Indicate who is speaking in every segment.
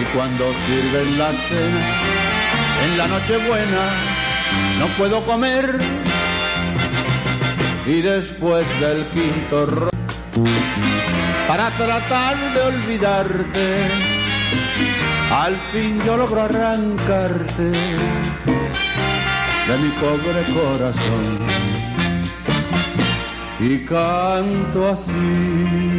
Speaker 1: Y cuando sirven la cena, en la noche buena, no puedo comer. Y después del quinto ro- para tratar de olvidarte, al fin yo logro arrancarte de mi pobre corazón. Y canto así.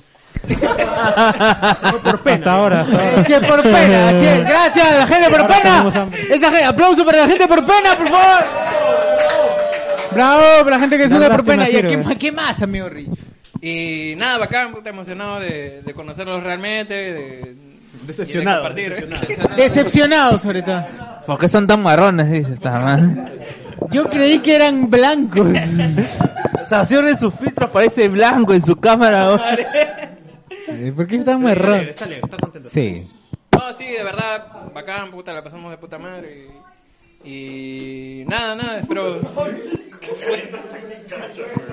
Speaker 2: Por pena. Hasta ahora. hasta ahora.
Speaker 3: Que por pena, así es. Gracias a la gente por
Speaker 2: Ahora
Speaker 3: pena.
Speaker 2: tenemos hambre.
Speaker 3: Esa gente, aplauso para la gente por pena, por favor. Bravo, para la gente que se
Speaker 2: Una
Speaker 3: une por
Speaker 2: lástima
Speaker 3: pena. ¿Y a qué,
Speaker 2: sirve.
Speaker 3: ma- qué más, amigo Rich?
Speaker 4: Y nada, bacán, puta, emocionado de, de conocerlos realmente, de,
Speaker 5: Decepcionado,
Speaker 4: y de compartir. ¿eh?
Speaker 3: Decepcionado, sobre todo.
Speaker 6: ¿Por qué son tan marrones? Dice esta man.
Speaker 3: Yo creí que eran blancos.
Speaker 6: Estación de sus filtros parece blanco en su cámara. weón.
Speaker 3: Eh, ¿Por qué están
Speaker 5: Está
Speaker 3: marrón?
Speaker 5: alegre, está alegre, está contento.
Speaker 3: Sí.
Speaker 4: No, sí, de verdad, bacán, puta, la pasamos de puta madre. Y, y nada, nada, espero.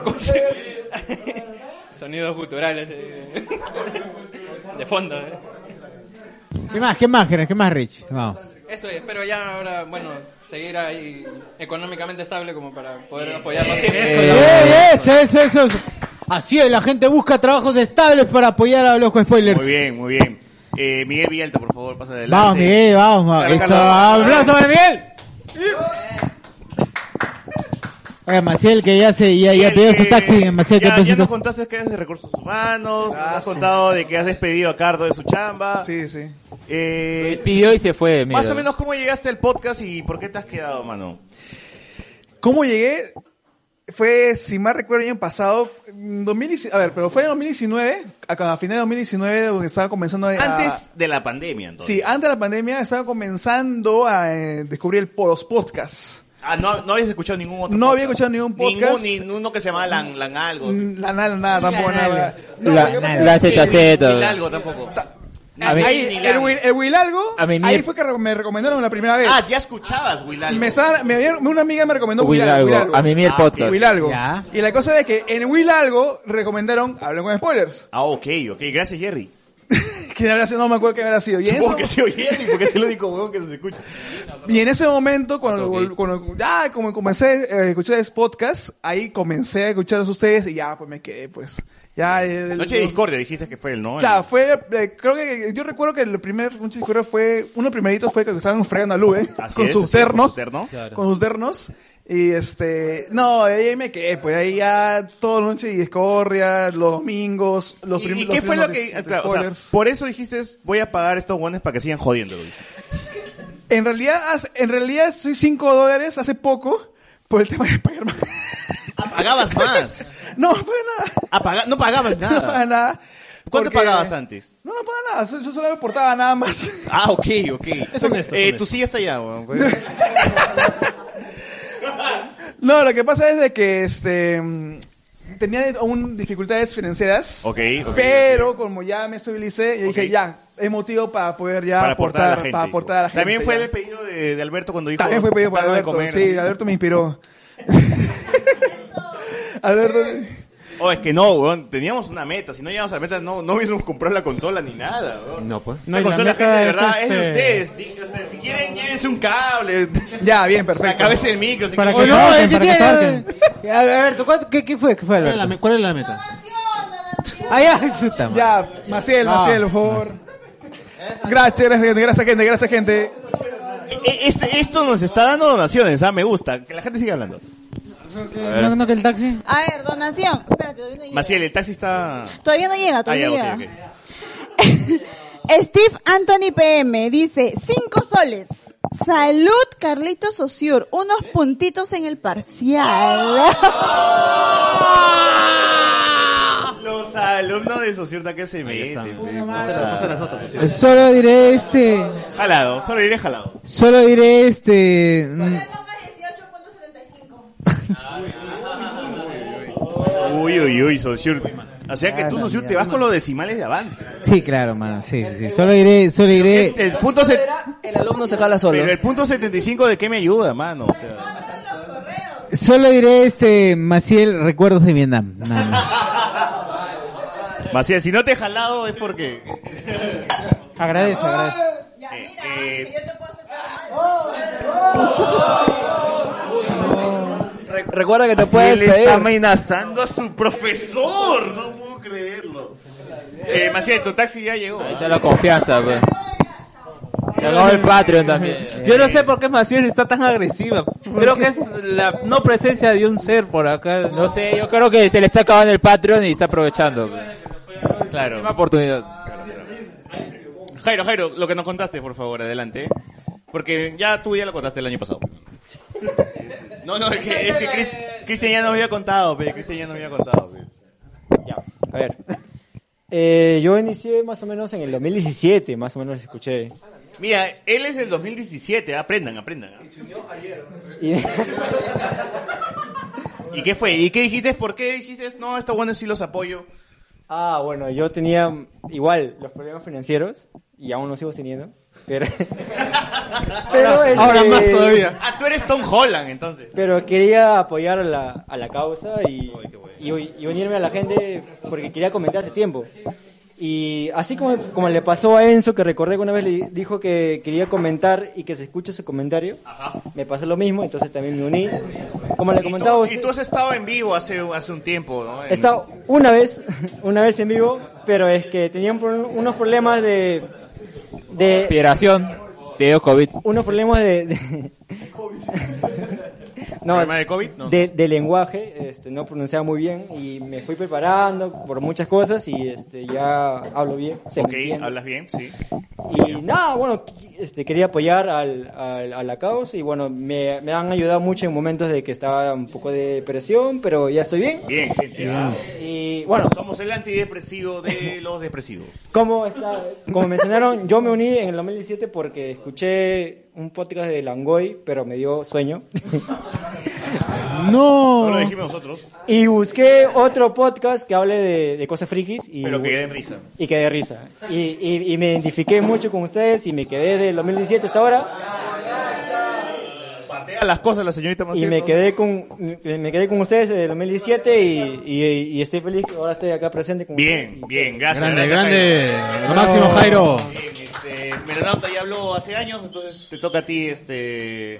Speaker 4: ¿Cómo se- Sonidos culturales eh, de fondo. eh.
Speaker 3: ¿Qué más, qué más, Gerard? ¿Qué más, Rich? Vamos.
Speaker 4: Eso, es, espero ya ahora, bueno, seguir ahí económicamente estable como para poder apoyarnos siempre.
Speaker 3: Eh, eso, eso, eso, eso. Así es, la gente busca trabajos estables para apoyar a Loco Spoilers.
Speaker 7: Muy bien, muy bien. Eh, Miguel Villalta, por favor, pasa adelante.
Speaker 3: Vamos, Miguel, vamos, vamos. Eso, aplauso para Miguel. Oiga, Maciel, que ya, se, ya, ya
Speaker 7: Miguel,
Speaker 3: pidió su
Speaker 7: eh,
Speaker 3: taxi. Maciel, que
Speaker 7: ya,
Speaker 3: pidió
Speaker 7: ya
Speaker 3: su
Speaker 7: nos
Speaker 3: taxi.
Speaker 7: contaste que eres de recursos humanos, nos has contado de que has despedido a Cardo de su chamba.
Speaker 8: Ah, Sí, sí.
Speaker 7: Eh,
Speaker 6: Pidió y se fue. mira.
Speaker 7: más o menos, ¿cómo llegaste al podcast y por qué te has quedado, mano?
Speaker 8: ¿Cómo llegué? Fue, si mal recuerdo, el año pasado, en 2019, a ver, pero fue en 2019, a, a finales de 2019, donde estaba comenzando a...
Speaker 7: Antes de la pandemia, entonces.
Speaker 8: Sí, antes de la pandemia estaba comenzando a eh, descubrir el, los podcasts.
Speaker 7: Ah, no, no habías escuchado ningún otro
Speaker 8: No había escuchado ningún podcast.
Speaker 7: Ningún, ninguno que se llamaba Lan, Lan algo.
Speaker 8: Mm, la- Nada, nada, tampoco nada. No,
Speaker 6: La,
Speaker 8: yo pensé-
Speaker 6: la ZZ.
Speaker 7: Ni Lan
Speaker 6: weón.
Speaker 7: algo tampoco.
Speaker 6: A mí-
Speaker 8: Ahí, el, Will- el Wilalgo,
Speaker 6: A mí me-
Speaker 8: ahí fue que re- me recomendaron la primera vez.
Speaker 7: Ah, ya escuchabas Will algo.
Speaker 8: Me estaban- me habían- una amiga me recomendó
Speaker 6: Will
Speaker 8: Wilalgo.
Speaker 6: algo. A mí mi
Speaker 7: Ah,
Speaker 6: podcast.
Speaker 8: Wilalgo.
Speaker 3: Ya.
Speaker 8: Y la cosa es que en Wilalgo recomendaron, hablan con spoilers.
Speaker 7: Ah, ok, ok. Gracias, Jerry.
Speaker 8: ¿Quién habrá sido? No me acuerdo quién habrá sido. Y en,
Speaker 7: Supongo que
Speaker 8: eso-
Speaker 7: sí, oye, Jerry, porque es el único huevón que se escucha.
Speaker 8: y en ese momento, cuando,
Speaker 6: Pasó,
Speaker 8: vol- cuando- ya como comencé eh, a escuchar ese podcast, ahí comencé a escucharlos a ustedes y ya pues me quedé pues. Ya, el-
Speaker 7: Noche de Discordia, dijiste que fue él, ¿no?
Speaker 8: Ya, fue, eh, creo que, yo recuerdo que el primer, noche de Discordia fue, uno primerito fue que estaban fregando a Lube,
Speaker 7: Así
Speaker 8: con
Speaker 7: es,
Speaker 8: sus
Speaker 7: así es, con
Speaker 8: ternos,
Speaker 7: su terno.
Speaker 5: Claro.
Speaker 8: con sus ternos, y este, no, ahí me quedé, pues ahí ya, toda noche de Discordia, los domingos, los
Speaker 7: ¿Y, y
Speaker 8: primeros.
Speaker 7: qué fue lo que.? claro, o sea, por eso dijiste, voy a pagar estos guanes para que sigan jodiendo.
Speaker 8: En realidad, hace- en realidad, soy 5 dólares hace poco, por el tema de pagar más.
Speaker 7: Pagabas más.
Speaker 8: No, no paga
Speaker 7: Apaga- no pagabas
Speaker 8: nada. No
Speaker 7: nada.
Speaker 8: paga nada.
Speaker 7: ¿Cuánto
Speaker 8: porque-
Speaker 7: pagabas antes?
Speaker 8: No, no paga nada, yo- yo solo me portaba nada más.
Speaker 7: Ah, ok, ok.
Speaker 5: Es honesto,
Speaker 7: Eh,
Speaker 5: es honesto.
Speaker 7: tu silla está allá, weón.
Speaker 8: pues. No, lo que pasa es de que este mm, tenía aún dificultades financieras.
Speaker 7: Ok, ok,
Speaker 8: Pero como ya me estabilicé, yo
Speaker 7: Ok.
Speaker 8: dije, ya, es motivo para poder ya
Speaker 7: para aportar a
Speaker 8: aportar,
Speaker 7: la gente.
Speaker 8: para aportar a la gente.
Speaker 7: También fue
Speaker 8: ya.
Speaker 7: el pedido de, de Alberto cuando dijo.
Speaker 8: También fue pedido por
Speaker 7: "Dame de
Speaker 8: Alberto.
Speaker 7: comer".
Speaker 8: sí, Alberto me inspiró. Alberto.
Speaker 7: Oh, es que no, weón. Teníamos una meta. Si no llegamos a la meta, no, no hubiésemos comprado la consola ni nada, weón.
Speaker 5: No, pues.
Speaker 7: Esta
Speaker 2: No, y la
Speaker 7: consola,
Speaker 2: meta
Speaker 7: gente, de
Speaker 2: es
Speaker 7: verdad, es, de
Speaker 2: este-
Speaker 7: ustedes. Di- ustedes, Si quieren, llévense un cable.
Speaker 8: Ya, bien,
Speaker 7: La
Speaker 8: perfecto.
Speaker 7: cabeza del micro. si
Speaker 2: Para
Speaker 3: Oh,
Speaker 7: quieren.
Speaker 2: que
Speaker 3: no,
Speaker 2: salten,
Speaker 3: ¿qué
Speaker 2: para que
Speaker 3: tiene?
Speaker 2: salten.
Speaker 3: A ver, Alberto, ¿cuánto- qué, ¿qué fue? ¿Qué fue,
Speaker 5: ¿Cuál es la
Speaker 3: Alberto?
Speaker 5: me- ¿Cuál es la meta?
Speaker 3: Ah, ya, eso está mal.
Speaker 8: Ya, Maciel,
Speaker 7: Ah.
Speaker 8: Maciel, por favor. Gracias, gracias, gente, gracias, gente, gracias, gente.
Speaker 7: Eh, este- esto nos está dando donaciones, ah, me gusta. Que la gente siga hablando.
Speaker 3: ¿No, no que el taxi?
Speaker 9: A ver, donación. Espérate, todavía no llega.
Speaker 7: Maciel, el taxi está.
Speaker 9: Todavía no llega,
Speaker 7: Ah,
Speaker 9: todavía
Speaker 7: ya,
Speaker 9: no
Speaker 7: ok,
Speaker 9: llega.
Speaker 7: ok.
Speaker 9: Steve Anthony PM dice, cinco soles. Salud, Carlitos Osiur. Unos puntitos en el parcial.
Speaker 7: Los alumnos de Sociurta que se meten.
Speaker 3: Solo diré este.
Speaker 7: Jalado, solo diré jalado.
Speaker 3: Solo diré este. mm,
Speaker 7: Uy, uy, uy, Sociur. O sea que tú, Sociur, te vas con los decimales de avance. Este,
Speaker 3: Sí, claro, mano. Sí, sí, sí. Solo diré, solo diré.
Speaker 7: El punto se-
Speaker 6: El alumno se jala solo.
Speaker 7: Pero el punto 75 de qué me ayuda, mano. O sea.
Speaker 3: Solo diré este. Maciel, recuerdos de Vietnam. Nada más.
Speaker 7: Maciel, si no te he jalado es porque.
Speaker 2: Agradezco, agradezco.
Speaker 7: eh, eh,
Speaker 10: Recuerda que te
Speaker 7: Así
Speaker 10: puedes
Speaker 7: él está
Speaker 10: pedir.
Speaker 7: amenazando a su profesor. No puedo creerlo. Eh, Maciel, tu taxi ya llegó.
Speaker 6: Esa es la confianza, pues. Se acabó el Patreon también.
Speaker 2: Yo no sé por qué Maciel está tan agresiva. Creo que es la no presencia de un ser por acá.
Speaker 6: No sé, yo creo que se le está acabando el Patreon y está aprovechando. pues.
Speaker 7: Claro.
Speaker 6: Última oportunidad.
Speaker 7: Jairo, Jairo, lo que nos contaste, por favor, adelante. Porque ya tú ya lo contaste el año pasado. No, no, es que, es que Cris- Cristian ya no había contado, pe, Cristian ya no había contado. pe.
Speaker 11: A ver. Eh, yo inicié más o menos en el 2017, más o menos escuché.
Speaker 7: Mira, él es del 2017, aprendan, aprendan. ¿ah?
Speaker 11: Y-
Speaker 7: ¿Y qué fue? ¿Y qué dijiste? ¿Por qué dijiste? No, está bueno, sí los apoyo.
Speaker 11: ah, bueno, yo tenía igual los problemas financieros y aún los sigo teniendo. Pero, pero, este,
Speaker 7: Ah, tú eres Tom Holland, entonces.
Speaker 11: Pero quería apoyar a la, a la causa y, y, y unirme a la gente porque quería comentar hace tiempo. Y así como, como le pasó a Enzo, que recordé que una vez le dijo que quería comentar y que se escuche su comentario, me pasó lo mismo, entonces también me uní. Como le
Speaker 7: Y
Speaker 11: comentaba a
Speaker 7: tú,
Speaker 11: usted-
Speaker 7: y tú has estado en vivo hace, hace un tiempo, ¿no? En-
Speaker 11: He estado una vez, una vez en vivo, pero es que tenían pro- unos problemas de, de
Speaker 6: Inspiración. Te dio COVID.
Speaker 11: unos problemas de, de- no,
Speaker 7: ¿Problema de COVID? No.
Speaker 11: de, de lenguaje, este, no pronunciaba muy bien y me fui preparando por muchas cosas y este, ya hablo bien. se me
Speaker 7: Ok,
Speaker 11: entiende.
Speaker 7: hablas bien, sí.
Speaker 11: Y nada, bueno, qu- este, quería apoyar al, al- a la causa y bueno, me, me han ayudado mucho en momentos de que estaba un poco de depresión, pero ya estoy bien.
Speaker 7: Bien, gente. ah.
Speaker 11: Y bueno,
Speaker 7: Bueno, somos el antidepresivo de los depresivos.
Speaker 11: Como, está, como mencionaron, yo me uní en el 2017 porque escuché un podcast de Langoy, pero me dio sueño.
Speaker 3: No.
Speaker 7: No lo dijimos nosotros,
Speaker 11: Y busqué otro podcast que hable de, de cosas frikis y,
Speaker 7: pero que den risa.
Speaker 11: y quedé de risa. Y, y- y me identifiqué mucho con ustedes y me quedé desde el 2017 hasta ahora
Speaker 7: Patea las cosas la señorita
Speaker 11: y
Speaker 7: Maciel,
Speaker 11: me
Speaker 7: ¿no?
Speaker 11: quedé con, me quedé con ustedes desde el 2017 y, y- y estoy feliz que ahora estoy acá presente con
Speaker 7: Bien,
Speaker 11: ustedes.
Speaker 7: bien, gracias.
Speaker 12: Grande,
Speaker 7: gracias,
Speaker 12: grande. Lo máximo, Jairo.
Speaker 7: Jairo. Bien, este, Meronauta ya habló hace años, entonces te toca a ti, este,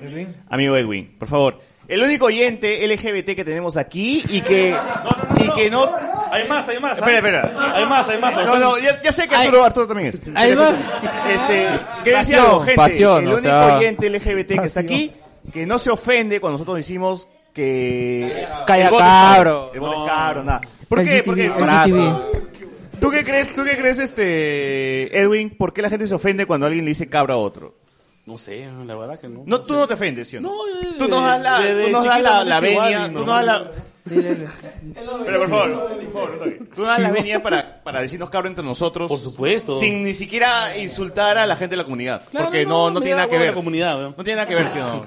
Speaker 7: amigo Edwin, por favor. El único oyente LGBT que tenemos aquí y que, y que no...
Speaker 2: Hay más, hay más.
Speaker 13: ¿ah?
Speaker 7: Espera, espera.
Speaker 2: Hay más, hay más.
Speaker 7: No, no, ya, ya sé que Arturo, Arturo también es.
Speaker 3: Ahí va.
Speaker 7: Este, gracias,
Speaker 6: Pasión,
Speaker 7: gente.
Speaker 6: pasión,
Speaker 7: el
Speaker 6: o
Speaker 7: único
Speaker 6: sea.
Speaker 7: oyente LGBT que está aquí, que no se ofende cuando nosotros decimos que.
Speaker 6: Calla,
Speaker 7: el voto es
Speaker 6: cabro.
Speaker 7: El voto es cabro, nada. ¿Por qué? Porque. ¿Tú qué crees, tú qué crees, este, Edwin? ¿Por qué la gente se ofende cuando alguien le dice cabra a otro?
Speaker 13: No sé, la verdad que no.
Speaker 7: No, tú no te ofendes, ¿sí o no?
Speaker 13: yo
Speaker 7: tú nos das la,
Speaker 13: de- de
Speaker 7: tú nos das
Speaker 13: chiquito
Speaker 7: la,
Speaker 13: me
Speaker 7: la
Speaker 13: han hecho
Speaker 7: venia,
Speaker 13: igual y
Speaker 7: tú
Speaker 13: no.
Speaker 7: nos das la... Pero por favor, por favor, no toque. tú nos das la venia para, para decirnos cabra entre nosotros.
Speaker 13: Por supuesto.
Speaker 7: Sin ni siquiera insultar a la gente de la comunidad.
Speaker 13: Claro,
Speaker 7: porque no, no,
Speaker 13: me
Speaker 7: tiene
Speaker 13: da
Speaker 7: nada que
Speaker 13: hueva
Speaker 7: ver.
Speaker 13: la comunidad, weón.
Speaker 7: No tiene nada que ver, ¿sí o no?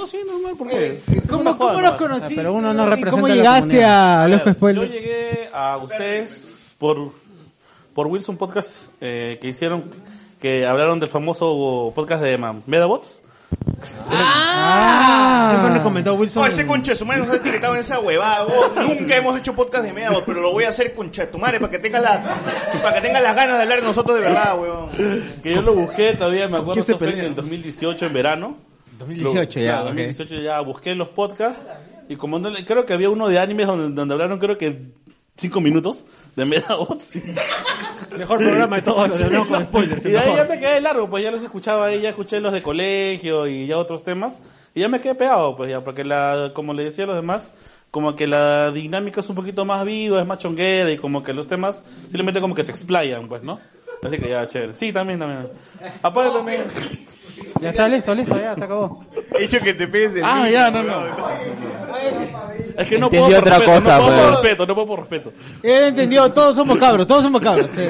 Speaker 13: No, sí, normal, porque.
Speaker 8: Eh,
Speaker 3: ¿Cómo, cómo los conociste?
Speaker 2: pero uno no
Speaker 3: ¿Y
Speaker 2: representa
Speaker 3: ¿Cómo
Speaker 2: a la
Speaker 3: llegaste
Speaker 2: comunidad?
Speaker 3: a los
Speaker 13: Yo
Speaker 3: Spoilers?
Speaker 13: llegué a ustedes por, por Wilson Podcast eh, que hicieron, que hablaron del famoso podcast de Ma- Medabots.
Speaker 3: Ah.
Speaker 12: Siempre le comentó Wilson.
Speaker 7: No, Oh, ese conche su madre nos ha etiquetado en esa huevada. vos. Nunca hemos hecho podcast de media, vos, pero lo voy a hacer concha de tu madre para que tengas la, para que tengas las ganas de hablar de nosotros de verdad, huevón.
Speaker 13: Que yo lo busqué todavía, me acuerdo,
Speaker 12: quién se
Speaker 13: esto fue en
Speaker 12: pelean?
Speaker 13: el 2018, en verano.
Speaker 12: 2018
Speaker 13: Lo-
Speaker 12: ya,
Speaker 13: claro,
Speaker 12: ok.
Speaker 13: 2018 ya busqué los podcasts y como no le- creo que había uno de animes donde, donde hablaron creo que cinco minutos de Medabots.
Speaker 12: Mejor programa de todos los de hablamos con spoilers.
Speaker 13: Y
Speaker 12: el
Speaker 13: de ahí ya
Speaker 12: mejor.
Speaker 13: me quedé largo, pues ya los escuchaba ahí, ya escuché los de colegio y ya otros temas. Y ya me quedé pegado, pues ya, porque la, como le decía a los demás, como que la dinámica es un poquito más viva, es más chonguera y como que los temas simplemente como que se explayan, pues, ¿no? Así que ya, chévere. Sí, también, también. Aparte también.
Speaker 2: Ya está listo, listo, ya se acabó.
Speaker 7: He dicho pues. que te pegues el
Speaker 13: Ah,
Speaker 7: mismo,
Speaker 13: ya, no, no.
Speaker 7: huevón.
Speaker 13: Es que no
Speaker 6: Entendí
Speaker 13: puedo por
Speaker 6: otra
Speaker 13: respeto,
Speaker 6: cosa,
Speaker 13: no puedo
Speaker 6: pues.
Speaker 13: por respeto, no puedo por respeto.
Speaker 3: Él entendió, todos somos cabros, todos somos cabros. sí.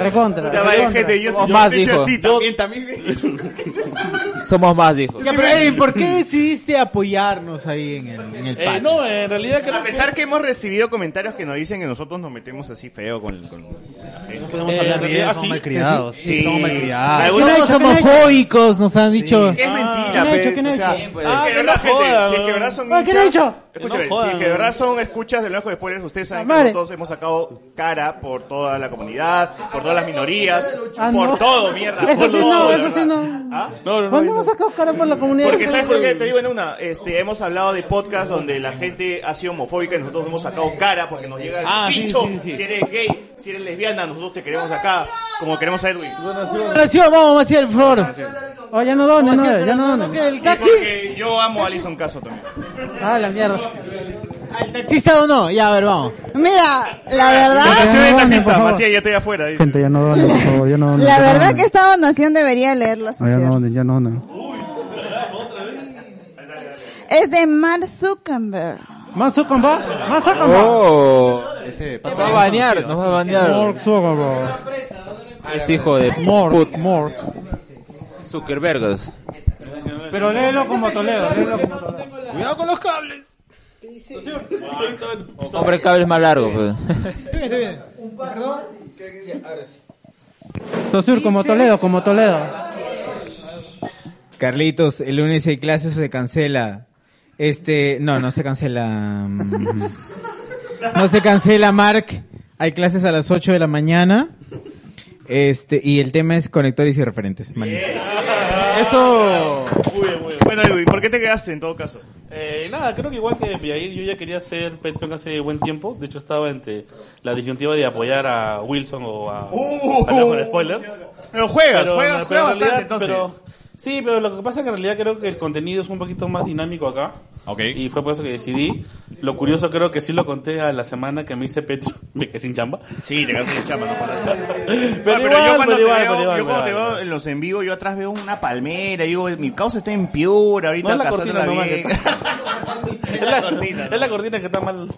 Speaker 2: Recontra.
Speaker 7: Puta madre, gente, yo soy
Speaker 6: Somos más,
Speaker 7: yo he dicho
Speaker 6: hijo.
Speaker 7: así, también, también.
Speaker 6: Somos más, dijo.
Speaker 3: Ya, pero Edwin, ¿por qué decidiste apoyarnos ahí en el, en el
Speaker 13: Eh,
Speaker 3: panel?
Speaker 13: no, en realidad creo
Speaker 7: A
Speaker 13: que...
Speaker 7: pesar que hemos recibido comentarios que nos dicen que nosotros nos metemos así feo con, con la gente.
Speaker 12: Podemos
Speaker 13: Eh,
Speaker 12: hablar bien,
Speaker 13: en realidad
Speaker 12: somos
Speaker 13: sí.
Speaker 12: malcriados.
Speaker 7: ah, Sí.
Speaker 12: somos malcriados.
Speaker 7: Algunos
Speaker 3: Somos homofóbicos, nos han dicho.
Speaker 7: Que es mentira,
Speaker 2: ¿quién ha
Speaker 7: pues,
Speaker 2: hecho? ¿quién ha
Speaker 7: o sea,
Speaker 2: hecho?
Speaker 7: es
Speaker 13: Ah,
Speaker 7: que de
Speaker 13: no
Speaker 7: verdad,
Speaker 13: jodas,
Speaker 7: gente, si es que de
Speaker 13: weón.
Speaker 7: verdad son
Speaker 3: Ah, ¿Qué le he
Speaker 7: hinchas,
Speaker 3: dicho?
Speaker 7: Escúchame,
Speaker 13: No jodan,
Speaker 7: si que de verdad son escuchas de Blanco de Spoilers, ustedes saben
Speaker 3: Madre.
Speaker 7: que nosotros hemos sacado cara por toda la comunidad, por todas las minorías,
Speaker 3: Ah,
Speaker 7: por
Speaker 3: no.
Speaker 7: todo, mierda.
Speaker 3: Eso
Speaker 7: por
Speaker 3: sí
Speaker 7: todo,
Speaker 3: no,
Speaker 7: de
Speaker 3: eso
Speaker 7: verdad.
Speaker 3: sí no.
Speaker 7: No, no, no,
Speaker 3: ¿Cuándo hemos sacado cara por la comunidad?
Speaker 7: Porque sabes por qué te digo en una, este, hemos hablado de podcast donde la gente ha sido homofóbica y nosotros hemos sacado cara porque nos llega el
Speaker 13: Ah, sí,
Speaker 7: pincho,
Speaker 13: sí, sí.
Speaker 7: si eres gay, si eres lesbiana, nosotros te queremos acá, como queremos a Edwin.
Speaker 3: Relación, vamos hacia el flor. Oh, ya no dono, no, ya no dono.
Speaker 7: Y
Speaker 3: ¿El taxi?
Speaker 7: porque yo amo a Alison Caso también.
Speaker 3: Ah, la mierda. ¿El taxista o no? Ya, a ver, vamos.
Speaker 9: Mira, la verdad,
Speaker 7: Donación de
Speaker 3: no,
Speaker 7: taxista,
Speaker 3: por favor.
Speaker 7: Macías, ya estoy afuera. ahí.
Speaker 10: Gente, ya no donen, por favor, ya no donen.
Speaker 9: la
Speaker 10: ya
Speaker 9: verdad
Speaker 10: donen.
Speaker 9: que esta donación debería leerla.
Speaker 10: No, ya no donen, ya no donen.
Speaker 9: Es de Mark Zuckerberg.
Speaker 3: ¿Más Zuckerberg? ¿Más
Speaker 6: Oh.
Speaker 14: Ese
Speaker 6: Nos va a banear, nos va a banear.
Speaker 14: Mark Zuckerberg.
Speaker 6: Ah, Es hijo de
Speaker 14: Mork, Mork.
Speaker 6: Zuckerbergos.
Speaker 14: Pero léelo como Toledo, léelo como
Speaker 12: Cuidado con los cables.
Speaker 6: Hombre, el cable es más largo. pues.
Speaker 12: Estoy bien, estoy bien.
Speaker 3: Un paso más.
Speaker 12: Sosur, como Toledo, como Toledo.
Speaker 3: Carlitos, el lunes hay clases o se cancela. Este, no, no se cancela. mm, No se cancela, Mark. Hay clases a las 8 de la mañana. Este, y el tema es conectores y referentes. Man.
Speaker 7: Eso. Bueno, Edwin, ¿por qué te quedaste en todo caso?
Speaker 13: Eh, nada, creo que igual que Piair, yo ya quería ser Patreon hace buen tiempo. De hecho, estaba entre la disyuntiva de apoyar a Wilson o a,
Speaker 7: Uh.
Speaker 13: a Leo con spoilers.
Speaker 7: Pero juegas, juegas,
Speaker 13: pero
Speaker 7: juegas
Speaker 13: en realidad,
Speaker 7: bastante, entonces.
Speaker 13: pero- sí, pero lo que pasa es que en realidad creo que el contenido es un poquito más dinámico acá. Y fue por eso que decidí. Lo curioso creo que sí lo conté a la semana que me hice Patreon. Me quedé sin chamba.
Speaker 7: Sí, te quedaste sin chamba, no pasa
Speaker 13: Pero
Speaker 7: Ah,
Speaker 13: igual,
Speaker 7: yo cuando
Speaker 13: pero
Speaker 7: te
Speaker 13: igual,
Speaker 7: veo,
Speaker 13: pero igual,
Speaker 7: yo cuando
Speaker 13: pero
Speaker 7: te veo en los en vivo, yo atrás veo una palmera, digo, mi causa está en Piura,
Speaker 13: No
Speaker 7: ahorita
Speaker 13: es la
Speaker 7: cazándola
Speaker 13: cortina nomás que
Speaker 7: bien.
Speaker 13: Es la cortina. Es la cortina que está mal.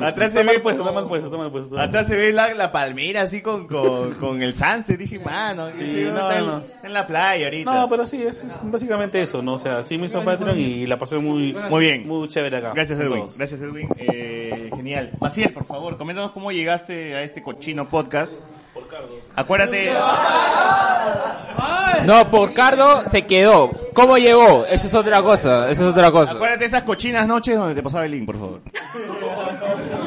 Speaker 7: Atrás se
Speaker 13: Está
Speaker 7: ve,
Speaker 13: mal puesto, está mal puesto, está mal puesto.
Speaker 7: Atrás se ve la, la palmera así con, con, con el sunset, dije, mano,
Speaker 13: Sí,
Speaker 7: ese huevón
Speaker 13: no,
Speaker 7: está en-
Speaker 13: no.
Speaker 7: está en la playa ahorita.
Speaker 13: No, pero sí, es, es básicamente eso, ¿no? O sea, sí me hizo Patreon y la pasé muy,
Speaker 7: Muy bien.
Speaker 13: muy chévere acá.
Speaker 7: Gracias,
Speaker 13: Con
Speaker 7: Edwin.
Speaker 13: Ah, todos.
Speaker 7: Gracias, Edwin. Eh, genial. Maciel, por favor, coméntanos cómo llegaste a este cochino podcast. Acuérdate.
Speaker 6: No, por Cardo se quedó. ¿Cómo llegó? Eso es otra cosa. Eso es otra cosa.
Speaker 7: Acuérdate de esas cochinas noches donde te pasaba el link, por favor.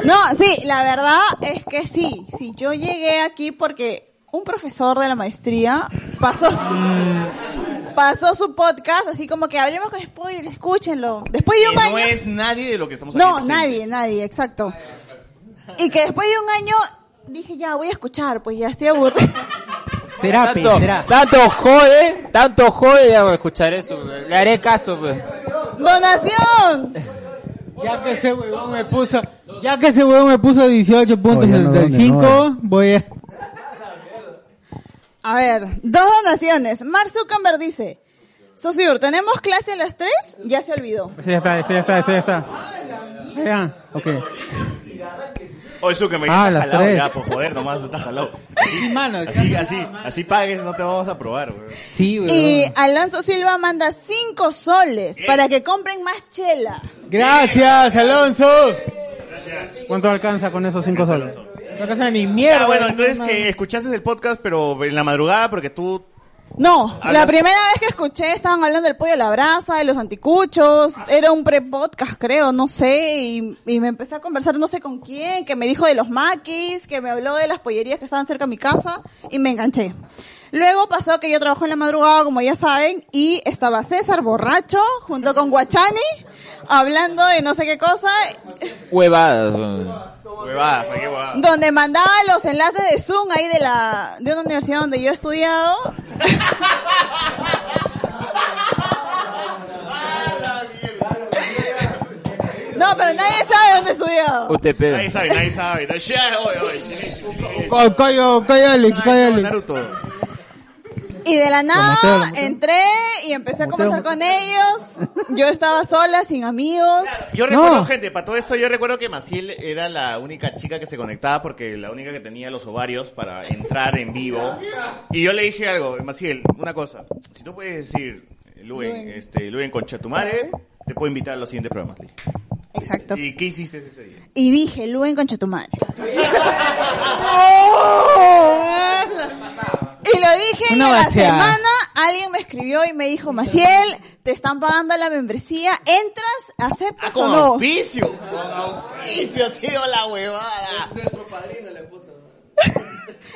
Speaker 9: No, sí, la verdad es que sí. Sí, yo llegué aquí porque un profesor de la maestría pasó, pasó su podcast, así como que hablemos con spoilers, escúchenlo. Después de un
Speaker 7: Que
Speaker 9: año.
Speaker 7: Eh, no es nadie de lo que estamos
Speaker 9: No,
Speaker 7: haciendo.
Speaker 9: nadie, nadie, exacto. Y que después de un año dije, ya voy a escuchar, pues ya estoy aburrida.
Speaker 3: Será, pe,
Speaker 6: tanto,
Speaker 3: será.
Speaker 6: tanto jode, tanto jode, ya voy a escuchar eso. pues. Le haré caso. pues.
Speaker 9: ¡Donación!
Speaker 3: Ya que ese huevón me puso, ya que ese huevón me puso 18.75, voy a...
Speaker 9: A ver, dos donaciones. Mark Zuckerberg dice, Sosur, ¿tenemos clase a las tres? Ya se olvidó.
Speaker 12: Sí, ya está, sí, ya está, sí, ya está. Ya, ok.
Speaker 7: Oye, Zuckerberg,
Speaker 12: Ah,
Speaker 7: estás
Speaker 12: las
Speaker 7: jalado
Speaker 12: tres.
Speaker 7: ya, por joder, nomás estás jalado. Así, así, así, así pagues, no te vamos a probar, güey.
Speaker 3: Sí,
Speaker 7: Mm.
Speaker 9: Y Alonso Silva manda cinco soles para que compren más chela.
Speaker 3: Gracias,
Speaker 9: eh,
Speaker 3: Alonso.
Speaker 12: ¿Cuánto alcanza con esos cinco soles?
Speaker 3: No alcanza ni mierda.
Speaker 7: Ah, bueno, entonces
Speaker 3: no.
Speaker 7: que escuchaste el podcast, pero en la madrugada, porque tú...
Speaker 9: No,
Speaker 7: Hablas-
Speaker 9: Oh, la primera vez que escuché estaban hablando del pollo a la brasa, de los anticuchos, era un pre-podcast creo, no sé, y, y me empecé a conversar no sé con quién, que me dijo de los maquis, que me habló de las pollerías que estaban cerca de mi casa, y me enganché. Luego pasó que yo trabajo en la madrugada, como ya saben, y estaba César borracho, junto con Guachani, hablando de no sé qué cosa,
Speaker 6: Huevadas. pues.
Speaker 7: Huevada, ¿para qué huevada?
Speaker 9: donde mandaba los enlaces de Zoom ahí de la, de una universidad donde yo he estudiado, No, pero nadie sabe dónde he estudiado.
Speaker 6: UTP.
Speaker 7: Nadie sabe, nadie sabe. Nadie sabe. Oye, oye, sí, sí.
Speaker 3: Co- Coyo, coyo, Alex, coyo, Alex.
Speaker 9: Y de la
Speaker 3: todo el
Speaker 9: nada
Speaker 3: mundo.
Speaker 9: entré y empecé a conversar con ellos. Yo estaba sola, sin amigos.
Speaker 7: Yo recuerdo, gente, para todo esto, yo recuerdo que Maciel era la única chica que se conectaba porque la única que tenía los ovarios para entrar en vivo. Y yo le dije algo, Maciel, una cosa. Si tú puedes decir, Luen, este, Luen concha tu madre, te puedo invitar a los siguientes programas.
Speaker 9: Exacto.
Speaker 7: ¿Y qué hiciste ese día?
Speaker 9: Y dije, Luen, concha tu madre. Y lo dije y
Speaker 3: Una
Speaker 9: a la
Speaker 3: vaciada.
Speaker 9: semana alguien me escribió y me dijo, Maciel, te están pagando la membresía, entras, aceptas o
Speaker 7: Ah, con
Speaker 9: no.
Speaker 7: auspicio. auspicio ha sido la huevada.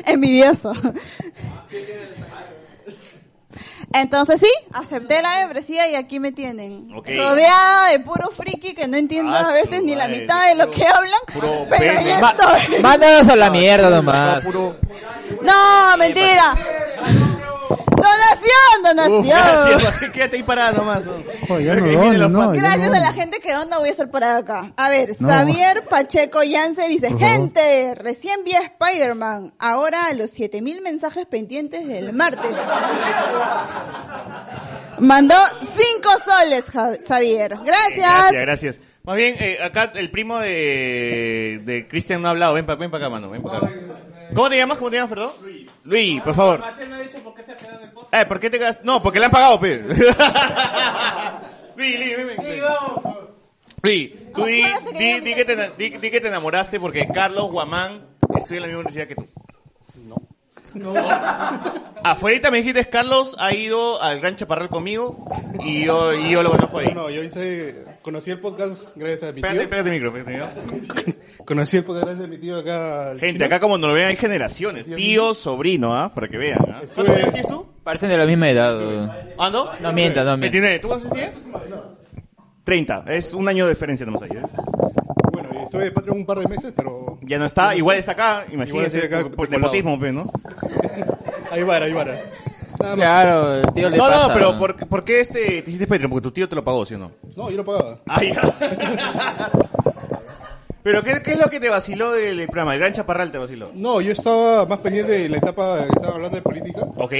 Speaker 9: envidioso. Entonces sí, acepté la membresía y aquí me tienen.
Speaker 7: Ok.
Speaker 9: Rodeada de puro friki que no entiendo
Speaker 6: Ah,
Speaker 9: a veces ni la
Speaker 6: madre,
Speaker 9: mitad de lo que hablan, pero
Speaker 6: pene.
Speaker 9: ya
Speaker 6: Ma-
Speaker 9: estoy.
Speaker 6: Mándanos a la mierda nomás.
Speaker 9: No, mentira. Donación,
Speaker 7: Uf, gracias,
Speaker 9: donación.
Speaker 7: así quédate ahí parada nomás. ¿no?
Speaker 10: yo
Speaker 7: Creo
Speaker 10: no
Speaker 7: que viene
Speaker 10: dono,
Speaker 7: los
Speaker 10: no, yo
Speaker 9: Gracias
Speaker 10: no
Speaker 9: a la gente que dona voy a estar por acá. A ver,
Speaker 10: No.
Speaker 9: Xavier Pacheco Yance dice,
Speaker 10: Por favor.
Speaker 9: gente, recién vi a Spider-Man, ahora a los 7000 mensajes pendientes del martes. Mandó 5 soles, Ja- Xavier. Gracias.
Speaker 7: Gracias, gracias. Más bien, eh, acá el primo de, de Cristian no ha hablado. Ven para ven pa acá, mano. Ven pa acá. ¿Cómo te llamas? ¿Cómo te llamas, perdón? Luis. Luis, por favor. Eh, ¿por qué te quedas? No, porque le han pagado, pues. pe. Luis, Luis, ven, ven. Luis, tú di, di- di que te, ena- di- di que te enamoraste porque Carlos Guamán estudia en la misma universidad que tú. Afuera me dijiste, Carlos ha ido al Gran Chaparral conmigo y yo, y yo lo conozco ahí.
Speaker 15: No, yo hice, conocí el podcast gracias a mi
Speaker 7: Espérate,
Speaker 15: tío.
Speaker 7: espérate el micro, espérate el micro.
Speaker 15: Conocí el podcast gracias a mi tío acá. al
Speaker 7: Gente,
Speaker 15: chino.
Speaker 7: acá como nos lo vean hay generaciones. Tío, sobrino, ¿ah? Para que vean, ¿ah?
Speaker 6: Parecen de la misma edad. weón.
Speaker 7: ¿Ah, no?
Speaker 6: No mientas, no mientas.
Speaker 7: 29, ¿tú cuántos tienes? 30, es un año de diferencia nomás ahí. ¿eh?
Speaker 15: Bueno, y estuve de Patreon un par de meses, pero
Speaker 7: Ya no está, igual está acá,
Speaker 15: Igual estoy
Speaker 7: imagínate,
Speaker 15: acá, este
Speaker 7: por, por
Speaker 15: colado.
Speaker 7: nepotismo, pe, ¿no?
Speaker 15: ahí vara, ahí vara. Nada más.
Speaker 6: Claro, el tío le
Speaker 7: No, no,
Speaker 6: pasa.
Speaker 7: pero ¿por, por qué este, te hiciste Patreon? Porque tu tío te lo pagó, ¿sí o no?
Speaker 15: No, yo lo pagaba.
Speaker 7: Ah, ya. ¿Pero qué, qué es lo que te vaciló del programa? El Gran Chaparral te vaciló.
Speaker 15: No, yo estaba más pendiente de la etapa que estaban hablando de política.
Speaker 7: Ok.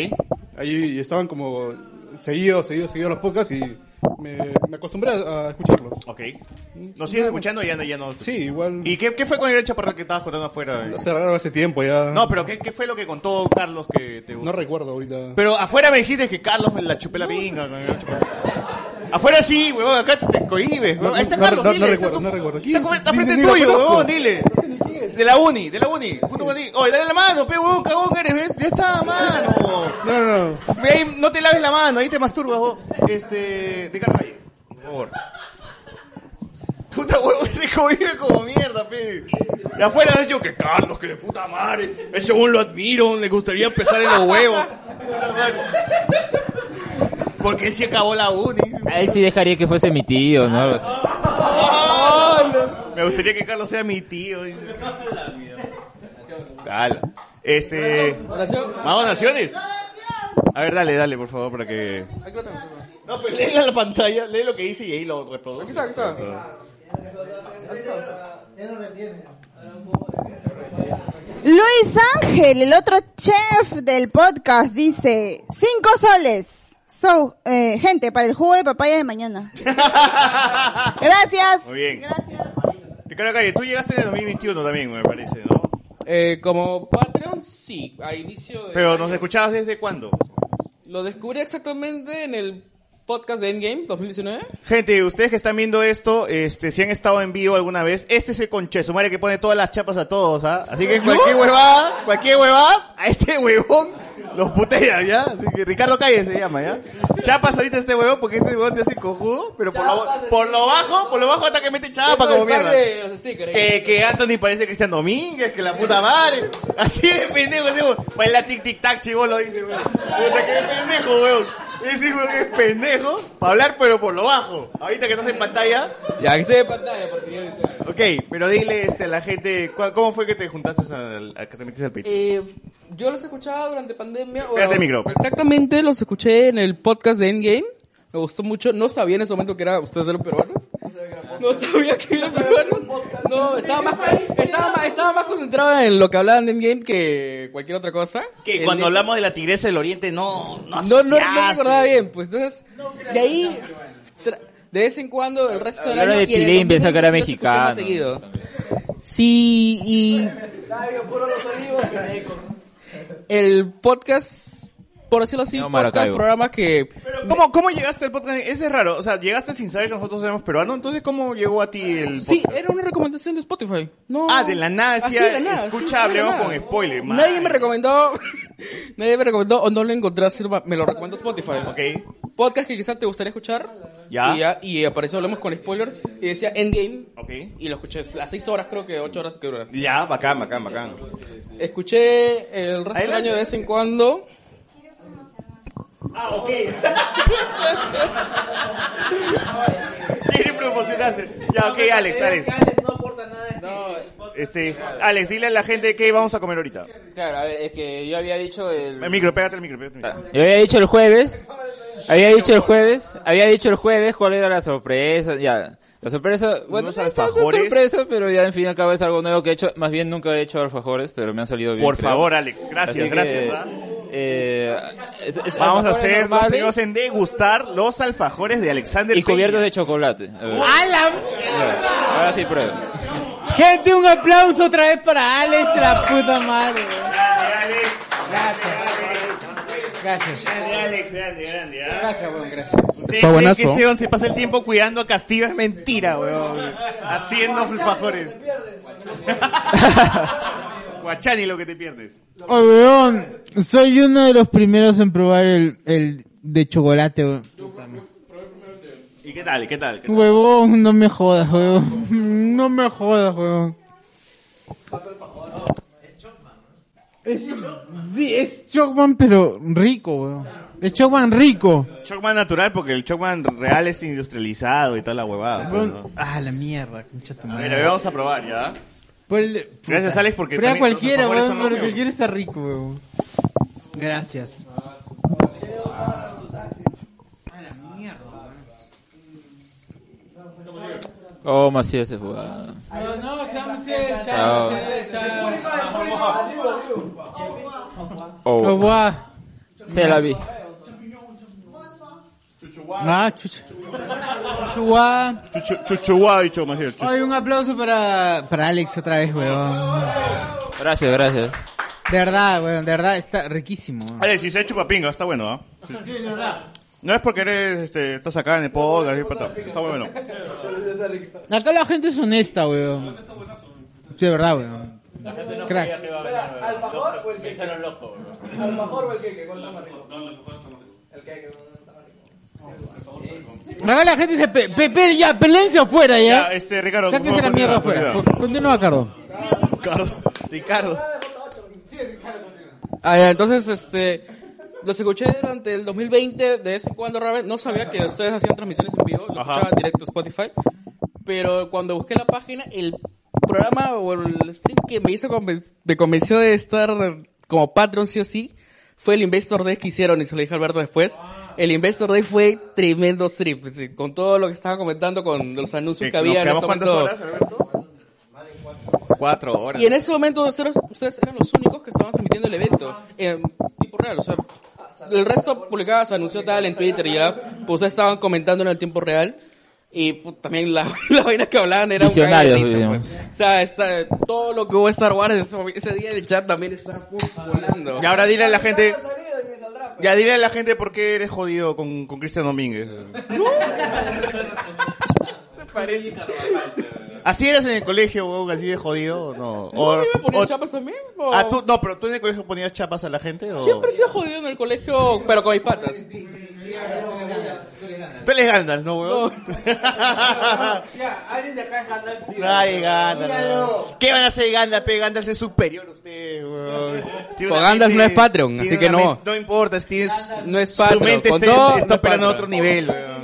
Speaker 15: Ahí estaban como seguidos, seguidos, seguidos los podcasts y me, me acostumbré a a escucharlos.
Speaker 7: Ok. ¿Nos sigues escuchando o ya no? Ya no? Sí,
Speaker 15: igual.
Speaker 7: ¿Y qué, qué fue con el Gran Chaparral que estabas contando afuera?
Speaker 15: Lo cerraron hace tiempo ya.
Speaker 7: No, pero ¿qué, qué fue lo que contó Carlos que te gustó?
Speaker 15: No recuerdo ahorita.
Speaker 7: Pero afuera me dijiste que Carlos me la chupé la pinga. me la chupé. Afuera sí, huevón, acá te, te cohibes, huevón. Ahí está
Speaker 15: no,
Speaker 7: Carlos,
Speaker 15: no, no
Speaker 7: dile. está
Speaker 15: recuerdo,
Speaker 7: tu-
Speaker 15: no recuerdo.
Speaker 7: Está, como- está
Speaker 15: Ni-
Speaker 7: frente
Speaker 15: ni lo
Speaker 7: tuyo,
Speaker 15: conozco.
Speaker 7: huevón, dile. De la uni, de la uni, junto con ti. Oye, dale la mano, pe, huevón, cagón que eres, ¿ves? Ya está, mano.
Speaker 15: No, no, no.
Speaker 7: Ve ahí, no te laves la mano, ahí te masturbas, vos. Este, Ricardo Valle, por favor. Puta huevón, ese cohibe como mierda, pe. De afuera han dicho que Carlos, que de puta madre. Ese huevón lo admiro, le gustaría empezar en los huevos. Porque él se acabó la uni.
Speaker 6: A él sí dejaría que fuese mi tío, ¿no? Algo así.
Speaker 7: Me gustaría que Carlos sea mi tío. dice. Ala. Este. ¿Más donaciones? A ver, dale, dale, por favor, para que. No, pues lee la pantalla, lee lo que dice y ahí lo reproduce.
Speaker 15: Aquí está, aquí está.
Speaker 9: Luis Ángel, el otro chef del podcast, dice, 5 soles. So, eh, gente, para el jugo de papaya de mañana. Gracias.
Speaker 7: Muy bien. Gracias. Ricardo Calle, tú llegaste en el 2021 también, me parece, ¿no?
Speaker 16: Eh, como Patreon, sí, a inicio de...
Speaker 7: Pero nos escuchabas desde cuándo?
Speaker 16: Lo descubrí exactamente en el podcast de Endgame 2019.
Speaker 7: Gente, ustedes que están viendo esto, este, si han estado en vivo alguna vez, este es el concheso, madre que pone todas las chapas a todos, ¿ah? Así que
Speaker 16: ¿Yo?
Speaker 7: cualquier huevada, cualquier huevada, a este huevón los putea, ¿ya? Así que Ricardo Calle se llama, ¿ya? Chapas ahorita a este huevón porque este huevón se hace cojudo, pero por lo, por lo bajo, por lo bajo hasta que mete chapa
Speaker 16: Tengo
Speaker 7: como
Speaker 16: el pack
Speaker 7: mierda.
Speaker 16: de los stickers. ¿eh?
Speaker 7: Que, que Anthony parece Cristian Domínguez, que la puta madre. Así de pendejo, ese huevón. Pues la tic tic tac chivolo dice, huevón. Puta, que pendejo, huevón. Ese huevón es pendejo para hablar, pero por lo bajo. Ahorita que estás en pantalla.
Speaker 16: Ya, que esté de pantalla, por si yo deseo.
Speaker 7: Ok, pero dile este, a la gente, ¿cu- ¿cómo fue que te juntaste al, a que te metiste al Patreon?
Speaker 16: Eh, yo los escuchaba durante pandemia. o-
Speaker 7: Espérate el micro.
Speaker 16: Exactamente, los escuché en el podcast de Endgame. Me gustó mucho. No sabía en ese momento que era ustedes eran peruanos. No sabía que eran peruanos. No, estaba más, estaba, más, estaba más concentrado en lo que hablaban de Endgame que cualquier otra cosa.
Speaker 7: Que cuando
Speaker 16: Endgame-
Speaker 7: hablamos de la tigresa del oriente, no, no
Speaker 16: no, no, no
Speaker 7: asociaste.
Speaker 16: recordaba bien, pues entonces, de ahí, tra- de vez en cuando, el resto del
Speaker 6: Hablaron
Speaker 16: año...
Speaker 6: de
Speaker 16: y en el
Speaker 6: Tilín, piensa que era
Speaker 16: 2015 escuché más
Speaker 6: mexicano.
Speaker 16: seguido. Sí, y el podcast, por decirlo así, podcast,
Speaker 7: Maracaibo.
Speaker 16: programa que...
Speaker 7: Pero, ¿cómo, ¿Cómo llegaste al podcast? Ese es raro, o sea, llegaste sin saber que nosotros éramos peruanos, entonces ¿cómo llegó a ti el podcast?
Speaker 16: Sí, era una recomendación de Spotify. No,
Speaker 7: Ah, de la nada,
Speaker 16: Así
Speaker 7: decía,
Speaker 16: de la nada,
Speaker 7: escucha,
Speaker 16: sí, de la
Speaker 7: hablemos
Speaker 16: nada.
Speaker 7: con spoiler, man.
Speaker 16: Nadie me recomendó, nadie me recomendó o no lo encontré así, me lo recomendó Spotify.
Speaker 7: Ok.
Speaker 16: podcast que quizás te gustaría escuchar.
Speaker 7: Ya.
Speaker 16: Y, y apareció, hablamos con spoilers. Y decía Endgame. Y lo escuché a 6 horas, creo que 8 horas que dura.
Speaker 7: Ya, bacán, bacán, bacán.
Speaker 16: Escuché el resto del año de vez en cuando.
Speaker 7: Ah, ok. Quiere promocionarse. Ya, ok, Alex, Alex. Este, Alex, dile a la gente qué vamos a comer ahorita.
Speaker 6: Claro, a ver, es que yo había dicho el...
Speaker 7: El micro, pégate el micro, pégate el micro.
Speaker 6: Yo había dicho el jueves, había dicho el jueves, había dicho el jueves cuál era la sorpresa, ya. La sorpresa, bueno,
Speaker 7: Unos
Speaker 6: no es tanto
Speaker 7: alfajores.
Speaker 6: sorpresa, pero ya en fin y al cabo es algo nuevo que he hecho. Más bien nunca he hecho alfajores, pero me han salido bien.
Speaker 7: Por
Speaker 6: creo.
Speaker 7: favor, Alex, gracias,
Speaker 6: Así que,
Speaker 7: gracias, ¿verdad?
Speaker 6: eh, es- es-
Speaker 7: Vamos a
Speaker 6: alfajores
Speaker 7: hacer los
Speaker 6: normales
Speaker 7: primeros en degustar los alfajores de Alexander
Speaker 6: y cubiertos
Speaker 7: Peña.
Speaker 6: de chocolate. A ver.
Speaker 3: ¡A la
Speaker 6: Ya, Ahora sí pruebo.
Speaker 3: Gente, un aplauso otra vez para Alex, la puta madre. Gracias.
Speaker 7: Grande, Alex, grande, grande. Gracias,
Speaker 3: weón, gracias.
Speaker 7: Está buenazo.
Speaker 17: buenazo.
Speaker 7: Que ese don se pasa el tiempo cuidando a Castillo es mentira, weón. Haciendo alfajores. Guachani lo que te pierdes.
Speaker 3: Oh, weón, soy uno de los primeros en probar el, el de chocolate, weón.
Speaker 7: ¿Y qué tal? ¿Qué tal? ¿Qué tal?
Speaker 3: Huevón, no me jodas, huevón. No me jodas, huevón. Es, sí, es Chocman, pero rico, huevón. Es Chocman rico.
Speaker 7: Chocman natural porque el Chocman real es industrializado y toda la huevada. pues, ¿no?
Speaker 3: Ah, la mierda, concha tu
Speaker 7: A
Speaker 3: madre.
Speaker 7: ver, a ver, vamos a probar ya.
Speaker 3: Por el- puta.
Speaker 7: Gracias, Alex, porque
Speaker 3: Prueba
Speaker 7: también
Speaker 3: cualquiera,
Speaker 7: los alfajores
Speaker 3: huevón,
Speaker 7: son los
Speaker 3: pero
Speaker 7: míos.
Speaker 3: cualquiera está rico, huevón. Gracias.
Speaker 6: Oh, Macías se jugaba.
Speaker 3: No, no, se llama
Speaker 6: Ah.
Speaker 3: Oh, guau.
Speaker 6: Se la vi.
Speaker 3: Ah, chucha. Chuchuá.
Speaker 7: Chuchuá, dicho Maciel.
Speaker 3: Ay, un aplauso para, para Alex otra vez, weón.
Speaker 6: Gracias, gracias.
Speaker 3: De verdad, weón, de verdad, está riquísimo. weón.
Speaker 7: Alex, si se chupa pinga, está bueno, ¿ah?
Speaker 3: Sí, de verdad.
Speaker 7: No es porque eres, este, estás acá en el podcast, así, pata. está bueno.
Speaker 3: Acá la gente es honesta, weón. Sí, de verdad, weón. Crack.
Speaker 16: ¿Alfajor o el queque? ¿Alfajor o el queque? ¿Cuál está más rico? No, el alfajor está más rico. El queque.
Speaker 3: Acá la gente dice, pe, pe- pe- ya, pelense afuera, ya.
Speaker 7: Ya, este, Ricardo, por
Speaker 3: Sáquense la
Speaker 7: favor,
Speaker 3: mierda
Speaker 7: continúa,
Speaker 3: afuera. Continúa, Cardo.
Speaker 7: Ricardo, Ricardo.
Speaker 16: Ah, ya, entonces, este, los escuché durante el 2020, de vez en cuando, rara vez. No sabía que ustedes hacían transmisiones en vivo, lo escuchaba directo a Spotify. Pero cuando busqué la página, el programa o el stream que me hizo conven- me convenció de estar como Patreon sí o sí, fue el Investor Day que hicieron, y se lo dije a Alberto después. El Investor Day fue tremendo stream, es decir, con todo lo que estaba comentando, con los anuncios que
Speaker 7: ¿Nos
Speaker 16: había. en
Speaker 7: quedamos
Speaker 16: ese
Speaker 7: cuántas
Speaker 16: momento.
Speaker 7: horas, Alberto? Cuatro horas.
Speaker 16: Y en ese momento ustedes, ustedes eran los únicos que estaban transmitiendo el evento en tiempo real. O sea, el resto publicaba, se anunció tal en Twitter y ya. Pues ustedes estaban comentando en el tiempo real. Y pues, también la, la vaina que hablaban era un cague de
Speaker 6: Visionarios,
Speaker 16: risa,
Speaker 6: digamos.
Speaker 16: pues. O sea, está, todo lo que hubo de Star Wars ese, ese día el chat también está pues, volando.
Speaker 7: Y ahora dile a la gente.
Speaker 16: pues.
Speaker 7: Ya dile a la gente por qué eres jodido con, con Cristian Domínguez. ¿Así eras en el colegio, weón? ¿Así de jodido o no? O-
Speaker 16: ¿No me ponían
Speaker 7: o-
Speaker 16: chapas también? O-
Speaker 7: ah, tú, no, pero tú en el colegio ponías chapas a la gente o.
Speaker 16: Siempre he sido jodido en el colegio, pero con mis patas.
Speaker 7: Tú eres Gandalf, ¿no, weón?
Speaker 14: Ya, alguien de acá es Gandalf. tío.
Speaker 7: Ay, Gandalf. weón. ¿Qué van a hacer Gandalf? pe? Gandalf es superior a usted, weón. Tiene
Speaker 16: Con
Speaker 7: una
Speaker 16: Pues Gandalf
Speaker 7: mente-
Speaker 16: no es Patreon,
Speaker 7: tiene
Speaker 16: así que
Speaker 7: una
Speaker 16: no.
Speaker 7: men- No importa, tienes,
Speaker 16: No es Patreon,
Speaker 7: Su mente
Speaker 16: con
Speaker 7: está,
Speaker 16: todo,
Speaker 7: está
Speaker 16: no es
Speaker 7: operando a
Speaker 16: Patreon.
Speaker 7: otro nivel, weón.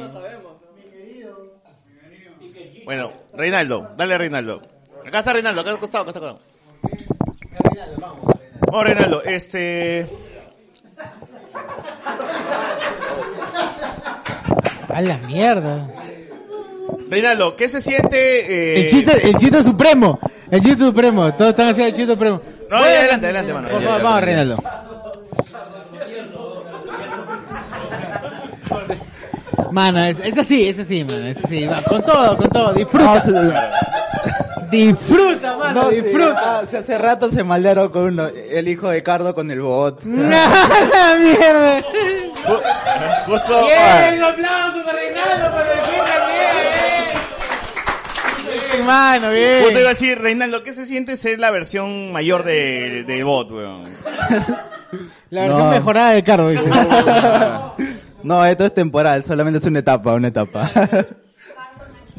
Speaker 7: Bueno, Reinaldo, dale a Reinaldo. Acá está Reinaldo, acá al costado, acá está acá. Vamos, Reinaldo, este.
Speaker 3: A la mierda.
Speaker 7: Reinaldo, ¿qué se siente? eh,
Speaker 3: El chiste, el chiste supremo. El chiste supremo. Todos están haciendo el chiste supremo.
Speaker 7: No, ya, adelante, adelante, mano.
Speaker 3: Por
Speaker 7: Ya,
Speaker 3: favor,
Speaker 7: ya,
Speaker 3: vamos,
Speaker 7: ya.
Speaker 3: Reinaldo. Mano, es, es así, es así, mano. Es así. Va, con todo, con todo.
Speaker 7: Ah,
Speaker 3: Disfruta. Disfruta, mano,
Speaker 17: sí,
Speaker 3: disfruta.
Speaker 17: ah, sí, hace rato se maldaron con uno, el hijo de Cardo con el bot.
Speaker 3: ¡La mierda!
Speaker 7: Justo.
Speaker 1: ah.
Speaker 3: Bien, un aplauso para Reinaldo, para el eh. fin también. Bien, mano, bien.
Speaker 7: Justo iba a decir, Reinaldo, ¿qué se siente ser la versión mayor de, de bot, weón?
Speaker 3: La versión mejorada de Cardo, dice.
Speaker 17: No, esto es temporal, solamente es una etapa, una etapa.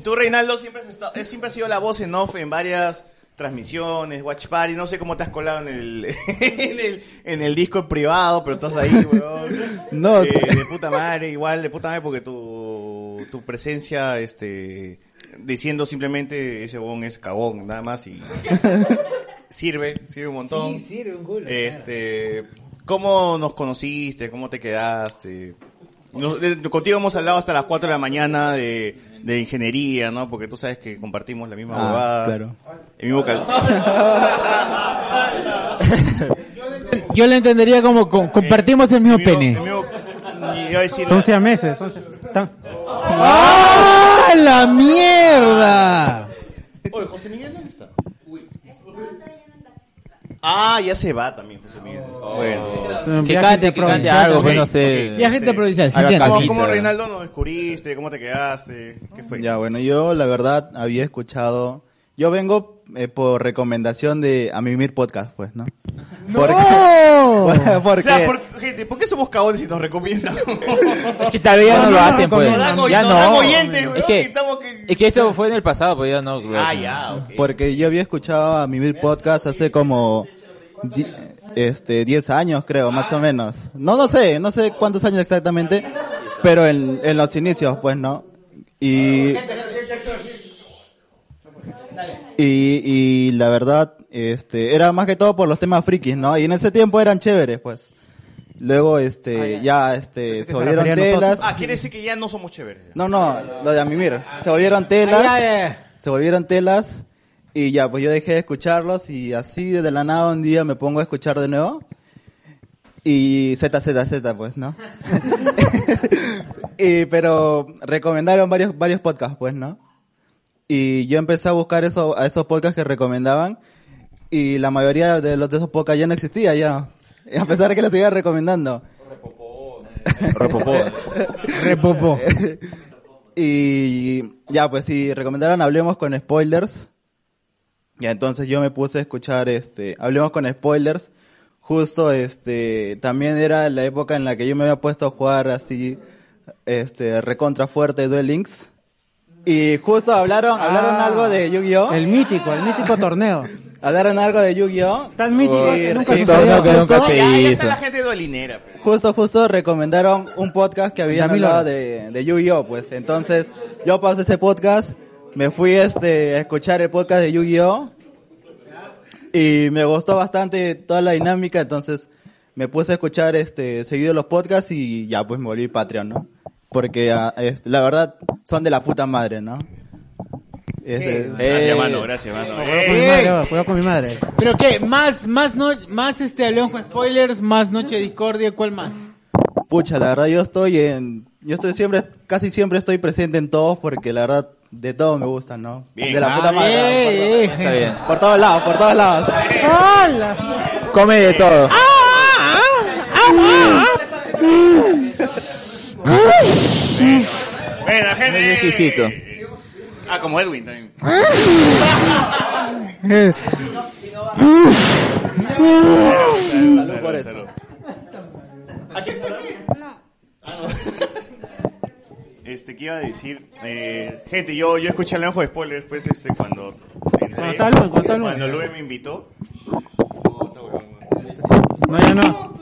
Speaker 7: Tú, Reinaldo, siempre has, estado- eh, siempre has sido la voz en off en varias transmisiones, watch party, no sé cómo te has colado en el, en el, en el disco privado, pero estás ahí, weón.
Speaker 17: No.
Speaker 7: Eh, de puta madre, igual, de puta madre, porque tu, tu presencia, este, diciendo simplemente ese bon es cagón, nada más, y sirve, sirve un montón.
Speaker 3: Sí, sirve un culo,
Speaker 7: Este, ¿cómo nos conociste? ¿Cómo te quedaste? Nos- de- contigo hemos hablado hasta las 4 de la mañana de, de ingeniería, ¿no? Porque tú sabes que compartimos la misma
Speaker 17: Ah,
Speaker 7: abogada.
Speaker 17: claro.
Speaker 7: El mismo cal-
Speaker 3: Yo lo entendería como
Speaker 7: Eh,
Speaker 3: co- compartimos el mismo pene.
Speaker 7: el mismo- y iba a decir-
Speaker 12: Son siameses. Son... Tan-
Speaker 3: ¡Ah, la mierda!
Speaker 7: Oye, José Miguel, ¿dónde está? Ah, ya se va también, José Miguel.
Speaker 12: Oh.
Speaker 3: un
Speaker 7: bueno.
Speaker 3: Que viaje cante, de que cante provincia. algo, pues, no sé. Viaje interprovincial, se entiende.
Speaker 7: ¿Cómo,
Speaker 3: casita.
Speaker 7: cómo, Reinaldo, nos descubriste? ¿Cómo te quedaste? ¿Qué fue?
Speaker 17: Ya, bueno, yo la verdad había escuchado. Yo vengo eh, por recomendación de A Mimir Podcast, pues, ¿no? Porque-
Speaker 6: Oh.
Speaker 17: Por-
Speaker 7: O sea,
Speaker 17: porque-
Speaker 7: ¿por, gente, ¿por qué somos cagones si nos recomiendan?
Speaker 6: Es que todavía no, lo hacen, pues.
Speaker 7: Nos dan, oy-
Speaker 6: ya
Speaker 7: nos dan
Speaker 6: no.
Speaker 7: oyentes, weón,
Speaker 6: es,
Speaker 7: que
Speaker 6: que,
Speaker 7: estamos que-
Speaker 6: es que eso fue en el pasado, pues ya no.
Speaker 7: Ah, ya, ok.
Speaker 17: Porque yo había escuchado a Mimir Podcast hace como di- este 10 años, creo, más o menos. No, no sé, no sé cuántos años exactamente, pero en, en los inicios, pues, ¿no? Y, y, y la verdad, este, era más que todo por los temas frikis, ¿no? Y en ese tiempo eran chéveres, pues. Luego, este, ya, este, se volvieron telas.
Speaker 7: Ah, quiere decir que ya no somos chéveres.
Speaker 17: No, no, lo de Amimir. Se volvieron telas.
Speaker 7: Ah, ya, ya.
Speaker 17: Se volvieron telas. Y ya, pues yo dejé de escucharlos y así de la nada un día me pongo a escuchar de nuevo. Y ZZZ, pues, ¿no? y, pero recomendaron varios, varios podcasts, pues, ¿no? Y yo empecé a buscar eso, a esos podcasts que recomendaban. Y la mayoría de los de esos podcasts ya no existía, ya. A pesar de que los seguía recomendando.
Speaker 6: Repopó.
Speaker 3: Repopó.
Speaker 17: y ya, pues si recomendaron Hablemos con Spoilers. Y entonces yo me puse a escuchar este Hablemos con Spoilers. Justo este también era la época en la que yo me había puesto a jugar así este recontra fuerte Duel Links. Y justo hablaron hablaron
Speaker 12: Ah,
Speaker 17: algo de Yu-Gi-Oh.
Speaker 12: El mítico, el mítico torneo.
Speaker 17: Hablaron algo de Yu-Gi-Oh.
Speaker 12: Tan mítico que nunca
Speaker 17: y
Speaker 12: se torneo
Speaker 17: justo-
Speaker 12: que nunca se
Speaker 7: Ya, ya
Speaker 17: hizo.
Speaker 7: está la gente dolinera. pe.
Speaker 17: Justo, justo recomendaron un podcast que habían
Speaker 7: Dame
Speaker 17: hablado
Speaker 7: la-
Speaker 17: de, de Yu-Gi-Oh! Pues entonces yo pausé ese podcast, me fui este, a escuchar el podcast de Yu-Gi-Oh! Y me gustó bastante toda la dinámica, entonces me puse a escuchar este, seguido los podcasts y ya pues me volví Patreon, ¿no? Porque ah, este, la verdad son de la puta madre, ¿no? Este-
Speaker 7: Eh, Gracias, mano, gracias, mano.
Speaker 17: Eh.
Speaker 12: Con mi madre, oh, cuidado con mi madre.
Speaker 3: Pero qué, más, más, no, más este Hablemos con spoilers, más noche de discordia, ¿cuál más?
Speaker 17: Pucha, la verdad yo estoy en, yo estoy siempre, casi siempre estoy presente en todos porque la verdad de todo me gustan, ¿no?
Speaker 6: Bien.
Speaker 17: De la
Speaker 6: Ah,
Speaker 17: puta madre.
Speaker 6: bien,
Speaker 17: por,
Speaker 6: bien. Está bien.
Speaker 17: por todos lados, por todos lados.
Speaker 3: ¡Ah,
Speaker 6: Come de todo.
Speaker 7: Bueno, gente.
Speaker 6: exquisito.
Speaker 7: Ah, como Edwin también.
Speaker 17: Salud por eso.
Speaker 7: Ah, Este, ¿qué iba a decir? Eh, gente, yo, yo escuché el ojo de spoilers, pues, este, cuando entré,
Speaker 12: Cuando estaba Lumen, cuando estaba Lumen.
Speaker 7: cuando Lumen me invitó.
Speaker 12: No, ya no.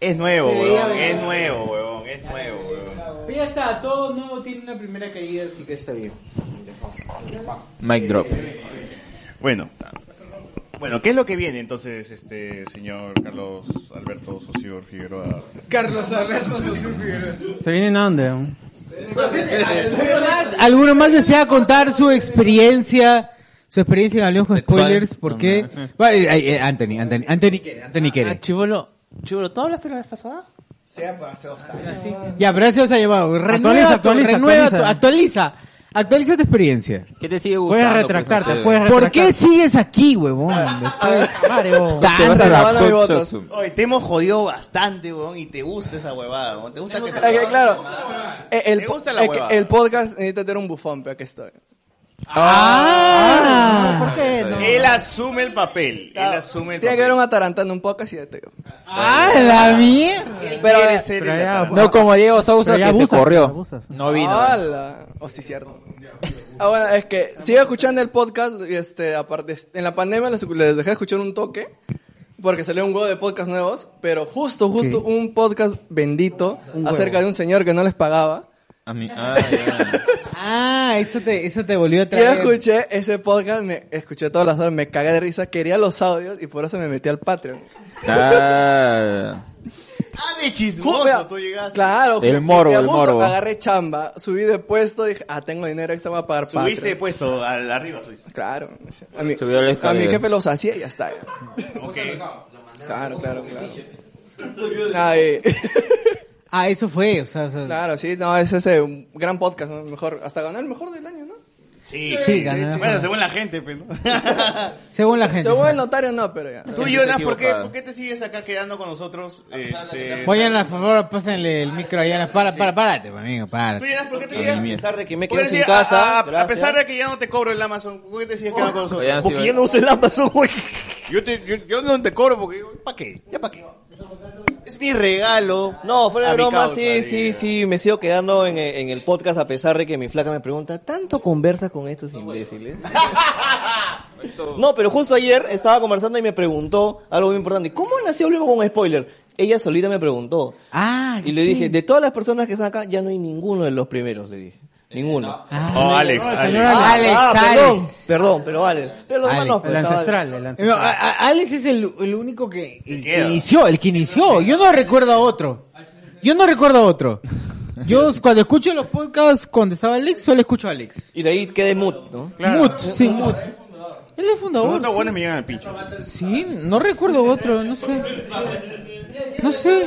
Speaker 7: Es nuevo,
Speaker 3: Se veía
Speaker 7: weón,
Speaker 3: venir.
Speaker 7: es nuevo, weón, es nuevo, weón.
Speaker 3: Pero ya está, todo nuevo tiene una primera caída, así que está bien.
Speaker 6: Mic drop.
Speaker 7: Bueno. Bueno, ¿qué es lo que viene entonces, este, señor Carlos Alberto Socio Figueroa?
Speaker 12: Carlos Alberto ¿Se vienen a dónde? aún?
Speaker 3: ¿Alguno más desea contar su experiencia? Su experiencia en Hablemos con spoilers, ¿por qué? Vale, ay, eh, Anthony, Anthony, Anthony quiere,
Speaker 6: Ah,
Speaker 3: Anthony quiere.
Speaker 2: Chivolo, Chivolo, ¿tú hablaste la vez pasada?
Speaker 17: Sí, pero hace dos años.
Speaker 3: Ya, pero eso se ha llevado. Renueva,
Speaker 12: Actualiza,
Speaker 3: tu-
Speaker 12: actualiza,
Speaker 3: renueva tu-
Speaker 12: actualiza.
Speaker 3: actualiza. Actualiza tu experiencia.
Speaker 6: ¿Qué te sigue
Speaker 12: Puedes
Speaker 6: gustando?
Speaker 12: retractarte,
Speaker 6: pues, no sé,
Speaker 12: puedes
Speaker 3: ¿Por
Speaker 12: retractarte.
Speaker 3: qué sigues aquí, huevón?
Speaker 6: Te vas a la Pop Sosum.
Speaker 7: Oye, te hemos jodido bastante, weón, y te gusta esa huevada, weón. Te gusta que te
Speaker 16: Eh, que, claro, eh, el,
Speaker 7: Te
Speaker 16: po-
Speaker 7: gusta la
Speaker 16: eh, que
Speaker 7: huevada.
Speaker 16: el podcast necesita tener un bufón, pero aquí estoy.
Speaker 3: Ah, ¿por qué no?
Speaker 7: Él asume el papel. Él asume el
Speaker 18: Tiene que
Speaker 7: papel.
Speaker 18: haber un atarantado en un podcast y ya estoy.
Speaker 3: ¡Ah, la mierda!
Speaker 18: Pero, eh,
Speaker 7: Quiere ser el atarantado.
Speaker 18: No como Diego Sousa,
Speaker 16: Pero ya
Speaker 18: que se
Speaker 16: abusas,
Speaker 18: corrió.
Speaker 16: abusas. No vino.
Speaker 18: ¡Hala! Oh, sí, cierto. Ah, bueno, es que sigo escuchando el podcast. y, Este, aparte, en la pandemia les, les dejé escuchar un toque. Porque salió un huevo de podcast nuevos. Pero justo, justo un podcast bendito
Speaker 3: huevo.
Speaker 18: acerca de un señor que no les pagaba.
Speaker 3: A mí, ah, ah, eso te, eso te volvió a
Speaker 18: Yo
Speaker 3: traer.
Speaker 18: escuché ese podcast, me escuché todas las horas, me cagué de risa, quería los audios y por eso me metí al Patreon.
Speaker 7: Ah, de
Speaker 18: Ju- vea,
Speaker 7: chismoso tú llegaste.
Speaker 18: Claro,
Speaker 6: El
Speaker 18: ju-
Speaker 6: morbo,
Speaker 18: mira,
Speaker 6: el
Speaker 18: justo
Speaker 6: morbo.
Speaker 18: Agarré chamba, subí de puesto, dije, ah, tengo dinero extra para pagar
Speaker 7: Subiste de
Speaker 18: Patreon.
Speaker 7: puesto, al, arriba subiste.
Speaker 18: Claro. A mi,
Speaker 6: Subió la
Speaker 18: a mi
Speaker 6: escalera.
Speaker 18: jefe los hacía y ya está.
Speaker 7: Ok.
Speaker 18: Claro, claro, claro. Ah, eh,
Speaker 3: Ah, eso fue, o sea, o sea,
Speaker 18: claro, sí, no, es ese un gran podcast, ¿no? mejor, hasta ganar el mejor del año, ¿no?
Speaker 7: Sí,
Speaker 3: Sí, ganó.
Speaker 7: Bueno, según la gente, pues, ¿no?
Speaker 3: según la gente.
Speaker 18: Según el notario, no, pero ya.
Speaker 7: Tú, Jonas, ¿por qué, ¿por qué te sigues acá quedando con nosotros? Este...
Speaker 3: Voy a por favor, pásenle el micro a Yana. Para, para, párate, pues, amigo,
Speaker 7: ¿Tú,
Speaker 3: párate.
Speaker 7: Jonas, por qué te
Speaker 3: Ay,
Speaker 7: sigues?
Speaker 3: mierda.
Speaker 7: A pesar de que me
Speaker 3: quedé sin casa,
Speaker 7: A,
Speaker 3: gracias.
Speaker 7: pesar de que ya no te cobro el Amazon, ¿por qué te sigues quedando con nosotros?
Speaker 6: Ya no
Speaker 7: porque
Speaker 6: sigo-
Speaker 7: yo no uso el Amazon, güey. Yo, te- yo, yo no te cobro porque... ¿Para qué? ¿Ya para qué? Es mi regalo.
Speaker 19: No, fuera
Speaker 7: a
Speaker 19: de
Speaker 7: mi
Speaker 19: broma,
Speaker 7: causa,
Speaker 19: sí,
Speaker 7: diría.
Speaker 19: sí, sí, me sigo quedando en, en el podcast a pesar de que mi flaca me pregunta, ¿tanto conversas con estos imbéciles? No, pero justo ayer estaba conversando y me preguntó algo muy importante. ¿Cómo nació Hablemos con Spoiler? Ella solita me preguntó.
Speaker 3: Ah,
Speaker 19: Y le
Speaker 3: sí.
Speaker 19: dije, de todas las personas que están acá, ya no hay ninguno de los primeros, le dije. Ninguno.
Speaker 7: Oh, Alex,
Speaker 19: Ah,
Speaker 7: Alex.
Speaker 19: ah,
Speaker 3: Alex,
Speaker 19: ah, perdón,
Speaker 3: Alex.
Speaker 19: perdón, pero Alex. Pero los demás no, pues, estaba-
Speaker 3: No, a- a- Alex es el, el único que, el que
Speaker 19: queda.
Speaker 3: inició, el que inició. Yo no recuerdo a otro. Yo no recuerdo a otro. Yo cuando escucho los podcasts cuando estaba Alex, solo escucho a Alex.
Speaker 19: Y de ahí quedé mood, ¿no?
Speaker 3: Mut, sí, Mut. Él es fundador.
Speaker 7: Los buenos
Speaker 3: sí.
Speaker 7: me llegan al pincho.
Speaker 3: Sí, no recuerdo otro, no sé. No sé.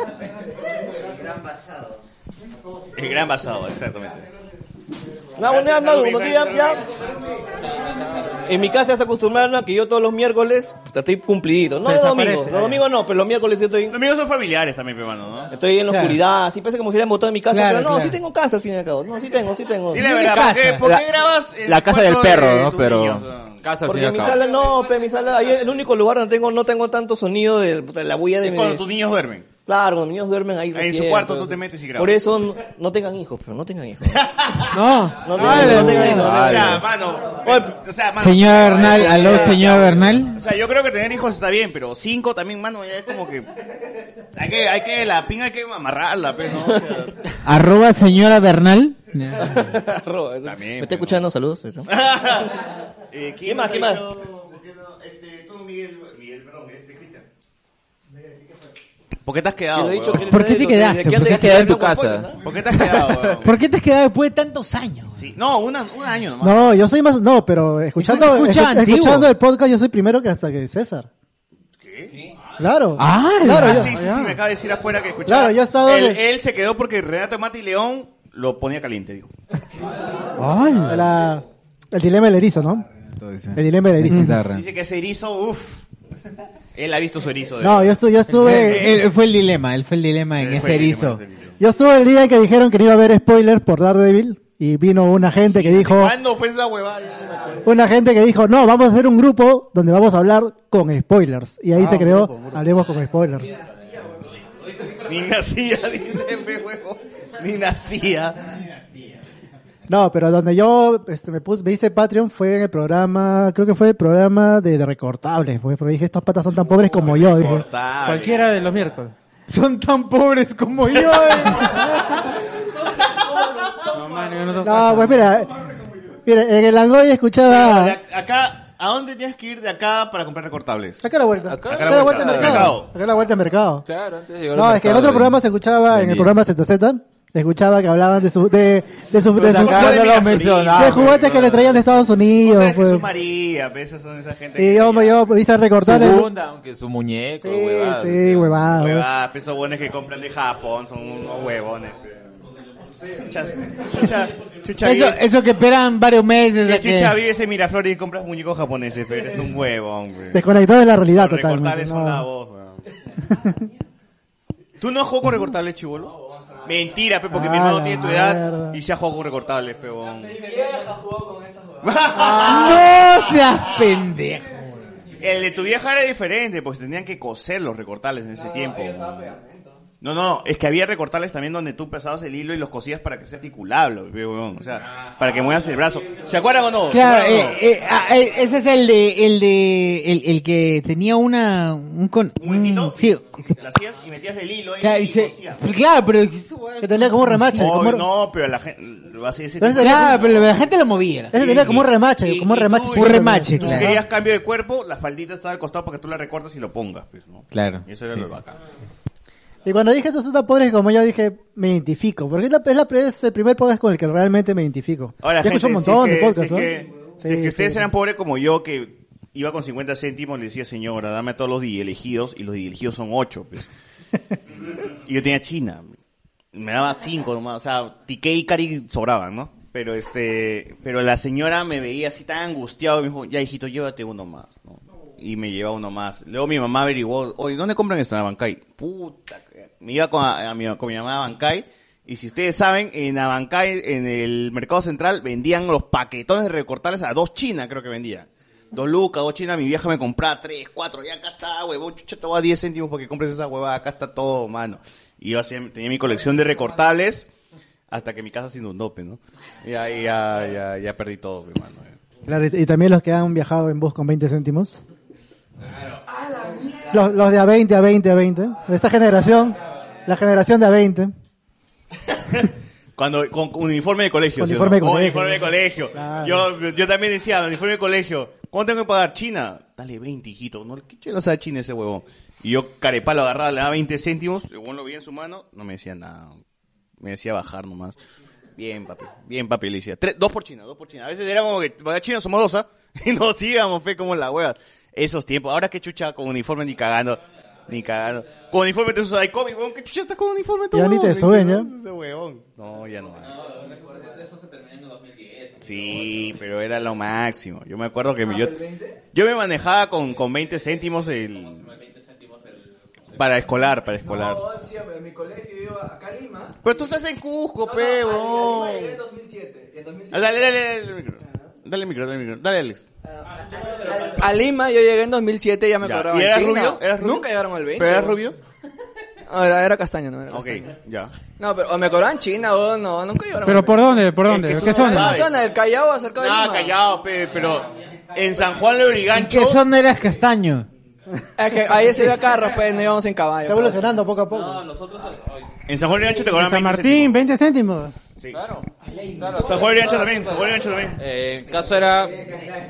Speaker 7: El gran pasado, exactamente.
Speaker 19: No, bueno, ya, no, como tú ya- ya- En mi casa se acostumbraron a que yo todos los miércoles puta, estoy cumplidito. No
Speaker 7: Se
Speaker 19: los
Speaker 7: desaparece,
Speaker 19: domingos,
Speaker 7: ya, ya.
Speaker 19: los domingos no, pero los miércoles sí estoy. Los
Speaker 7: domingos son familiares también, hermano, ¿no?
Speaker 19: Estoy en la
Speaker 7: Claro.
Speaker 19: oscuridad, así parece como si hubieran botado en mi casa,
Speaker 7: Claro,
Speaker 19: pero no,
Speaker 7: claro.
Speaker 19: sí tengo casa al fin y al cabo. No, sí tengo, sí tengo.
Speaker 7: Dile la verdad, ¿por qué, por qué
Speaker 6: La-
Speaker 7: grabas en
Speaker 6: la
Speaker 7: el
Speaker 6: casa del
Speaker 7: cuarto
Speaker 6: perro,
Speaker 7: de
Speaker 6: ¿no?
Speaker 7: tus
Speaker 6: Pero-
Speaker 7: niños, weón?
Speaker 6: Casa al fin y
Speaker 19: Porque
Speaker 6: al
Speaker 19: mi
Speaker 6: cabo.
Speaker 19: sala no, pe, mi sala, ahí el único lugar donde tengo, no tengo tanto sonido de, puta, la bulla de
Speaker 7: Es
Speaker 19: mi-
Speaker 7: cuando tus niños duermen.
Speaker 19: Claro, cuando mis niños duermen ahí.
Speaker 7: Ahí en su
Speaker 19: recién,
Speaker 7: cuarto
Speaker 19: todo
Speaker 7: tú te
Speaker 19: eso.
Speaker 7: metes y grabas.
Speaker 19: Por eso no, no tengan hijos, pero no tengan hijos.
Speaker 3: No, Ah,
Speaker 19: no tengan hijos, no tengan hijos. no
Speaker 7: O
Speaker 19: tengan
Speaker 7: sea,
Speaker 19: hijos.
Speaker 7: mano. Ah, O sea, mano.
Speaker 3: Señor Bernal, aló, señor Bernal.
Speaker 7: O sea, yo creo que tener hijos está bien, pero cinco también, mano, ya es como que. Hay que, hay que la pinga hay que amarrarla, pues, ¿no? O sea,
Speaker 3: Arroba señora Bernal.
Speaker 19: Arroba,
Speaker 7: También,
Speaker 19: Me está escuchando, saludos. ¿no?
Speaker 7: eh, ¿quién
Speaker 19: ¿Qué
Speaker 7: nos
Speaker 19: más,
Speaker 7: ha
Speaker 19: qué más?
Speaker 7: dicho- por qué no? Este, tú, Miguel, Miguel, perdón, este, Cristian. ¿Por qué te has quedado?
Speaker 19: Que le he dicho
Speaker 7: weón?
Speaker 19: que
Speaker 3: ¿Por qué te quedaste? ¿Por qué te quedaste en tu
Speaker 19: casa?
Speaker 7: ¿Por qué te has quedado? weón?
Speaker 3: ¿Por qué te has quedado después de tantos años?
Speaker 7: Sí. No, una- un año nomás.
Speaker 12: No, yo soy más. No, pero escuchando,
Speaker 3: Escucha
Speaker 12: escu-
Speaker 3: antiguo.
Speaker 12: escuchando el podcast, yo soy primero que hasta que César. Claro. claro.
Speaker 7: Ah,
Speaker 12: yo-
Speaker 7: sí, sí,
Speaker 12: ya.
Speaker 7: sí, me acaba de decir afuera que escuchaba.
Speaker 12: Claro, yo he estado
Speaker 7: Él,
Speaker 12: de-
Speaker 7: él se quedó porque Renato Mati León lo ponía caliente, dijo.
Speaker 12: Ay, la- el dilema del erizo, ¿no? El dilema del erizo.
Speaker 7: Dice que ese erizo, uff. Él ha visto su erizo. de-
Speaker 12: No, yo estuve, yo estuve,
Speaker 3: Él, él fue el dilema, él fue el dilema en
Speaker 7: Él
Speaker 3: ese
Speaker 7: fue el dilema
Speaker 3: erizo.
Speaker 12: yo estuve el día que dijeron que no iba a haber spoilers por Daredevil y vino una gente que dijo,
Speaker 7: ¿Cuándo fue esa huevada? Yo Ah, no me acuerdo.
Speaker 12: una gente que dijo, no, vamos a hacer un grupo donde vamos a hablar con spoilers y ahí
Speaker 7: Ah,
Speaker 12: se
Speaker 7: un
Speaker 12: creó,
Speaker 7: grupo, un grupo.
Speaker 12: hablemos con spoilers.
Speaker 7: Ni nacía, dice fe huevo. Ni nacía.
Speaker 12: No, pero donde yo este, me puse, me hice Patreon fue en el programa, creo que fue el programa de, de recortables, pues, porque dije, estos patas son tan pobres como yo, dije. Cualquiera de los miércoles.
Speaker 3: Son tan pobres como yo.
Speaker 1: eh.
Speaker 12: No, pues mira, ah. mira, en el Angoy escuchaba...
Speaker 7: De ac- Acá, ¿a dónde tienes que ir de acá para comprar recortables?
Speaker 12: Acá la vuelta.
Speaker 7: Acá
Speaker 12: Acá,
Speaker 7: la
Speaker 12: la vuelta
Speaker 7: vuelta.
Speaker 12: al
Speaker 7: Al
Speaker 12: mercado. Acá la vuelta al mercado.
Speaker 7: Claro, antes de llegar
Speaker 12: No,
Speaker 7: al
Speaker 12: es que el
Speaker 7: mercado
Speaker 12: otro
Speaker 7: de-
Speaker 12: programa se escuchaba en el
Speaker 7: venía.
Speaker 12: programa ZZ. Escuchaba que hablaban de su, de, de su, de,
Speaker 6: Pues
Speaker 12: sus-
Speaker 6: acá no lo mencionaba,
Speaker 12: de juguetes
Speaker 6: pues,
Speaker 12: que le traían de Estados Unidos.
Speaker 7: Cosas de
Speaker 12: pues.
Speaker 7: Jesús María, a veces son esa gente.
Speaker 12: Y yo, yo me hice recortar
Speaker 7: Su
Speaker 12: el,
Speaker 7: bunda,
Speaker 6: Aunque su muñeco,
Speaker 12: Sí,
Speaker 6: huevada.
Speaker 12: sí, huevada. huevada.
Speaker 7: Huevada, pesos buenos que compran de Japón, son unos huevones. Chuchas- chucha, chucha
Speaker 3: Eso,
Speaker 7: vive-
Speaker 3: eso que esperan varios meses.
Speaker 7: que
Speaker 3: a que-
Speaker 12: Eh.
Speaker 7: chucha vives en Miraflores y compras muñecos japoneses, pero eres un huevón, güey.
Speaker 12: desconectado de la realidad
Speaker 7: Los
Speaker 12: totalmente.
Speaker 7: recortables
Speaker 12: no.
Speaker 7: son la voz, weón. ¿Tú no has jugado con recortables, chivolo? Mentira, pe, porque mi
Speaker 12: Ah,
Speaker 7: hermano
Speaker 12: la
Speaker 7: tiene tu edad
Speaker 12: mierda.
Speaker 7: y se ha jugado con recortables, pe, weón.
Speaker 3: Ah, No seas pendejo.
Speaker 7: El de tu vieja era diferente, porque tenían que coser los recortables en ese tiempo. No, no, es que había recortables también donde tú pesabas el hilo y los cosías para que sea articulable, pe, weón. O sea, para que muevas el brazo. ¿Se acuerdan o no? ¿Se
Speaker 3: Claro,
Speaker 7: acuerdan o no?
Speaker 3: eh, eh, ah, eh, ese es el de, el de, el, el que tenía una, un con, un- sí,
Speaker 7: Lo hacías y metías el hilo ahí
Speaker 3: claro, y
Speaker 7: y
Speaker 3: se- pues
Speaker 7: cosías.
Speaker 3: claro, pero, que tenía como un remache,
Speaker 7: No,
Speaker 3: como un-
Speaker 7: no, pero la gente lo hace ese tipo.
Speaker 3: claro, pero la gente lo movía.
Speaker 12: Ese tenía como un remache, como un remache.
Speaker 7: Tú-
Speaker 12: chiquito.
Speaker 3: Un remache,
Speaker 7: tú
Speaker 3: claro.
Speaker 7: querías cambio de cuerpo, la faldita estaba al costado para que tú la recortes y lo pongas, pues, ¿no?
Speaker 3: Claro.
Speaker 7: Y eso era
Speaker 3: Sí,
Speaker 7: lo
Speaker 3: sí.
Speaker 7: bacán.
Speaker 12: Y cuando dije estos son tan pobres como yo, dije, me identifico. Porque es, la, es, la- es el primer podcast con el que realmente me identifico.
Speaker 7: Ahora,
Speaker 12: yo
Speaker 7: gente,
Speaker 12: escucho un
Speaker 7: si
Speaker 12: montón
Speaker 7: es
Speaker 12: de
Speaker 7: que-
Speaker 12: podcasts,
Speaker 7: si
Speaker 12: ¿no?
Speaker 7: es que, si
Speaker 12: Sí,
Speaker 7: es que ustedes
Speaker 12: sí.
Speaker 7: eran pobres como yo, que iba con 50 céntimos, le decía, señora, dame a todos los elegidos, y los elegidos son 8. y yo tenía China. Me daba 5 nomás, o sea, Tike y Cari sobraban, ¿no? Pero este, pero la señora me veía así tan angustiado, y me dijo, ya hijito, llévate uno más, ¿no? Y me llevaba uno más. Luego mi mamá averiguó, oye, ¿dónde compran esto? En Abancay. Puta, que- me iba con, a- a mi, con mi mamá a Abancay, y si ustedes saben, en Abancay, en el mercado central, vendían los paquetones de recortales a dos chinas, creo que vendían. Dos lucas, dos chinas, mi vieja me compraba tres, cuatro, ya acá está, huevón, chucha, te voy a 10 céntimos porque compres esa huevada, acá está todo, mano. Y yo hacía- tenía mi colección de recortables hasta que mi casa se inundó, pe, ¿no? Y ahí ya, ya, ya perdí todo, pe, mano.
Speaker 12: Claro, y, y también los que han viajado en bus con 20 céntimos. Los, los de a 20, a 20, a 20. Esta generación, la generación de a 20.
Speaker 7: Cuando, con, con uniforme de colegio.
Speaker 12: Con
Speaker 7: ¿sí o
Speaker 12: uniforme de
Speaker 7: no? Con
Speaker 12: colegio.
Speaker 7: uniforme de colegio. Yo, yo también decía, uniforme de colegio, ¿cuánto tengo que pagar? China. Dale 20, hijito. No, ¿Qué chulo sabe China ese huevón? Y yo, carepalo, agarraba, le daba 20 céntimos, según lo vi en su mano, no me decía nada. Me decía bajar nomás. Bien, papi. Bien, papi, le decía. Tres- dos por China, dos por China. A veces era como que, para China somos dos, ¿ah? Y nos íbamos, fe, como la hueva. Esos tiempos. Ahora que chucha con uniforme ni cagando. Ni cagando. Con uniforme te usas cómic, huevón. ¿Qué chucha estás con uniforme todo?
Speaker 12: Ya ni te
Speaker 7: huevón?
Speaker 12: suben, ¿ya?
Speaker 7: Ese huevón. No, ya no. Sí, pero era lo máximo. Yo me acuerdo que yo, yo me manejaba con, con 20 céntimos el... Para escolar, para escolar.
Speaker 18: No, siempre, en mi colegio iba acá a Lima.
Speaker 7: Pero tú estás en Cusco,
Speaker 18: pe,
Speaker 7: huevón.
Speaker 18: en 2007. y en 2007
Speaker 7: Dale, dale, dale, dale, el micro. dale el micro, dale el micro. Dale, Alex.
Speaker 18: A Lima yo llegué en 2007 y ya me
Speaker 7: Ya.
Speaker 18: cobraban
Speaker 7: ¿Y eras
Speaker 18: China.
Speaker 7: rubio? ¿Eras rubio?
Speaker 18: Nunca llegaron al 20.
Speaker 7: ¿Pero eras
Speaker 18: weón.
Speaker 7: rubio?
Speaker 18: Ahora era castaño, no era
Speaker 7: Ok,
Speaker 18: castaño.
Speaker 7: ya.
Speaker 18: No, pero o me cobraban China, o no, nunca llegaron
Speaker 2: ¿Pero
Speaker 18: al
Speaker 2: por dónde? ¿Por
Speaker 18: ¿En
Speaker 2: dónde?
Speaker 18: tú
Speaker 2: ¿Qué
Speaker 18: no
Speaker 2: zona?
Speaker 18: sabes. zona del Callao acerca de
Speaker 7: Ah,
Speaker 18: Lima?
Speaker 7: callado, pe, pero en San Juan de Origancho...
Speaker 3: ¿Qué son eras castaño?
Speaker 18: Es que ahí se ve carros, pues no íbamos en caballo. Está
Speaker 12: evolucionando poco a poco.
Speaker 7: En San Juan de Origancho te cobraban
Speaker 12: San
Speaker 7: 20
Speaker 12: Martín, 20 céntimos.
Speaker 7: Claro. San Juan de Origancho también, San Juan de Origancho también.
Speaker 20: Eh, el caso era,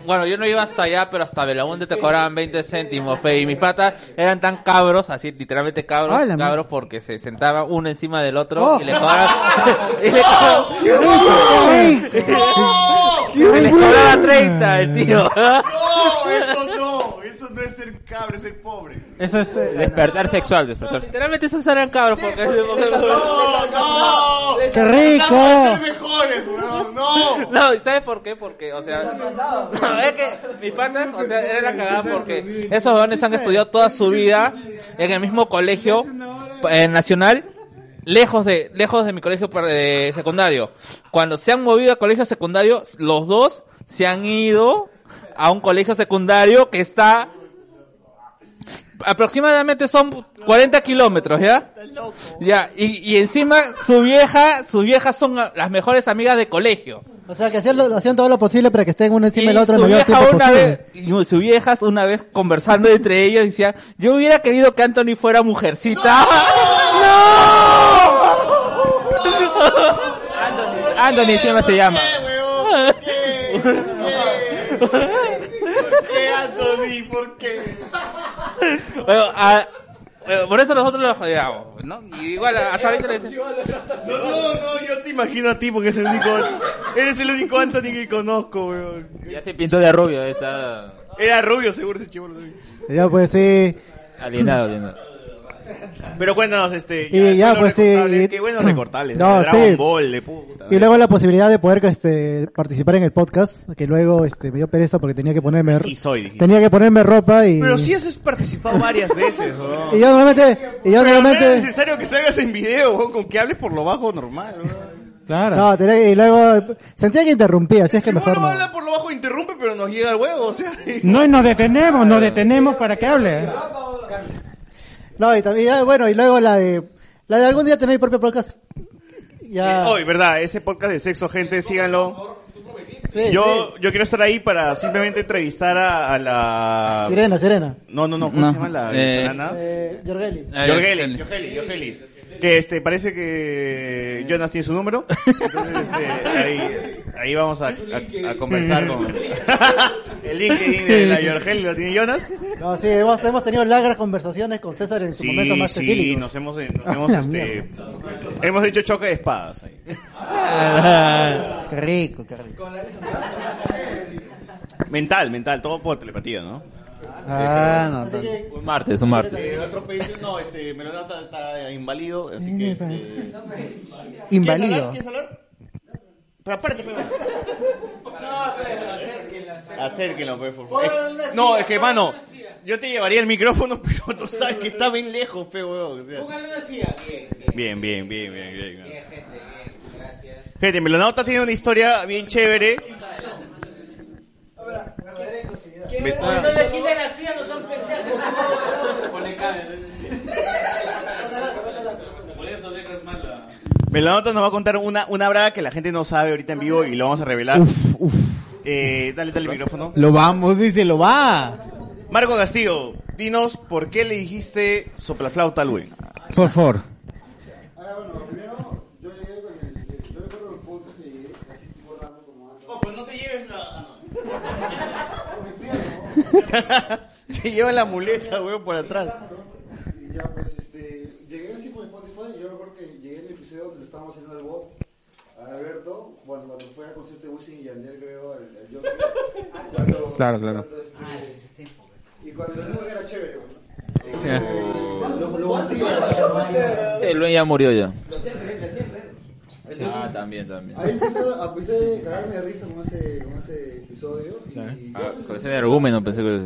Speaker 20: bueno, yo no iba hasta allá, pero hasta Belaunde te cobraban 20 céntimos, pe, y mis patas eran tan cabros, así literalmente cabros,
Speaker 12: Ah, la ma-
Speaker 20: cabros porque se sentaban uno encima del otro
Speaker 12: Oh.
Speaker 20: y le cobraban, y le
Speaker 12: ¡Ay!
Speaker 20: co- y les cobraban 30, el tío.
Speaker 7: No, eso no, eso no es ser cabre, es ser pobre.
Speaker 20: Eso es despertar sexual, despertar. Literalmente esos eran cabros porque
Speaker 7: No, no.
Speaker 20: ¡Qué
Speaker 12: rico!
Speaker 7: Vamos a ser mejores, weón, no.
Speaker 20: No, ¿y ¿sabes por qué? Porque, o sea, no, es que mis patas, o sea, era la cagada porque esos jóvenes han estudiado toda su vida en el mismo colegio eh, nacional, lejos de, lejos de mi colegio par- de secundario. Cuando se han movido a colegio secundario, los dos se han ido a un colegio secundario que está aproximadamente son 40 kilómetros, ¿ya? Ya, y, y encima su vieja, sus viejas son ah, las mejores amigas de colegio.
Speaker 12: O sea, que hacían, lo, hacían todo lo posible para que estén uno encima del otro el
Speaker 20: su
Speaker 12: mayor
Speaker 20: vieja
Speaker 12: tiempo
Speaker 20: una
Speaker 12: posible.
Speaker 20: vez, y sus viejas una vez conversando entre ellos decía, yo hubiera querido que Anthony fuera mujercita. Anthony, Anthony siempre se llama.
Speaker 7: ¿Por qué, Anthony? ¿Por qué?
Speaker 20: ah, Bueno, a-
Speaker 2: eh, por eso nosotros los odiamos, ¿no? Y igual, hasta ahorita le dicen...
Speaker 7: No, no, no, yo te imagino a ti porque es el único. Eres el único Anthony que conozco, weón.
Speaker 6: Ya se pintó de rubio, está
Speaker 7: Era rubio, seguro ese chivo.
Speaker 12: Ya, pues sí.
Speaker 6: alienado, alienado.
Speaker 7: Pero cuéntanos, este.
Speaker 12: Y ya, pues sí.
Speaker 7: recortables,
Speaker 12: y-
Speaker 7: Qué buenos recortables.
Speaker 12: No,
Speaker 7: de Dragon
Speaker 12: sí.
Speaker 7: Ball, de puta.
Speaker 12: Y luego la posibilidad de poder este, participar en el podcast, que luego este, me dio pereza porque tenía que ponerme
Speaker 7: Y soy, dijiste.
Speaker 12: tenía que ponerme ropa y
Speaker 7: Pero sí has participado varias veces, weón.
Speaker 12: y yo normalmente y yo
Speaker 7: Pero no era
Speaker 12: normalmente
Speaker 7: necesario que salgas en video, weón, con que hables por lo bajo normal. weón.
Speaker 3: Claro.
Speaker 12: No, tenía- y luego sentía que interrumpía, así es que mejor no.
Speaker 7: Habla por lo bajo, interrumpe, pero nos llega el huevo, o sea. y-
Speaker 10: No, y nos detenemos, nos detenemos para que hable.
Speaker 12: No, y también ah, bueno, y luego la de la de algún día tener mi propio podcast. Ya.
Speaker 7: Eh, Hoy, ¿verdad? Ese podcast de sexo, gente, síganlo. yo, yo quiero estar ahí para simplemente entrevistar a, a la...
Speaker 12: Sirena, Sirena.
Speaker 7: No, no, no, ¿cómo se llama la
Speaker 12: Eh,
Speaker 7: venezolana?
Speaker 12: Eh, Jorgeli.
Speaker 7: Yorgeli, Yorgeli, Yorgeli. Que este, parece que Jonas tiene su número. Entonces, este, ahí, ahí vamos a, a- a conversar con... El LinkedIn de la Yorgeli lo tiene Jonas.
Speaker 12: No, sí, hemos, hemos tenido largas conversaciones con César en su momento
Speaker 7: Sí,
Speaker 12: más
Speaker 7: sí,
Speaker 12: etílicos.
Speaker 7: nos hemos, eh, nos
Speaker 12: Ah,
Speaker 7: hemos,
Speaker 12: la
Speaker 7: este, hemos hecho choque de espadas ahí.
Speaker 3: Qué rico, qué rico.
Speaker 7: Mental, mental, todo por telepatía, ¿no?
Speaker 3: Ah, no,
Speaker 7: Así que-
Speaker 3: Un martes, un martes.
Speaker 7: Eh, otro pedido, no, este, me lo nota está inválido, así que
Speaker 3: eh.
Speaker 7: este...
Speaker 3: Inválido.
Speaker 7: ¿Quieres hablar? ¿Quieres hablar? Pero aparte, pero... Acérquenlo, pues, por favor.
Speaker 14: Ponle una
Speaker 7: Eh, No,
Speaker 14: silla,
Speaker 7: es que,
Speaker 14: ponle
Speaker 7: mano,
Speaker 14: una silla.
Speaker 7: yo te llevaría el micrófono, pero tú sabes que está bien lejos, pe, huevón, o sea.
Speaker 14: Póngale una silla. Bien,
Speaker 7: Bien, bien, bien, bien, bien.
Speaker 14: bien, gente, bien. Gracias.
Speaker 7: Gente, Melonauta tiene una historia bien chévere. Ve-
Speaker 14: No le quiten la silla, no son pendejos. Pone
Speaker 7: Melonauta nos va a contar una, una brava que la gente no sabe ahorita en vivo y lo vamos a revelar.
Speaker 3: Uf,
Speaker 7: Eh, dale, dale el micrófono.
Speaker 3: Lo vamos, dice, lo va.
Speaker 7: Marco Castillo, dinos por qué le dijiste soplaflauta a Luis.
Speaker 3: Por favor.
Speaker 7: Oh, pues no te lleves la. Se lleva la muleta, weón, por atrás.
Speaker 10: Y ya, pues, este, llegué así por Spotify y yo recuerdo que llegué en el episodio donde lo estábamos haciendo al bot, a Alberto, bueno, cuando fue al concierto de Wisin y Yandel, creo, al, al Joker. Cuando-
Speaker 15: Claro, claro.
Speaker 10: cuando, este, y cuando no era chévere, bueno. Eh, lo- lo batía, lo batía.
Speaker 6: Sí, Luen ya murió ya.
Speaker 10: Sí.
Speaker 6: Ah, también, también.
Speaker 10: Ahí empecé, a- empecé a cagarme de risa con ese, con ese episodio. Y, pues,
Speaker 6: Ah, con ese argumento pensé que...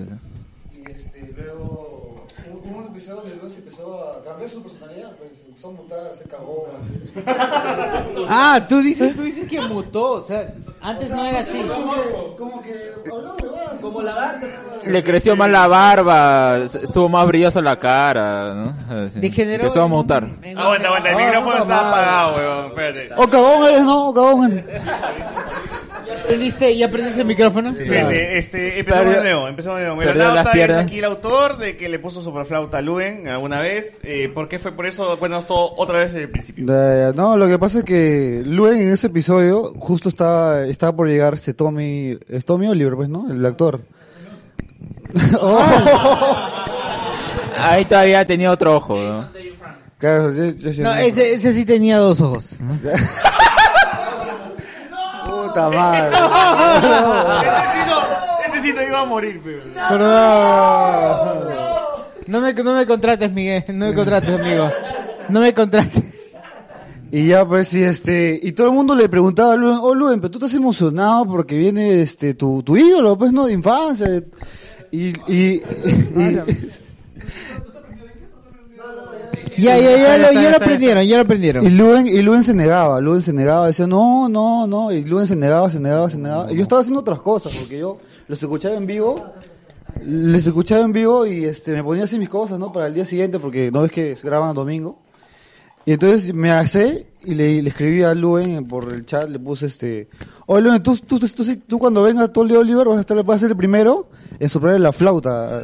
Speaker 10: y, este, luego hubo hubo un episodio donde Luis empezó a cambiar su personalidad, pues empezó a mutar, se cagó. así.
Speaker 3: Ah, tú dices, tú dices que mutó, o sea, antes no era así.
Speaker 10: Como que, hablaba huevadas.
Speaker 14: Como lagarto.
Speaker 6: Le creció más la barba, estuvo más brillosa la cara, ¿no? Así.
Speaker 3: Degeneró
Speaker 6: Empezó a
Speaker 3: en
Speaker 6: mutar.
Speaker 7: Aguanta, aguanta, Ah, el micrófono está apagado, weón, espérate.
Speaker 3: O cagón eres, no, o cagón eres. ¿Ya aprendiste, ya aprendiste el micrófono?
Speaker 7: Gente, este, empezamos de
Speaker 3: Perdió-
Speaker 7: nuevo, empezamos de nuevo.
Speaker 3: perdió
Speaker 7: Melonauta
Speaker 3: las
Speaker 7: es
Speaker 3: piernas.
Speaker 7: aquí el autor de que le puso soplaflauta a Luen alguna vez. Eh, ¿Por qué fue por eso? Cuéntanos todo otra vez desde el principio.
Speaker 10: Da- No, lo que pasa es que Luen en ese episodio justo estaba, estaba por llegar este Tommy, es Tommy Oliver, pues, ¿no? El actor.
Speaker 6: Ah, Ahí todavía tenía otro ojo, ¿no?
Speaker 10: Claro, yo- yo- yo-
Speaker 3: No, ese, ese sí tenía dos ojos.
Speaker 10: Puta madre.
Speaker 7: Ah, Ese sí te iba a morir, weón.
Speaker 3: Perdón. No me, no me contrates, Miguel. No me contrates, amigo. No me contrates.
Speaker 10: Y ya pues y este y todo el mundo le preguntaba a Luen, oh Luen, pero tú estás emocionado porque viene este tu, tu ídolo, pues no, de infancia. Y, y,
Speaker 3: Ya, ya, ya lo- ya lo aprendieron, ya lo aprendieron.
Speaker 10: Y Luen, y Luen se negaba, Luen se negaba, decía, no, no, no, y Luen se negaba, se negaba, se negaba. Y yo estaba haciendo otras cosas, porque yo los escuchaba en vivo, les escuchaba en vivo y este me ponía así mis cosas, ¿no? Para el día siguiente, porque no ves que graban domingo. Y entonces me hacé y le, le escribí a Luen por el chat, le puse este, oye Luen, tú, tú, tú, tú- tú cuando venga Tolly Oliver vas a, estar, vas a ser el primero en soplarle la flauta.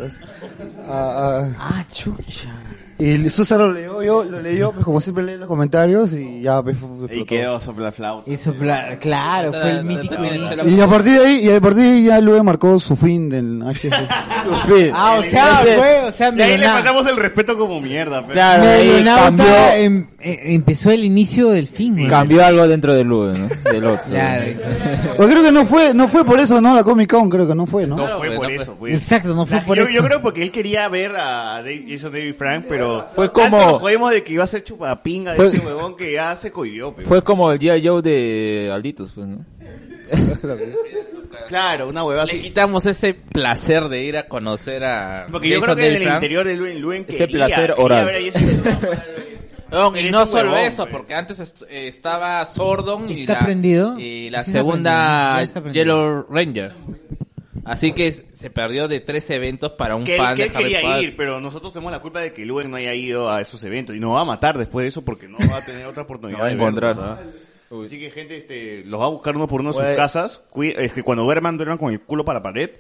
Speaker 10: a- a-
Speaker 3: Ah, chucha.
Speaker 10: Y Susano lo leyó, yo lo leí yo, pues como siempre leí los comentarios y ya pues, fue- fue-
Speaker 3: Y
Speaker 10: explotó.
Speaker 3: quedó
Speaker 19: sopla flauta.
Speaker 3: Y sopla, claro, fue el mítico inicio.
Speaker 10: Y a partir de ahí, y a partir de ahí ya luego marcó su fin del HF.
Speaker 3: Su fin. Ah, o sea, fue, o sea,
Speaker 7: Y ahí le
Speaker 3: millonario.
Speaker 7: faltamos el respeto como mierda. pe.
Speaker 3: Melonauta em- em- empezó el inicio del fin, güey.
Speaker 6: Cambió algo dentro del Uber, ¿no? Del Otso.
Speaker 3: Claro.
Speaker 10: Pues creo que no fue, no fue por eso, ¿no? La Comic Con creo que no fue, ¿no?
Speaker 7: No fue por eso, pues.
Speaker 3: Exacto, no fue
Speaker 7: La-
Speaker 3: por
Speaker 7: yo,
Speaker 3: eso.
Speaker 7: Yo creo porque él quería ver a Dave- Jason David Frank, pero
Speaker 6: Fue como-
Speaker 7: tanto nos jodimos de que iba a ser chupapinga de
Speaker 6: Fue-
Speaker 7: este huevón que ya se cohibió, pe.
Speaker 6: Fue como el G.I. Joe de Alditos, pues, ¿no?
Speaker 7: Claro, una huevada
Speaker 20: Le quitamos ese placer de ir a conocer a.
Speaker 7: Porque yo creo que en el interior de Luen Luen
Speaker 20: Ese
Speaker 7: quería-
Speaker 20: placer
Speaker 7: quería
Speaker 20: oral.
Speaker 7: ver a Jason David
Speaker 20: Huevón, y
Speaker 7: Eres
Speaker 20: no
Speaker 7: un
Speaker 20: solo
Speaker 7: huevón,
Speaker 20: eso, porque antes est- eh, estaba Sordon y
Speaker 3: ¿Está
Speaker 20: la,
Speaker 3: prendido?
Speaker 20: y la
Speaker 3: Sí está prendido,
Speaker 20: segunda
Speaker 3: ya está prendido.
Speaker 20: Yellow Ranger. Así que s- se perdió de tres eventos para un
Speaker 7: que él,
Speaker 20: fan
Speaker 7: que
Speaker 20: de
Speaker 7: él
Speaker 20: Harry
Speaker 7: quería
Speaker 20: Potter.
Speaker 7: ir, pero nosotros tenemos la culpa de que Luen no haya ido a esos eventos y nos va a matar después de eso porque no va a tener otra oportunidad.
Speaker 6: No va a
Speaker 7: de
Speaker 6: encontrar.
Speaker 7: verlos, ¿ah? Así que gente, este, los va a buscar uno por uno a sus
Speaker 6: Pues-
Speaker 7: casas. Cui- Es que cuando duerman, duerman con el culo para la pared.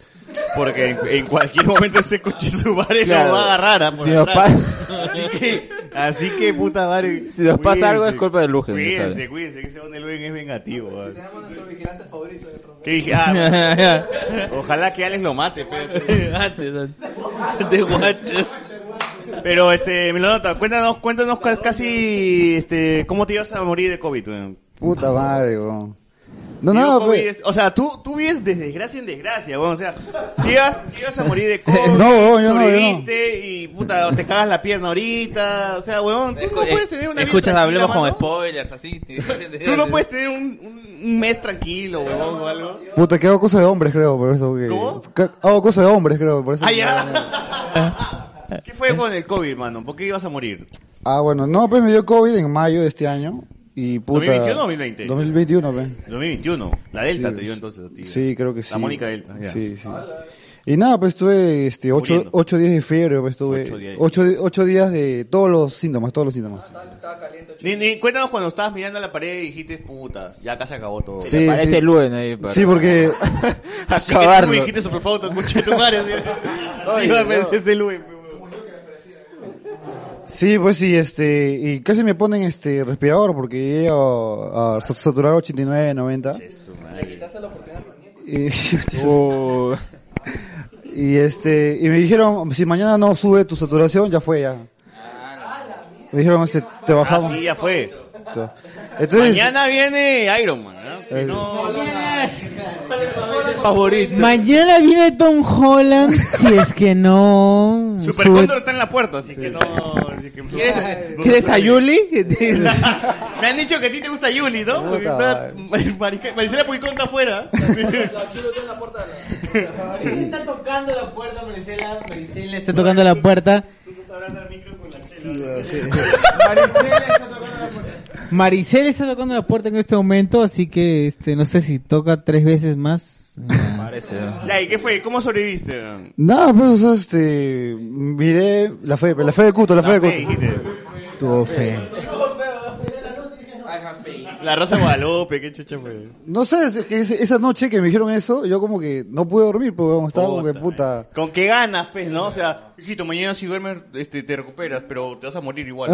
Speaker 7: Porque en, en cualquier momento ese cochizubare
Speaker 6: Claro.
Speaker 7: nos va a agarrar. ah, por
Speaker 6: Si nos
Speaker 7: atrás.
Speaker 6: pasa-
Speaker 7: Así que, así que puta madre.
Speaker 6: Si nos pasa algo es culpa de Lugen, ya
Speaker 7: Cuídense,
Speaker 6: saben.
Speaker 7: cuídense, que ese don de Luen es vengativo. ah.
Speaker 18: nuestro vigilante favorito de Roma.
Speaker 7: Que dije, ah, ojalá que Alex lo mate. pero- Pero este, Melonota, cuéntanos, cuéntanos ca- casi este cómo te ibas a morir de COVID. weón.
Speaker 10: Puta madre, weón. No,
Speaker 7: Digo,
Speaker 10: nada,
Speaker 7: COVID
Speaker 10: pues.
Speaker 7: es- o sea, tú, tú vives de desgracia en desgracia, weón, o sea, te ibas, te ibas a morir de COVID,
Speaker 10: No, weón, yo no, yo no.
Speaker 7: sobreviviste y puta, te cagas la pierna ahorita, o sea, weón, tú no
Speaker 20: Eh,
Speaker 7: puedes tener una vida
Speaker 20: Escuchas,
Speaker 7: tranquila,
Speaker 20: hablemos
Speaker 7: mano.
Speaker 20: con spoilers, así.
Speaker 7: Tú no puedes tener un, un- un mes tranquilo, weón, o algo.
Speaker 10: Puta, que hago cosas de hombres, creo, por eso. Que... que Hago cosas de hombres, creo, por eso.
Speaker 7: Ah, ya. ¿Qué fue con el COVID, mano? ¿Por qué ibas a morir?
Speaker 10: Ah, bueno, no, pues me dio COVID en mayo de este año. Y puta.
Speaker 7: ¿2021 o 2020?
Speaker 10: 2021, pues.
Speaker 7: 2021. La Delta
Speaker 10: Sí,
Speaker 7: te dio entonces a ti.
Speaker 10: Sí, creo que sí.
Speaker 7: La Mónica Delta. ya.
Speaker 10: Sí, sí. Y nada, pues tuve este, 8,
Speaker 7: Muriendo.
Speaker 10: días de fiebre, pues tuve
Speaker 7: Ocho días.
Speaker 10: 8 días de todos los síntomas, todos los síntomas.
Speaker 7: Ni, ni- cuéntanos cuando estabas mirando a la pared y dijiste, puta, ya acá se acabó todo.
Speaker 10: Sí, sí. Sí, porque...
Speaker 7: Así que tú me dijiste por favor, escuché tu madre. Así, así
Speaker 10: Oye,
Speaker 7: va, me
Speaker 10: no.
Speaker 7: decía ese Luen.
Speaker 10: Sí, pues sí, este, y casi me ponen este respirador porque llegué a, a sa- saturar 89, 90. Y,
Speaker 7: Oh.
Speaker 10: y este, y me dijeron, si mañana no sube tu saturación, ya fue ya. Me dijeron, este, te bajamos.
Speaker 7: Así Ah, ya fue.
Speaker 10: Entonces-
Speaker 7: Mañana viene Iron Man. ¿no? Si
Speaker 10: Eh.
Speaker 7: no...
Speaker 20: Favorito.
Speaker 3: Mañana viene Tom Holland, si es que no...
Speaker 7: Super
Speaker 3: sube-
Speaker 7: Cóndor está en la puerta, así que no. así que- no
Speaker 20: ¿Quieres
Speaker 7: se
Speaker 20: a
Speaker 7: puede.
Speaker 20: Yuli?
Speaker 7: Me han dicho que a ti te gusta Yuli, ¿no? Porque está- Marica- Maricela Puicón está afuera.
Speaker 3: Está tocando la puerta, Maricela. Maricela está tocando la puerta. Maricela está tocando la puerta en este momento, así que este no sé si toca tres veces más.
Speaker 6: Parece.
Speaker 7: Ya, ¿y qué fue? ¿Cómo sobreviviste?
Speaker 10: Nada, pues, o sea, este, miré la fe, la fe de Cuto, la fe
Speaker 7: fe,
Speaker 10: de Cuto.
Speaker 7: dijiste.
Speaker 10: Tuvo fe.
Speaker 7: La Rosa de Guadalupe, qué chucha fue.
Speaker 10: No sé, es que ese- esa noche que me dijeron eso, yo como que no pude dormir porque como estaba como que puta.
Speaker 7: Con qué ganas, pues, ¿no? O sea, hijito, mañana si duermes este, te recuperas, pero te vas a morir igual.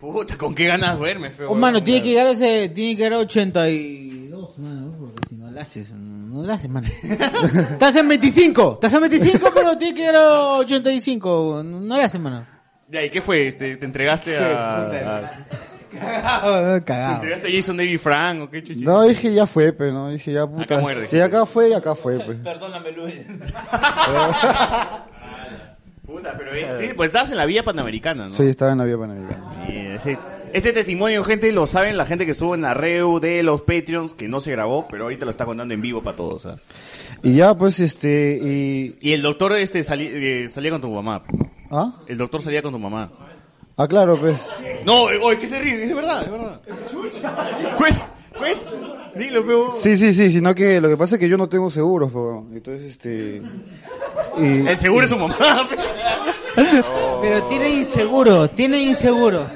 Speaker 7: Puta, ¿con qué ganas duermes, feo?
Speaker 3: Oh, mano, tiene que llegar a ese, tiene que llegar a 82, mano, porque si no la haces, no la haces, mano. Estás en 25, estás en 25, pero tiene que llegar a 85, no la haces, mano.
Speaker 7: Ya, ¿y qué fue? Este, ¿Te entregaste a, a-
Speaker 3: Cagado,
Speaker 7: ¿Te
Speaker 3: cagado.
Speaker 7: entregaste a Jason David Frank o qué chucha?
Speaker 10: No, dije ya fue, pero no, dije ya puta.
Speaker 7: Acá muerde.
Speaker 10: si acá fue, acá fue. Pues.
Speaker 20: Perdóname, Luis.
Speaker 7: Puta, pero este... Pues estabas en la vía panamericana, ¿no?
Speaker 10: Sí, estaba en la vía panamericana.
Speaker 7: Eh, ese- este testimonio, gente, lo saben la gente que estuvo en la reu de los Patreons, que no se grabó, pero ahorita lo está contando en vivo para todos. ¿ah?
Speaker 10: Y ya pues este y
Speaker 7: Y el doctor este sali- eh, salía con tu mamá.
Speaker 10: ¿Ah?
Speaker 7: El doctor salía con tu mamá.
Speaker 10: Ah, claro, pues.
Speaker 7: No, eh, oye, que se ríe, es verdad, es verdad. Cuenta, cuenta. Dilo, peo.
Speaker 10: Sí, sí, sí, sino que lo que pasa es que yo no tengo seguros, po. entonces este y-
Speaker 7: El seguro es su mamá.
Speaker 3: Pero tiene inseguro, tiene inseguro.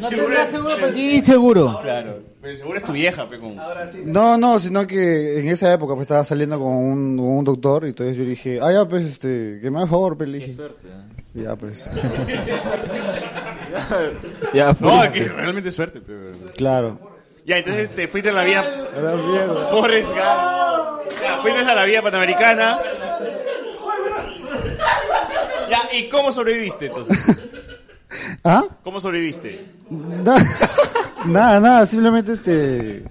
Speaker 3: No tendrás seguro, pero tienes seguro.
Speaker 7: eh, Claro. Pero seguro es tu vieja, pe, con-
Speaker 10: No, no, sino que en esa época pues estaba saliendo con un, con un doctor y entonces yo dije, ah, ya, pues, este, que me haga favor, pues, le dije. Ya, pues.
Speaker 7: Ya,
Speaker 10: fue.
Speaker 7: No, es que realmente es suerte, pero...
Speaker 10: Claro.
Speaker 7: Ya, entonces te fuiste a la vía... Forrest Gump. Ya, fuiste a la vía panamericana. Ya, ¿y cómo sobreviviste entonces?
Speaker 10: ¿Ah?
Speaker 7: ¿Cómo sobreviviste?
Speaker 10: Na- nada, nada, simplemente este.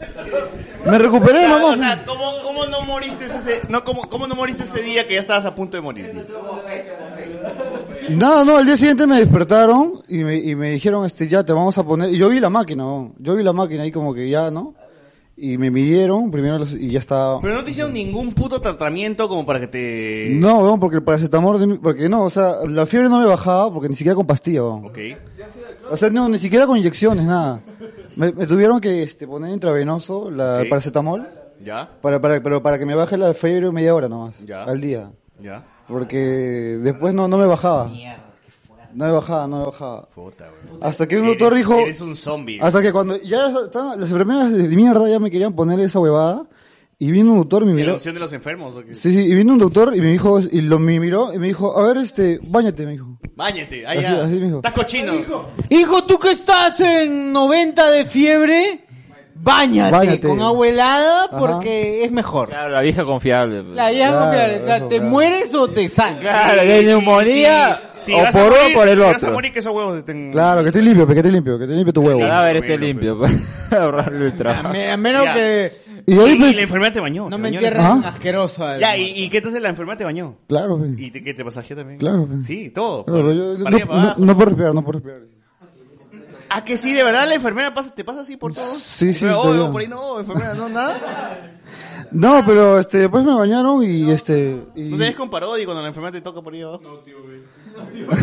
Speaker 10: Me recuperé,
Speaker 7: Ya,
Speaker 10: nomás.
Speaker 7: O sea, ¿cómo, cómo no moriste ese... No, ¿cómo, cómo no moriste ese día que ya estabas a punto de morir?
Speaker 10: No, no, al día siguiente me despertaron y me, y me dijeron, este, ya te vamos a poner. Y yo vi la máquina, ¿no? yo vi la máquina ahí como que ya, ¿no? Y me midieron primero los- y ya estaba.
Speaker 7: Pero no te hicieron ningún puto tratamiento como para que te...
Speaker 10: No, weón, porque el paracetamol, de mi- porque no, o sea, la fiebre no me bajaba porque ni siquiera con pastilla, weón.
Speaker 7: Ok.
Speaker 10: O sea, no, ni siquiera con inyecciones, nada. Me, me tuvieron que este, poner intravenoso la, el
Speaker 7: Ok.
Speaker 10: paracetamol,
Speaker 7: ¿Ya?
Speaker 10: para, para, pero para que me baje la fiebre media hora nomás,
Speaker 7: Ya.
Speaker 10: al día.
Speaker 7: ¿Ya?
Speaker 10: Porque después no, no me bajaba. No me bajaba, no me bajaba. Hasta que un
Speaker 7: Eres-
Speaker 10: doctor dijo...
Speaker 7: eres un zombie.
Speaker 10: Hasta que cuando ya estaba- las enfermeras de mierda ya me querían poner esa huevada. Y vino un doctor y me
Speaker 7: ¿En la
Speaker 10: miró...
Speaker 7: unción de los enfermos o qué?
Speaker 10: Sí, sí, y vino un doctor y me dijo... Y lo me miró y me dijo, a ver, este, bañate, me dijo.
Speaker 7: Báñate,
Speaker 10: Así,
Speaker 7: allá.
Speaker 10: así me dijo.
Speaker 7: Estás cochino.
Speaker 3: Hijo, tú que estás en 90 de fiebre, báñate,
Speaker 10: Báñate.
Speaker 3: con abuelada
Speaker 10: Ajá.
Speaker 3: porque es mejor.
Speaker 6: Claro, la vieja confiable. pues.
Speaker 3: La idea es confiable, o sea, te mueres o te sangras.
Speaker 6: Claro, de neumonía
Speaker 7: Sí,
Speaker 6: o
Speaker 7: vas a
Speaker 6: por uno
Speaker 7: morir-
Speaker 6: o por el
Speaker 7: si Vas a
Speaker 6: otro.
Speaker 7: morir que esos huevos estén...
Speaker 10: Claro, que esté limpio, pe, que esté limpio, que esté limpio tu huevo.
Speaker 6: El cadáver este. esté limpio para ahorrarle el trabajo.
Speaker 3: A menos
Speaker 7: Ya.
Speaker 3: que...
Speaker 10: Y ahí, pues-
Speaker 7: la enfermera te bañó.
Speaker 3: No
Speaker 7: te
Speaker 3: me
Speaker 7: bañó
Speaker 3: entierren
Speaker 7: la enfermera.
Speaker 3: asqueroso. al-
Speaker 7: Ya, ¿y, y qué entonces la enfermera te bañó?
Speaker 10: Claro, pe.
Speaker 7: ¿Y te, que te pasajeó también?
Speaker 10: Claro, pe.
Speaker 7: Sí, todo.
Speaker 10: Claro,
Speaker 7: Para-
Speaker 10: yo-
Speaker 7: para
Speaker 10: no,
Speaker 7: arriba, para abajo.
Speaker 10: no- no puedo respirar, no puedo respirar.
Speaker 7: Ah, que sí, de verdad la enfermera pasa, te pasa así por todo.
Speaker 10: Sí, sí,
Speaker 7: Pero,
Speaker 10: está
Speaker 7: oh,
Speaker 10: bien.
Speaker 7: por ahí no, enfermera, no, nada.
Speaker 10: No, pero este, después me bañaron y este... y-
Speaker 7: ¿No te ves con parodi cuando la enfermera te toca por ahí abajo? No, tío, güey.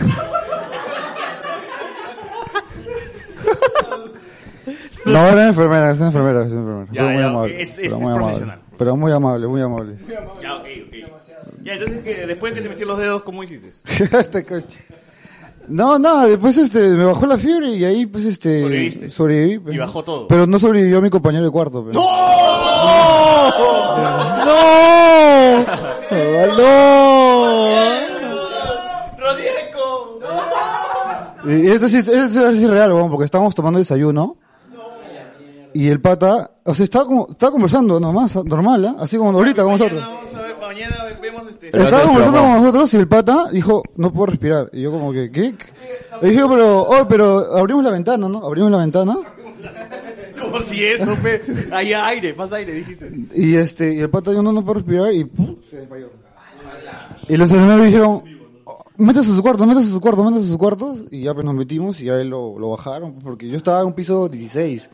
Speaker 10: No, era enfermera, es enfermera, es enfermera.
Speaker 7: Ya,
Speaker 10: pero muy
Speaker 7: ya,
Speaker 10: amable.
Speaker 7: es- es-
Speaker 10: pero
Speaker 7: es
Speaker 10: muy amable.
Speaker 7: profesional.
Speaker 10: Pero muy amable, muy amable.
Speaker 7: Ya, ok, ok. Ya, entonces, que después que te metí los dedos, ¿cómo hiciste?
Speaker 10: este coche. No, no, después este, me bajó la fiebre y ahí pues este...
Speaker 7: Sobreviviste.
Speaker 10: Sobreviví. pues,
Speaker 7: Y
Speaker 10: ¿no?
Speaker 7: bajó todo.
Speaker 10: Pero no sobrevivió mi compañero de cuarto. pues. pero-
Speaker 3: ¡No!
Speaker 10: Y esto sí, esto sí Eh, es real, weón, porque estábamos tomando desayuno. Y el pata, o sea, estaba, como, estaba conversando nomás, normal, ¿ah? así como ahorita con nosotros.
Speaker 7: Vamos a ver, mañana vemos este...
Speaker 10: Estaba conversando con nosotros y el pata dijo, no puedo respirar. Y yo como que, ¿qué? Y dije, pero, oh, pero abrimos la ventana, ¿no? Abrimos la ventana.
Speaker 7: Como si eso, pe. Ahí aire, pasa aire, dijiste.
Speaker 10: Y este, y el pata dijo, no, no puedo respirar. Y, ¡pum! y los hermanos dijeron, "Oh, métase a su cuarto, métase a su cuarto, métase a su cuarto. Y ya pues nos metimos y ya lo, lo bajaron. Porque yo estaba en un piso 16.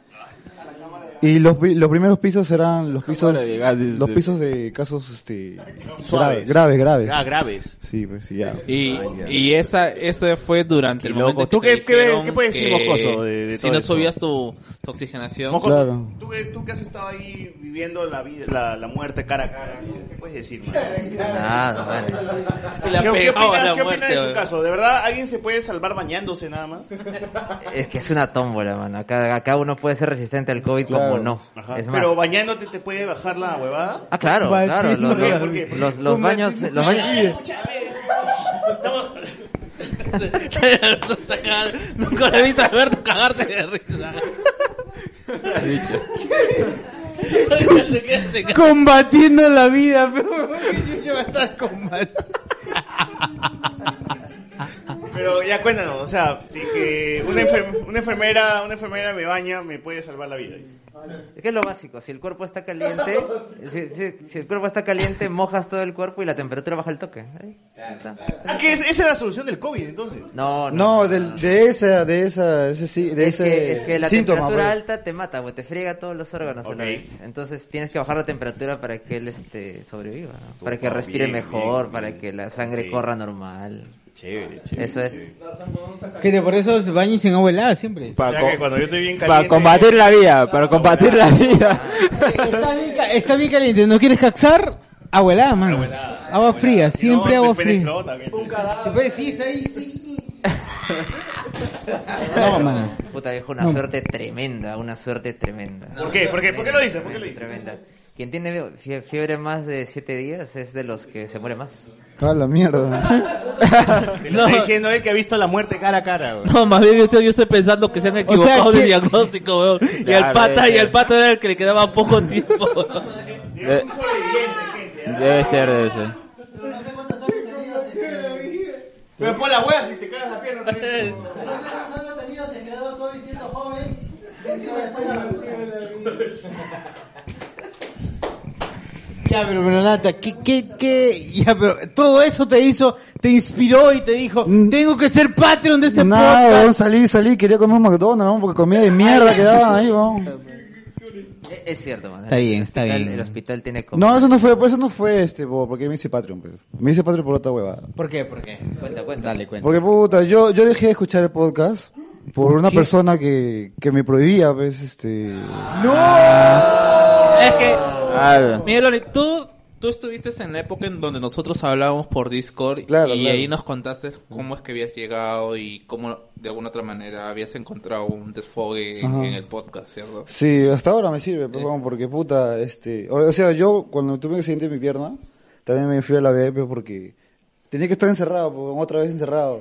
Speaker 10: Y los, pi- los primeros pisos eran los pisos, los pisos de casos, este,
Speaker 6: Suaves.
Speaker 10: graves, graves.
Speaker 7: Ah, graves.
Speaker 10: Sí, pues sí, ya.
Speaker 7: Ah,
Speaker 20: Y, y esa, eso fue durante el momento.
Speaker 7: ¿Tú
Speaker 20: que te
Speaker 7: qué- qué-
Speaker 20: dijeron
Speaker 7: qué puedes decir,
Speaker 20: que
Speaker 7: Moscoso, de- de
Speaker 20: Si
Speaker 7: todo
Speaker 20: no
Speaker 7: esto?
Speaker 20: subías tu, tu oxigenación.
Speaker 7: Mocoso, ¿tú, que, Pues, tú que has estado ahí viviendo la, vida, la, la muerte cara a cara, ¿qué puedes decir, mano?
Speaker 6: Nada, vale.
Speaker 7: ¿Qué,
Speaker 20: Le ha
Speaker 7: qué
Speaker 20: pegado
Speaker 7: opinas-
Speaker 20: a la
Speaker 7: qué opinas
Speaker 20: muerte,
Speaker 7: de su
Speaker 20: weón.
Speaker 7: caso? ¿De verdad alguien se puede salvar bañándose nada más?
Speaker 21: Es que es una tómbola, mano. Acá, acá uno puede ser resistente al COVID como no.
Speaker 7: Ajá.
Speaker 21: Es más.
Speaker 7: Ah, Pero bañándote te puede bajar la huevada.
Speaker 21: Ah, claro, claro. Los,
Speaker 7: ¿Por qué?
Speaker 21: los-
Speaker 7: ¿Por qué?
Speaker 21: los- los baños... Los baños...
Speaker 20: Alberto está cagado. Nunca le he visto a Alberto cagarte de risa. Se queda- se queda-
Speaker 3: Combatiendo la vida, pero ¿qué chucha va a estar combatiendo?
Speaker 7: Pero ya cuéntanos, o sea, si que una, enfer- una enfermera una enfermera me baña, me puede salvar la vida.
Speaker 21: Es que es lo básico. Si el cuerpo está caliente, si, si- si el cuerpo está caliente, mojas todo el cuerpo y la temperatura baja el toque. Ahí está.
Speaker 7: Ah, que es- esa es la solución del COVID, entonces.
Speaker 21: No,
Speaker 10: No, del- de esa, de esa, ese sí, de
Speaker 21: es,
Speaker 10: ese
Speaker 21: que, es que la
Speaker 10: síntoma.
Speaker 21: temperatura
Speaker 10: pues.
Speaker 21: alta te mata, güey, te friega todos los órganos a la vez. Entonces tienes que bajar la temperatura para que él este, sobreviva, ¿no? para que bien, respire bien, mejor, para que la sangre corra normal.
Speaker 7: Chévere,
Speaker 21: Eso es.
Speaker 3: Gente, por eso se bañen sin abuelada siempre.
Speaker 21: O sea, que
Speaker 7: cuando yo estoy bien
Speaker 21: caliente-
Speaker 6: Para combatir la vida, para combatir la vida.
Speaker 3: Está bien, ca- está bien caliente, ¿no quieres caxar? Abuelada, mano. agua fría, siempre agua fría.
Speaker 7: Un cadáver.
Speaker 3: Sí, pues, sí, está ahí, sí.
Speaker 21: No,
Speaker 3: mano.
Speaker 21: Puta, viejo, una
Speaker 3: No.
Speaker 21: suerte tremenda, una suerte tremenda.
Speaker 7: ¿Por qué? ¿Por qué? ¿Por qué lo dices? ¿Por qué lo dices?
Speaker 21: Tremenda. Quien tiene fie- fiebre más de 7 días es de los que se muere más.
Speaker 10: A la mierda.
Speaker 7: Te lo está diciendo él que ha visto la muerte cara a cara, güey.
Speaker 20: No, más bien yo estoy, yo estoy pensando que se han equivocado de
Speaker 7: ¿quién-
Speaker 20: diagnóstico, weón. Y
Speaker 6: Claro,
Speaker 20: el pata,
Speaker 6: debe
Speaker 20: y el
Speaker 6: ser.
Speaker 20: pata era el que le quedaba poco tiempo. weón.
Speaker 6: De- Debe ser, debe ser.
Speaker 7: Pero pon la hueá si te cagas la pierna.
Speaker 3: Ya, pero, pero Nata, ¿qué, qué, qué? Ya, pero todo eso te hizo, te inspiró y te dijo, tengo que ser Patreon de este
Speaker 10: Nada,
Speaker 3: podcast.
Speaker 10: weón, salí, salí, quería comer un McDonald's, weón, porque comida de mierda quedaba ahí, weón.
Speaker 21: E- Es cierto, man.
Speaker 3: Está bien,
Speaker 21: El
Speaker 3: está
Speaker 21: hospital-
Speaker 3: bien.
Speaker 21: El hospital tiene comida.
Speaker 10: No, eso no fue, por eso no fue este, bo, porque me hice Patreon, pues. Me hice Patreon por otra huevada.
Speaker 3: ¿Por qué? ¿Por qué? Cuenta, cuenta. Dale, cuenta.
Speaker 10: Porque puta, yo, yo dejé de escuchar el podcast por una
Speaker 3: ¿Qué?
Speaker 10: persona que, que me prohibía, pues, este.
Speaker 20: Es que,
Speaker 10: Claro.
Speaker 20: Miguel, Oli, tú, tú estuviste en la época en donde nosotros hablábamos por Discord y
Speaker 10: claro.
Speaker 20: ahí nos contaste cómo es que habías llegado y cómo de alguna otra manera habías encontrado un desfogue en,
Speaker 10: Ajá.
Speaker 20: en el podcast, ¿cierto?
Speaker 10: Sí, hasta ahora me sirve, pues, weón, porque puta, este. O o sea, yo cuando tuve un accidente en mi pierna, también me fui a la BP porque tenía que estar encerrado, pues, weón, otra vez encerrado.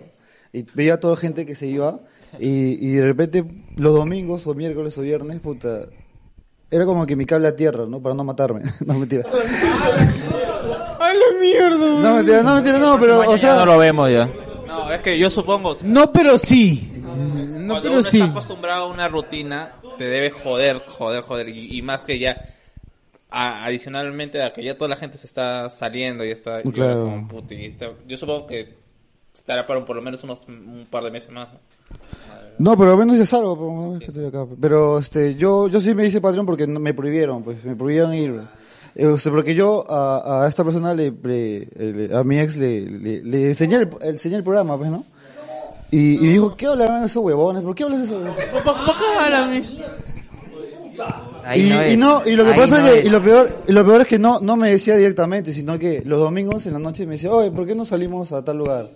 Speaker 10: Y veía a toda gente que se iba, y, y de repente los domingos o miércoles o viernes, puta. Era como que mi cable a tierra, ¿no? Para no matarme. No, mentira.
Speaker 3: ¡A la mierda!
Speaker 10: No, mentira, no, mentira, no, pero, o sea.
Speaker 6: Ya no lo vemos ya.
Speaker 20: No, es que yo supongo, o sea,
Speaker 3: No, pero sí. Mm, No,
Speaker 20: cuando
Speaker 3: pero
Speaker 20: uno
Speaker 3: sí.
Speaker 20: está acostumbrado a una rutina, te debe joder, joder, joder. Y, y más que ya, a- adicionalmente a que ya toda la gente se está saliendo y está... y
Speaker 10: Claro.
Speaker 20: ahora como puta, y está- yo supongo que estará para por lo menos unos, un par de meses más.
Speaker 10: No, pero al menos ya salgo, pues, una vez que estoy acá. Pero este, yo, yo sí me hice patrón porque no- me prohibieron, pues, me prohibieron ir. Eh, o sea, porque yo a, a esta persona, le, le- eh, le- a mi ex, le, le, le enseñé, el, enseñé el programa, pues, ¿no? Y, y me dijo, ¿qué hablarán esos huevones? ¿Por qué hablas de esos huevones?
Speaker 21: Ahí
Speaker 10: y,
Speaker 21: no
Speaker 10: y
Speaker 21: es.
Speaker 10: no, y lo que
Speaker 21: Ahí
Speaker 10: pasa
Speaker 21: no
Speaker 10: es que,
Speaker 21: es.
Speaker 10: y lo peor, y lo peor es que no, no me decía directamente, sino que los domingos en la noche me decía, oye, ¿por qué no salimos a tal lugar?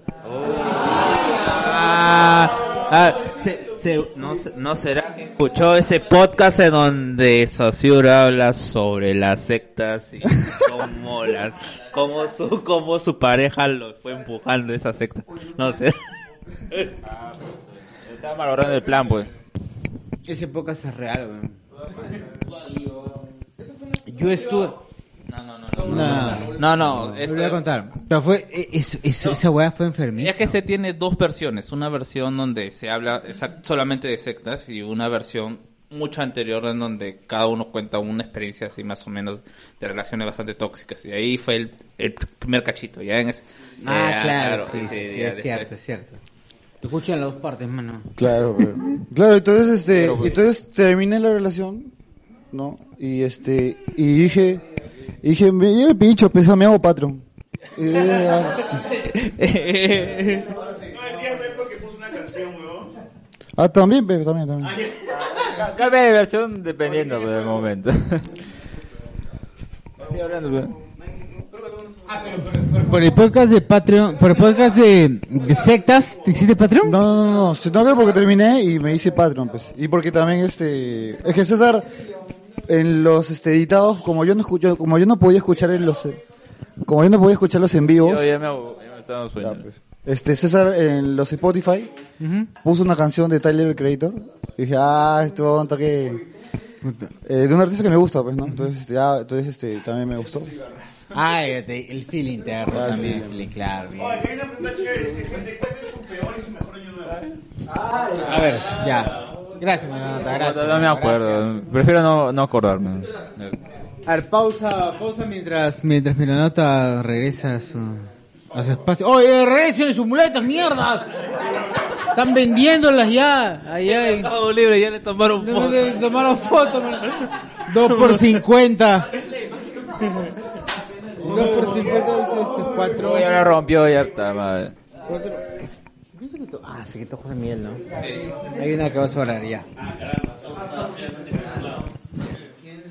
Speaker 20: Ah, se- se- no, se- no será que escuchó ese podcast en donde Saussure habla sobre las sectas y cómo, la- cómo, su, cómo su pareja lo fue empujando esa secta. No sé.
Speaker 6: Estaba valorando el plan, pues.
Speaker 3: Ese podcast es real, weón. Yo estuve.
Speaker 20: No, no, no.
Speaker 3: No,
Speaker 20: No, no,
Speaker 3: Te
Speaker 20: eso-
Speaker 3: voy a contar. Pero fue, e- eso- eso- Esa weá fue enfermiza.
Speaker 20: Es que se tiene dos versiones. Una versión donde se habla exact- solamente de sectas y una versión mucho anterior en donde cada uno cuenta una experiencia así más o menos de relaciones bastante tóxicas. Y ahí fue el, el primer cachito. Ya en ese-
Speaker 3: Ah,
Speaker 20: ya,
Speaker 3: claro, sí, sí,
Speaker 20: ese
Speaker 3: sí,
Speaker 20: día
Speaker 3: es
Speaker 20: después.
Speaker 3: cierto, es cierto. Te escucho en las dos partes, mano.
Speaker 10: Claro, pero- claro, entonces este, entonces terminé la relación, ¿no? Y este, y dije, y dije, me lleve pincho, pesa, me hago patrón. Y dije,
Speaker 3: eh.
Speaker 10: ah,
Speaker 7: No decías, güey, porque puso una canción, weón.
Speaker 10: ah, también, pe, también, también.
Speaker 6: Ca- Cambia de versión dependiendo pues, del momento. Sigue hablando, pues.
Speaker 3: Por, por el podcast de Patreon, por el podcast de, de sectas, ¿te hiciste Patreon?
Speaker 10: No, no, no, no, sino que porque terminé y me hice patrón, pues. Y porque también este, es que César en los este editados, como yo no escucho, como yo no podía escuchar en los eh, como yo no podía escucharlos en vivo,
Speaker 6: Yo ya me, abu- ya pues. me estaba dando sueño.
Speaker 10: este César en los Spotify puso una canción de Tyler el Creator. Y dije, ah, este huevón toque. Eh, de un artista que me gusta, pues, ¿no? Entonces, este, ah, entonces este, también me gustó.
Speaker 3: Ay, te- el feeling te agarró también, el feeling, claro. bien.
Speaker 7: Oye, hay una pregunta chévere. Si gente cuenta su peor y su mejor año nuevo.
Speaker 3: A ver, ya. Gracias, Manota, gracias.
Speaker 6: no me acuerdo. Prefiero no, no acordarme.
Speaker 3: gracias. A ver, pausa, pausa mientras, mientras Manota regresa a su, a su espacio. ¡Oye, regresen sus muletas, mierdas! Están vendiéndolas ya. Allá en...
Speaker 20: libre, ya le tomaron
Speaker 3: foto. Le tomaron foto, man. Dos por cincuenta. Dos por cincuenta es este, cuatro.
Speaker 6: Ya la rompió, ya está madre.
Speaker 3: Cuatro. ¿Qué es el que to- Ah, se quitó José Miguel, ¿no? Sí. Hay una que va a sobrar ya.
Speaker 1: ¿Quién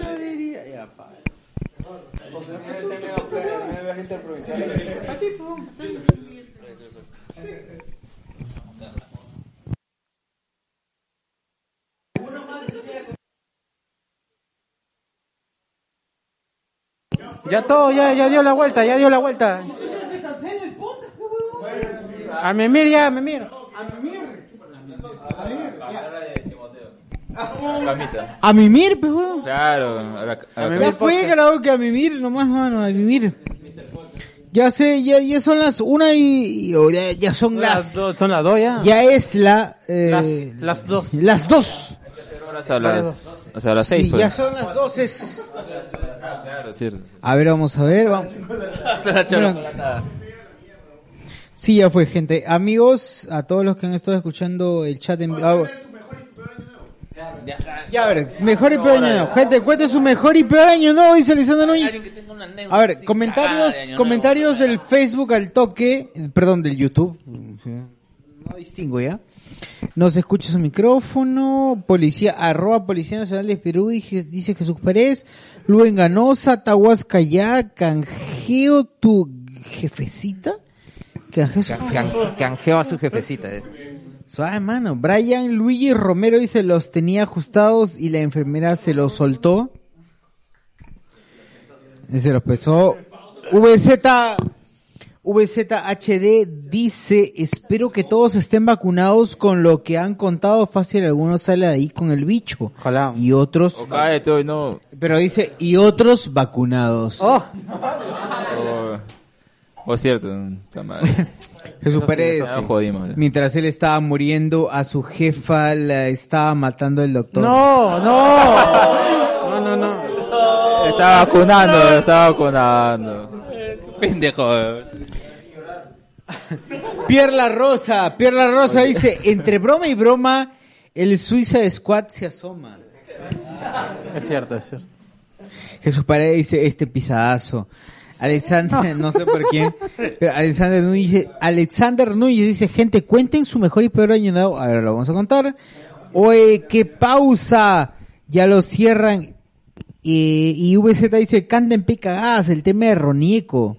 Speaker 1: lo diría? Ya, pa.
Speaker 3: Ya todo, ya, ya dio la vuelta, ya dio la vuelta. A Memir ya, a Memir.
Speaker 6: Camita.
Speaker 3: A Mimir, pues, huevón.
Speaker 6: Claro. a la- a la
Speaker 3: Ya
Speaker 6: camita.
Speaker 3: fue, claro, que a Mimir, nomás, mano, a Mimir. Ya sé, ya, ya son las una y... y- o ya, ya son las...
Speaker 2: do- son las dos ya.
Speaker 3: Ya es la... eh,
Speaker 2: Las, las dos.
Speaker 3: Las dos.
Speaker 6: Hasta las, hasta las seis,
Speaker 3: Sí,
Speaker 6: pues.
Speaker 3: ya son las doces.
Speaker 6: Claro, cierto.
Speaker 3: A ver, vamos a ver. Vamos.
Speaker 6: Se la echó la
Speaker 3: Bueno,
Speaker 6: chocolatada.
Speaker 3: sí, ya fue, gente. Amigos, a todos los que han estado escuchando el chat en ah, bueno. Ya, a ver, mejor y peor año nuevo. Gente, cuente su mejor y peor año nuevo, dice Lisandro Núñez. A ver, comentarios,
Speaker 20: cagada de año
Speaker 3: comentarios del Facebook al toque, eh, perdón, del YouTube. No distingo ya. No se escucha su micrófono. Policía, arroba Policía Nacional de Perú, dije- dice Jesús Pérez. Luen Ganosa, Tahuascayá, canjeo tu jefecita. Canjeo su
Speaker 21: Can- Canjeo a su jefecita. eh.
Speaker 3: Suave, mano. Brian Luigi Romero dice los tenía ajustados y la enfermera se los soltó. Y se los pesó. VZ, VZHD dice, espero que todos estén vacunados con lo que han contado. Fácil, algunos sale de ahí con el bicho. Ojalá. Y otros...
Speaker 6: O cállate, hoy no.
Speaker 3: Pero dice, y otros
Speaker 6: Oh.
Speaker 3: vacunados.
Speaker 6: O, o cierto, está mal.
Speaker 3: Jesús Pérez.
Speaker 6: Nos jodimos.
Speaker 3: Mientras él estaba muriendo, a su jefa la estaba matando el doctor.
Speaker 2: No, no. No, no, no.
Speaker 6: Estaba vacunando, estaba vacunando.
Speaker 20: Pendejo.
Speaker 3: Pierre La Rosa, Pierre La Rosa dice, entre broma y broma, el Suiza de Squad se asoma.
Speaker 2: Es cierto, es cierto.
Speaker 3: Jesús Paredes dice, este pisadazo. Alexander, no sé por quién, pero Alexander Núñez, Alexander Núñez dice, gente, cuenten su mejor y peor año nuevo. A ver, lo vamos a contar. Oye, qué pausa. Ya lo cierran. Eh, y VZ dice, canten picagadas, el tema de Ronieco.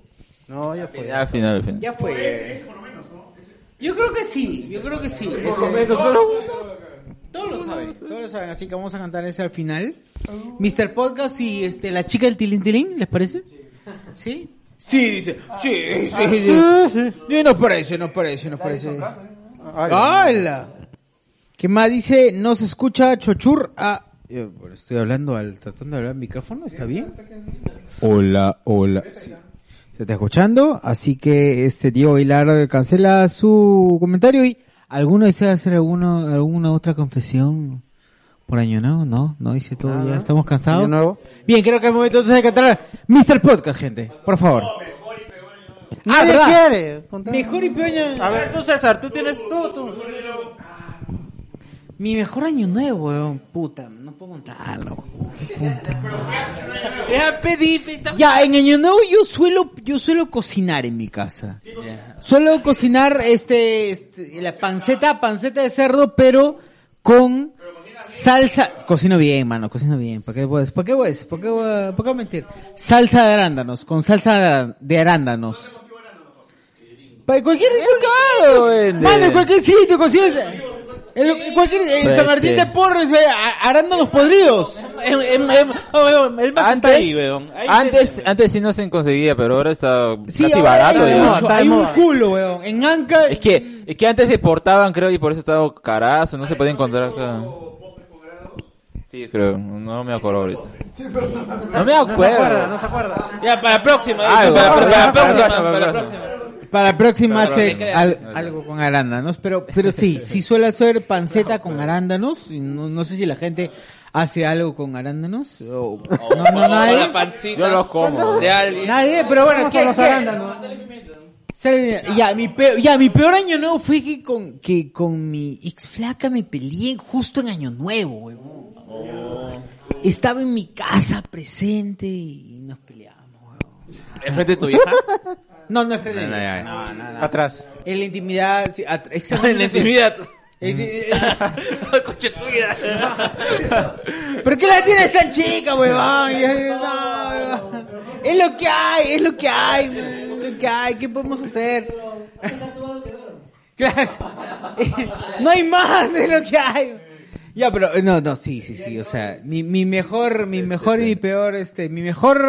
Speaker 6: No, ya fue. Ya, al final, al final.
Speaker 3: Ya fue. Yo creo que sí, yo creo que sí.
Speaker 6: Por lo
Speaker 3: Ese-
Speaker 6: menos, solo
Speaker 3: Todos lo saben, todos lo saben, así que vamos a cantar ese al final. Mr. Podcast y este la chica del tilín tilín, ¿les parece? ¿Sí? Sí, dice. Sí, sí, sí. Ah, Sí, nos parece, nos parece, nos parece.
Speaker 20: ¿eh?
Speaker 3: Ah, ¡Hala! ¿Qué más dice? No se escucha chochur. Ah, yo, bueno, estoy hablando al tratando de hablar al micrófono, ¿está bien? Hola, hola. Sí. Se está escuchando, así que este Diego Aguilar cancela su comentario y ¿alguno desea hacer alguno, alguna otra confesión por año nuevo? No, no dice todo, ya estamos cansados.
Speaker 10: Año nuevo.
Speaker 3: Bien, creo que es momento entonces de cantar Mr. Podcast, gente, por favor. Ah,
Speaker 12: ¿Qué
Speaker 3: ¿verdad?
Speaker 12: quiere?
Speaker 3: Mejor y peor
Speaker 20: A ver, tú, César, tú tienes tú, tú.
Speaker 3: Mi mejor año nuevo, weón. Puta, no puedo contarlo.
Speaker 20: Ya pedí, pedí.
Speaker 3: Ya, en año nuevo yo suelo, yo suelo cocinar en mi casa. Suelo cocinar este, este, la panceta, panceta de cerdo, pero con salsa. Cocino bien, mano, cocino bien. ¿Para qué voy a, para qué voy a, para qué voy a- para qué voy a mentir? Salsa de arándanos, con salsa de arán- de arándanos. Para cualquier mercado, Mano, en cualquier sitio consigues. En, lo- en cualquier, en San Martín de Porres, eh, a- arándanos podridos.
Speaker 20: Em, El más está ahí, weón.
Speaker 6: Antes, antes sí no se conseguía, pero ahora está
Speaker 3: Sí,
Speaker 6: casi
Speaker 3: ahora
Speaker 6: barato.
Speaker 3: hay,
Speaker 6: ya.
Speaker 3: mucho, hay un culo, weón. En Anca.
Speaker 6: Es que, es que antes deportaban, creo, y por eso estaba carazo, no se podía encontrar acá. Sí, creo, no me acuerdo ahorita. No me acuerdo.
Speaker 12: No se acuerda.
Speaker 20: Ya, para la próxima.
Speaker 6: Ah,
Speaker 20: dice, para,
Speaker 6: bueno,
Speaker 20: para la
Speaker 6: para la
Speaker 20: próxima,
Speaker 6: próxima,
Speaker 20: para la
Speaker 6: para la
Speaker 20: próxima.
Speaker 3: Para la próxima
Speaker 20: Pero,
Speaker 3: hace
Speaker 20: ¿qué crees?
Speaker 3: al- algo con arándanos, pero pero sí, sí suele hacer panceta con arándanos. y No, no sé si la gente hace algo con arándanos. o- no, no, nadie.
Speaker 20: Yo los como. De alguien.
Speaker 3: Nadie, pero bueno,
Speaker 12: Vamos
Speaker 3: ¿qué,
Speaker 12: a los
Speaker 3: qué?
Speaker 12: arándanos.
Speaker 3: Sale- Ya, mi peor, ya, mi peor año nuevo fue que con, que con mi ex flaca me peleé justo en año nuevo, huevón. Estaba en mi casa presente y nos peleamos.
Speaker 20: ¿Enfrente de tu vieja?
Speaker 3: No, no es frente. a
Speaker 20: No,
Speaker 3: mi
Speaker 20: no,
Speaker 3: ex, no,
Speaker 20: no.
Speaker 3: no, no.
Speaker 2: Atrás.
Speaker 3: En la intimidad, sí, at-
Speaker 20: En la
Speaker 3: exactamente.
Speaker 20: intimidad.
Speaker 3: En- en-
Speaker 20: Coche tuya.
Speaker 3: ¿Por qué la tienes tan chica, huevón? Y yo digo, no, huevón. Es lo que hay, es lo que hay, man, es lo que hay, ¿qué podemos hacer? Claro. No hay más, es lo que hay. Ya, pero eh, no, no, sí, sí, sí. O sea, mi, mi mejor, mi mejor y mi peor, este, mi mejor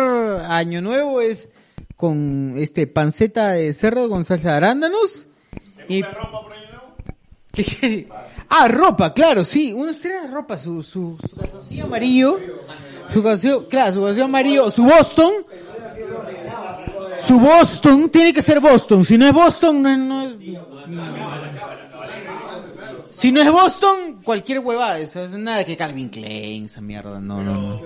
Speaker 3: año nuevo es con este panceta de cerdo con salsa de arándanos. Y... ¿Qué- qué? Ah, ropa, claro, sí. Uno estrella de ropa, su, su, su calzoncillo amarillo, su calzoncillo, claro, su calzoncillo amarillo, su Boston. Su Boston, tiene que ser Boston. Si no es Boston, no es- no es, si no es Boston, cualquier huevada. Eso es nada que Calvin Klein, esa mierda. No, no, no.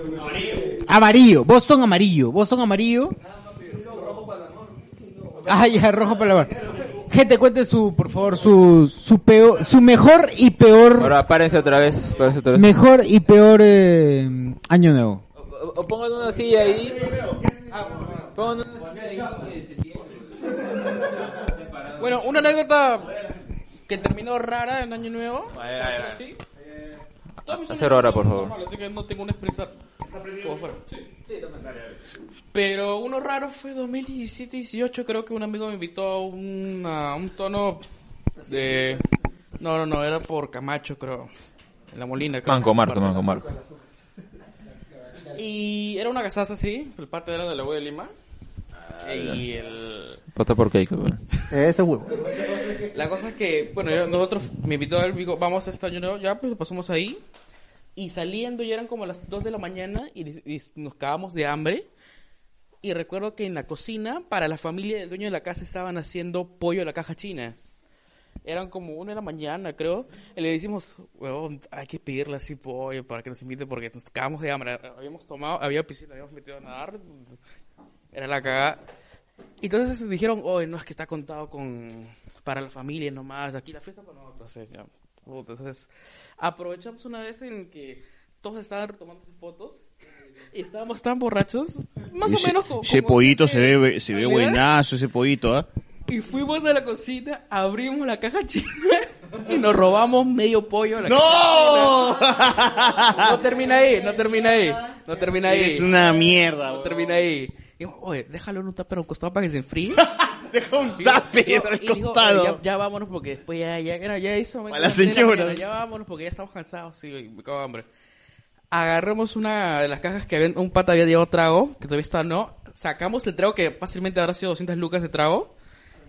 Speaker 3: Amarillo. Boston amarillo. Boston amarillo. Ah, ya, rojo para lavar. Gente, cuente su, por favor, su, su peor, su mejor y peor,
Speaker 6: Ahora párense otra vez. Párense otra vez.
Speaker 3: mejor y peor eh, año nuevo.
Speaker 6: O, o pongan una silla ahí. Pongan una silla ahí.
Speaker 16: Bueno, una anécdota que terminó rara en Año Nuevo. pero sí. Todas mis
Speaker 6: Hacer hora,
Speaker 16: anécdotas
Speaker 6: por
Speaker 16: son
Speaker 6: favor.
Speaker 16: normales, Así que no tengo una expresa. como fuera. Pero uno raro fue 2017-18. Creo que un amigo me invitó a una- un tono de. No, no, no, era por Camacho, creo. En la Molina, creo.
Speaker 6: Manco, Marco, Manco, Marco.
Speaker 16: Y era una casaza así, por parte de la de la U de Lima.
Speaker 6: Ah,
Speaker 16: Y el.
Speaker 6: Vota por Keiko. güey.
Speaker 17: Ese huevo.
Speaker 16: La cosa es que, bueno, yo- nosotros me invitó él, me dijo, vamos a este año nuevo, ya, pues pasamos ahí. Y saliendo ya eran como las 2 de la mañana y, y nos cagábamos de hambre. Y recuerdo que en la cocina, para la familia del dueño de la casa, estaban haciendo pollo de la caja china. Eran como una de la mañana, creo. Y le decimos, huevón, hay que pedirle así pollo para que nos invite porque nos cagamos de hambre. Habíamos tomado, había piscina, habíamos metido a nadar. Era la cagada. Y entonces dijeron, oye, no es que está contado con para la familia nomás, aquí la fiesta para nosotros. eh, ya. Puta, Entonces, aprovechamos una vez en que todos estaban tomando fotos y estábamos tan borrachos, más o
Speaker 7: Ese-
Speaker 16: menos co-
Speaker 7: Ese
Speaker 16: como
Speaker 7: pollito se
Speaker 16: siete-
Speaker 7: ve, se ve buenazo, ese pollito, ¿ah?
Speaker 16: Y fuimos a la cocina, abrimos la caja china y nos robamos medio pollo. de La
Speaker 7: ¡No!
Speaker 16: caja china. No termina ahí, no termina ahí, no termina ahí.
Speaker 7: Es una mierda,
Speaker 16: No termina ahí. Digo, Eh, oye, déjalo en un tupper a un costado para que se enfríe.
Speaker 7: Deja un
Speaker 16: tupper
Speaker 7: al
Speaker 16: Digo,
Speaker 7: costado.
Speaker 16: "Oye, ya, ya vámonos porque después ya, ya, era- ya hizo.
Speaker 7: A la
Speaker 16: cena,
Speaker 7: señora.
Speaker 16: mañana, Ya vámonos porque ya estamos cansados. Sí, me cago de hambre. Agarramos una de las cajas que habían- un pata había llevado trago, que todavía está no. Sacamos el trago que fácilmente habrá sido 200 lucas de trago.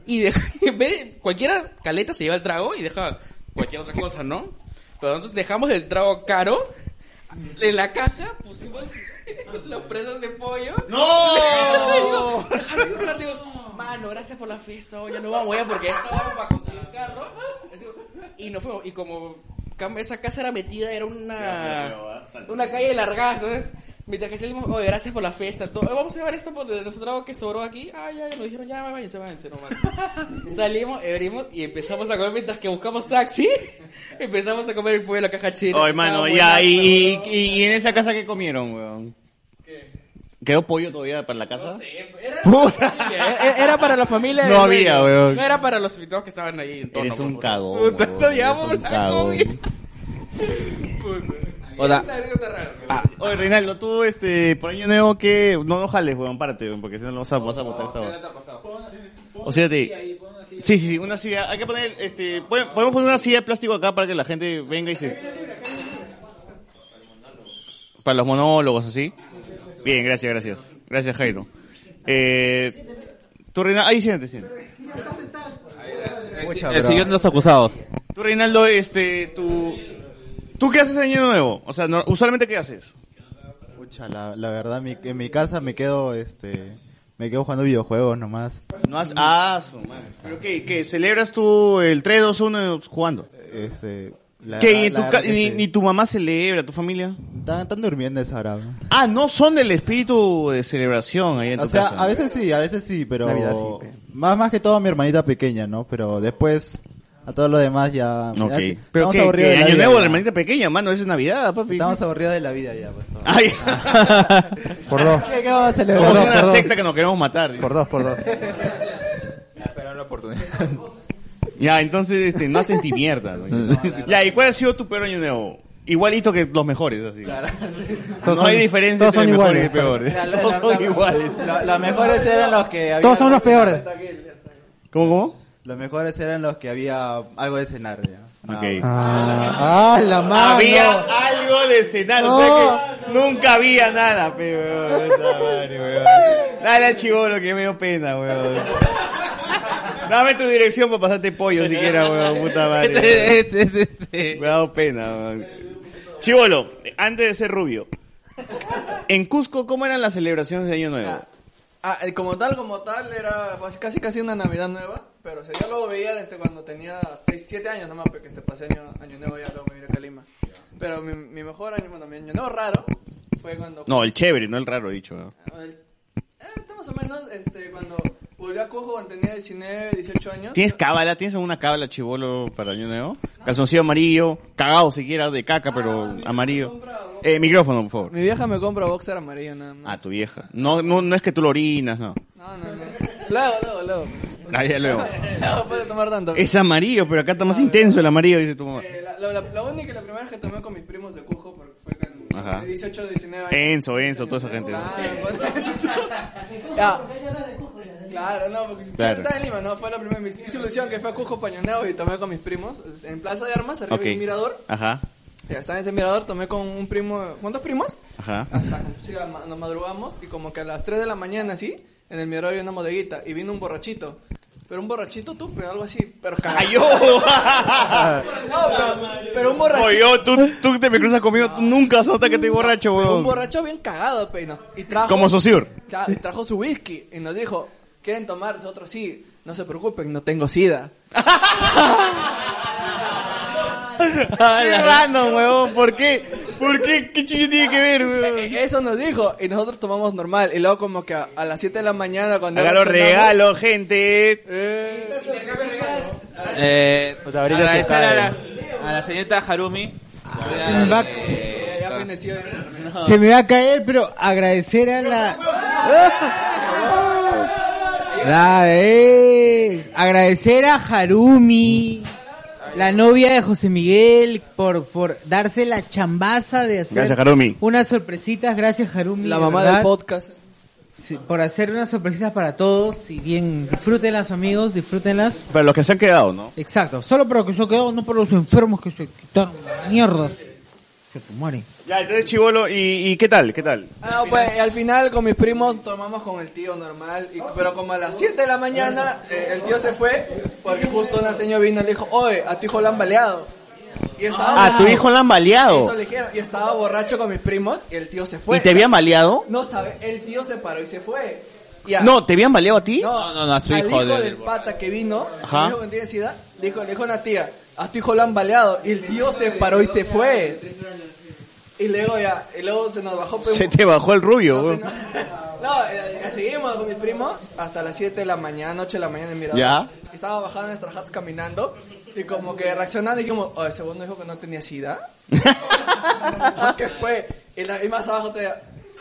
Speaker 16: Y de- en vez de- cualquiera caleta se lleva el trago y deja cualquier otra cosa, ¿no? Pero nosotros dejamos el trago caro en la caja, pusimos los presos de pollo.
Speaker 14: ¡No!
Speaker 16: Déjalo, yo planteo, mano, gracias por la fiesta, oye, no vamos ya porque esto vamos para conseguir el carro. Y nos fuimos, y como cam- esa casa era metida, era
Speaker 14: Ya, ya,
Speaker 16: una, una calle largada, entonces... Mientras que salimos, oye, gracias por la fiesta. todo, "Eh, Vamos a llevar esto por de nuestro trago que sobró aquí. Ay, ay, nos dijeron, ya, váyanse, váyanse, nomás. Salimos, abrimos y empezamos a comer mientras que buscamos taxi. Empezamos a comer el pollo de la caja china.
Speaker 7: Ay,
Speaker 16: que
Speaker 7: mano,
Speaker 16: estaba
Speaker 7: ya,
Speaker 16: buenazo.
Speaker 7: y, y, y en esa casa, ¿qué comieron, weón? ¿Quedó pollo todavía para la casa?
Speaker 16: Era,
Speaker 7: Puta.
Speaker 16: Era- era para la familia. del
Speaker 7: No había,
Speaker 16: dueño.
Speaker 7: weón.
Speaker 16: No era para los invitados que estaban ahí. En torno,
Speaker 7: Eres un
Speaker 16: por favor.
Speaker 7: cagón,
Speaker 16: Puta,
Speaker 7: weón,
Speaker 16: no llevamos
Speaker 7: eres un
Speaker 16: la
Speaker 7: cagón.
Speaker 16: comida.
Speaker 7: Hola.
Speaker 16: Una anécdota rara.
Speaker 7: Ah, Oye, Reinaldo, tú, este, por año nuevo, que no nos jales, weón, párate, weón, porque si no lo vas a, vas a botar esta hora. O sea, te... Sí, sí, sí, una silla. Hay que poner, este, ¿pod- podemos poner una silla de plástico acá para que la gente venga y se... Para los monólogos, así. Bien, gracias, gracias. Gracias, Jairo. Eh, tú, Reinaldo, ahí siéntate, siéntate.
Speaker 6: El siguiente de Eh, los acusados.
Speaker 7: Tú, Reinaldo, este, tú... ¿Tú qué haces en año nuevo? O sea, no- usualmente, ¿qué haces?
Speaker 17: Pucha, la, la verdad, mi- en mi casa me quedo, este, me quedo jugando videojuegos nomás.
Speaker 7: No has... Ah, su madre. ¿Pero qué, qué? ¿Celebras tú el 3-2-1 jugando?
Speaker 17: Este, la
Speaker 7: ¿Qué?
Speaker 17: verdad-
Speaker 7: ¿Y
Speaker 17: la
Speaker 7: tu
Speaker 17: verdad
Speaker 7: ca-
Speaker 17: que
Speaker 7: ni,
Speaker 17: sí.
Speaker 7: ni tu mamá celebra, tu familia?
Speaker 17: Están, están durmiendo a esa hora. ¿no?
Speaker 7: Ah, no son del espíritu de celebración ahí en
Speaker 17: O
Speaker 7: tu
Speaker 17: sea,
Speaker 7: casa.
Speaker 17: a veces sí, a veces sí, pero
Speaker 7: Navidad sí,
Speaker 17: más más que todo a mi hermanita pequeña, ¿no? Pero después a todos los demás ya, ya
Speaker 7: Ok.
Speaker 17: que-
Speaker 7: Pero
Speaker 17: estamos
Speaker 7: qué,
Speaker 17: aburridos
Speaker 7: qué,
Speaker 17: de la
Speaker 7: año
Speaker 17: vida,
Speaker 7: nuevo,
Speaker 17: ya.
Speaker 7: la hermanita pequeña, mano, es Navidad, papi.
Speaker 17: Estamos aburridos de la vida ya, pues. todo.
Speaker 7: Ay.
Speaker 17: Por dos. ¿Qué, qué vamos a celebrar?
Speaker 7: Somos
Speaker 17: Por dos,
Speaker 7: una
Speaker 17: por dos.
Speaker 7: secta que nos queremos matar.
Speaker 17: Por dos, por dos.
Speaker 6: Esperar la oportunidad.
Speaker 7: ya, entonces, este, no haces ni mierda. ¿no? ya, ¿y cuál ha sido tu peor año nuevo? Igualito que los mejores, así.
Speaker 17: Todos
Speaker 7: no hay
Speaker 17: son-
Speaker 7: diferencia
Speaker 17: todos son
Speaker 7: entre mejores y peores.
Speaker 17: iguales. La- la- la- la- la- Los mejores eran los que habían-
Speaker 12: Todos son los peores.
Speaker 7: ¿Cómo, cómo?
Speaker 17: Los mejores eran los que había algo de cenar. Ya. Nada
Speaker 7: Ok.
Speaker 10: Ah, ah, la mano.
Speaker 7: Había algo de cenar, o sea que nunca había nada, pero Dale al chivolo que me dio pena, weón. Dame tu dirección para pasarte pollo siquiera, weón, puta madre. Me ha dado pena, weón. Chivolo, antes de ser rubio. En Cusco, ¿cómo eran las celebraciones de Año Nuevo?
Speaker 18: Ah, eh, como tal, como tal, era pues, casi casi una Navidad nueva, pero o sea, yo lo veía desde cuando tenía 6, 7 años nomás, porque este pasé año, año nuevo ya luego me vine acá a Lima. Pero mi, mi mejor año, bueno, mi año nuevo raro fue cuando...
Speaker 7: No, el chévere, no el raro dicho. weón.
Speaker 18: el- eh, más o menos, este, cuando volví a Cojo cuando tenía 19, 18 años.
Speaker 7: ¿Tienes cábala? ¿Tienes alguna cábala chivolo para Año Nuevo? Calzoncillo amarillo, cagado siquiera, de caca, pero amarillo. Eh, micrófono, por favor.
Speaker 18: Mi vieja me compra boxer amarillo nada más.
Speaker 7: Ah, tu vieja. No, no, no es que tú lo orinas, no.
Speaker 18: No, no, no. Luego, luego, luego.
Speaker 7: Ah, ya luego.
Speaker 18: No puede tomar tanto.
Speaker 7: Es amarillo, pero acá está más intenso el amarillo, dice tu mamá.
Speaker 18: Eh, la, la- la- la única y la primera vez que tomé con mis primos de Cujo porque fue con
Speaker 7: Ajá.
Speaker 18: 18, 19 años.
Speaker 7: Enzo, Enzo, toda esa gente. ¿no?
Speaker 18: Ah, Ya. Claro, no, porque
Speaker 7: Claro.
Speaker 18: yo estaba en Lima, ¿no? Fue la primera mi solución que fue a Cusco Pañoneo y tomé con mis primos en Plaza de Armas, arriba
Speaker 7: Ok.
Speaker 18: de un mirador.
Speaker 7: Ajá,
Speaker 18: Ya estaba en ese mirador, tomé con un primo, ¿cuántos primos?
Speaker 7: ajá.
Speaker 18: Hasta sí, ma- nos madrugamos y como que a las 3 de la mañana así, en el mirador había una bodeguita y vino un borrachito. Pero un borrachito tú, pero algo así, pero cayó. pero, pero un borrachito.
Speaker 7: Oye, yo, tú, tú que te me cruzas conmigo, tú nunca has notado que estoy borracho,
Speaker 18: Pero un
Speaker 7: weón.
Speaker 18: borracho bien cagado, peino. Y trajo,
Speaker 7: Como Saussure.
Speaker 18: Tra- y trajo su whisky y nos dijo, ¿quieren tomar? Nosotros sí, no se preocupen, no tengo sida.
Speaker 7: Qué random, weón, ¿por qué? ¿Por qué? ¿Qué chillo tiene que ver, weón?
Speaker 18: E-, Eso nos dijo y nosotros tomamos normal. Y luego como que a, a las 7 de la mañana cuando...
Speaker 7: Regalo,
Speaker 18: reaccionamos-
Speaker 7: regalo, gente.
Speaker 20: Eh,
Speaker 7: Puta, ahorita se
Speaker 20: agradecer
Speaker 7: cae.
Speaker 20: a la, a la señorita Harumi.
Speaker 3: sin backs. Se me va a caer, pero agradecer a la. La vez. Agradecer a Harumi, la novia de José Miguel, por, por darse la chambaza de hacer.
Speaker 7: Gracias, Harumi.
Speaker 3: Unas sorpresitas, gracias, Harumi.
Speaker 18: La
Speaker 3: de
Speaker 18: mamá
Speaker 3: verdad.
Speaker 18: del podcast.
Speaker 3: Sí, por hacer unas sorpresitas para todos. Y bien, disfrútenlas, amigos, disfrútenlas.
Speaker 7: Para los que se han quedado, ¿no?
Speaker 18: Eh,
Speaker 3: Exacto, solo para los que se quedó, no para los enfermos que se quitaron. Mierdas. Se te muere.
Speaker 7: Ya, entonces chivolo, ¿y, y qué tal? ¿Qué tal?
Speaker 18: Ah, pues y al final con mis primos tomamos con el tío normal, y- pero como a las 7 de la mañana eh, el tío se fue porque justo una señora vino y le dijo, oye, a tu hijo lo han baleado. Y estaba
Speaker 7: Ah, tu hijo lo han baleado.
Speaker 18: Eso le dijeron, y estaba borracho con mis primos y el tío se fue.
Speaker 7: ¿Y te habían baleado?
Speaker 18: No sabe, el tío se paró y se fue.
Speaker 7: No, ¿te habían baleado a ti?
Speaker 18: No,
Speaker 20: no, no, a su
Speaker 18: Al
Speaker 20: hijo
Speaker 18: hijo
Speaker 20: del-
Speaker 18: del pata que vino,
Speaker 7: Ajá.
Speaker 18: el hijo que tiene sida, le dijo, le dijo a una tía, a tu hijo lo han baleado. Y el tío se paró y se fue. Y luego ya, y luego se nos bajó. pues,
Speaker 7: Se te bajó el rubio, weón.
Speaker 18: no, eh, eh, seguimos con mis primos hasta las 7 de la mañana, 8 de la mañana en Mirador.
Speaker 7: Ya.
Speaker 18: Estábamos bajando en nuestras hats caminando y como que reaccionando dijimos, oh, el segundo dijo que no tenía sida. ¿Qué fue? Y, la- y más abajo te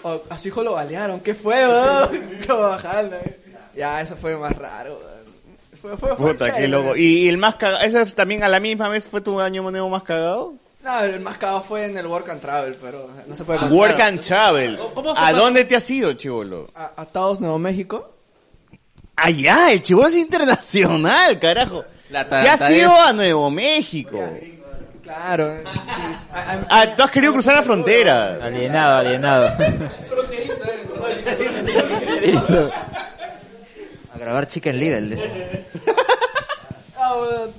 Speaker 18: oh, a su hijo lo balearon, ¿qué fue? weón?" como bajando. eh. Ya, eso fue más raro. weón. Fue, fue, fue
Speaker 7: Puta, qué
Speaker 18: chévere.
Speaker 7: loco. ¿Y, y el más cagado? ¿Ese es también a la misma vez fue tu año nuevo más cagado?
Speaker 18: No, el más cagado fue en el Work and Travel, pero no se puede contar.
Speaker 7: Ah, Work and Travel.
Speaker 18: ¿Cómo se
Speaker 7: ¿A
Speaker 18: llama?
Speaker 7: dónde te has ido, chivolo?
Speaker 18: A, a Taos, Nuevo México.
Speaker 7: Allá, el chivolo es internacional, carajo.
Speaker 18: La
Speaker 7: Te has ido a Nuevo México.
Speaker 18: Claro. eh,
Speaker 7: Ah, tú has querido cruzar la frontera.
Speaker 6: Alienado, alienado.
Speaker 21: Eso. A grabar Chicken Little. eh.
Speaker 18: Ah, bueno,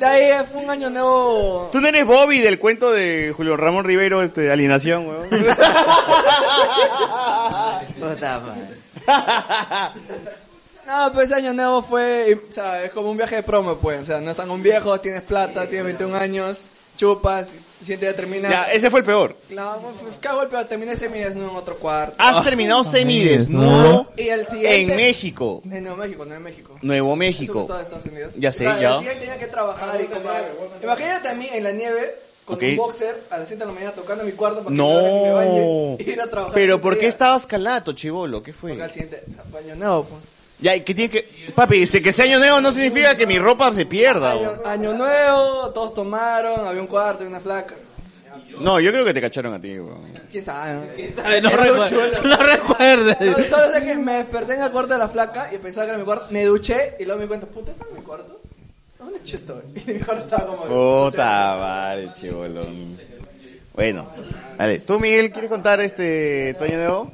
Speaker 18: De ahí fue un año nuevo.
Speaker 7: Tú no eres Bobby del cuento de Julio Ramón Rivero, este, de Alienación, weón.
Speaker 21: Puta madre.
Speaker 18: No, pues año nuevo fue, o sea, es como un viaje de promo, pues. O sea, no están un viejo, tienes plata, tienes 21 años, chupas, siente ya terminas.
Speaker 7: Ya, ese fue el peor.
Speaker 18: Claro, pues, cada golpe terminé semidesnudo en otro cuarto.
Speaker 7: Has terminado semidesnudo
Speaker 18: Y el siguiente-
Speaker 7: en México.
Speaker 18: En Nuevo México, no en México.
Speaker 7: Nuevo
Speaker 18: Es un
Speaker 7: México.
Speaker 18: estado de Estados Unidos.
Speaker 7: Ya sé,
Speaker 18: Claro,
Speaker 7: ya.
Speaker 18: El siguiente tenía que trabajar y comprar. Imagínate a mí en la nieve con
Speaker 7: Ok.
Speaker 18: un boxer a las 7 de la mañana tocando mi cuarto para que me abran y me
Speaker 7: No.
Speaker 18: bañe y ir a trabajar.
Speaker 7: Pero
Speaker 18: ese
Speaker 7: ¿por qué
Speaker 18: día.
Speaker 7: estabas calato, chivolo? ¿Qué fue?
Speaker 18: Porque al siguiente, o sea, fue año nuevo, pues.
Speaker 7: Ya, ¿y ¿qué tiene que...? Papi, dice que sea año nuevo no significa que mi ropa se pierda. weón.
Speaker 18: Año nuevo, todos tomaron, había un cuarto y una flaca.
Speaker 7: No, yo creo que te cacharon a ti, weón.
Speaker 18: ¿Quién sabe? ¿Quién
Speaker 7: sabe? No recuerdo,
Speaker 18: No
Speaker 7: recuerdo.
Speaker 18: Solo, solo sé que me desperté en el cuarto de la flaca y pensaba que era mi cuarto. Me duché y luego me di cuenta, puta, ¿está en mi cuarto? ¿Dónde es esto? Y mi cuarto estaba como...
Speaker 7: Puta madre, chibolón. Bueno, dale. ¿Tú, Miguel, quieres contar este Toño Nuevo?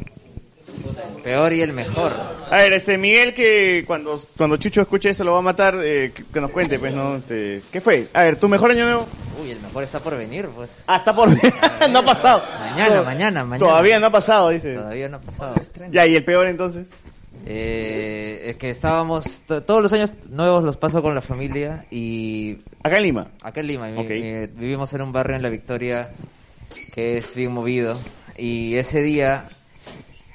Speaker 21: Peor y el mejor.
Speaker 7: A ver, este Miguel que cuando, cuando Chucho escuche eso lo va a matar, eh, que, que nos cuente, pues, ¿no? Este, ¿Qué fue? A ver, ¿tu mejor año nuevo?
Speaker 21: Uy, el mejor está por venir, pues.
Speaker 7: Ah, está por venir. no ha pasado.
Speaker 21: Mañana,
Speaker 7: No,
Speaker 21: mañana, mañana.
Speaker 7: Todavía no ha pasado, dice.
Speaker 21: Todavía no ha pasado.
Speaker 7: Ya, ¿y el peor entonces?
Speaker 21: Eh, es que estábamos, to- todos los años nuevos los paso con la familia y...
Speaker 7: ¿Acá en Lima?
Speaker 21: Acá en Lima, y- y vivimos en un barrio en La Victoria que es bien movido y ese día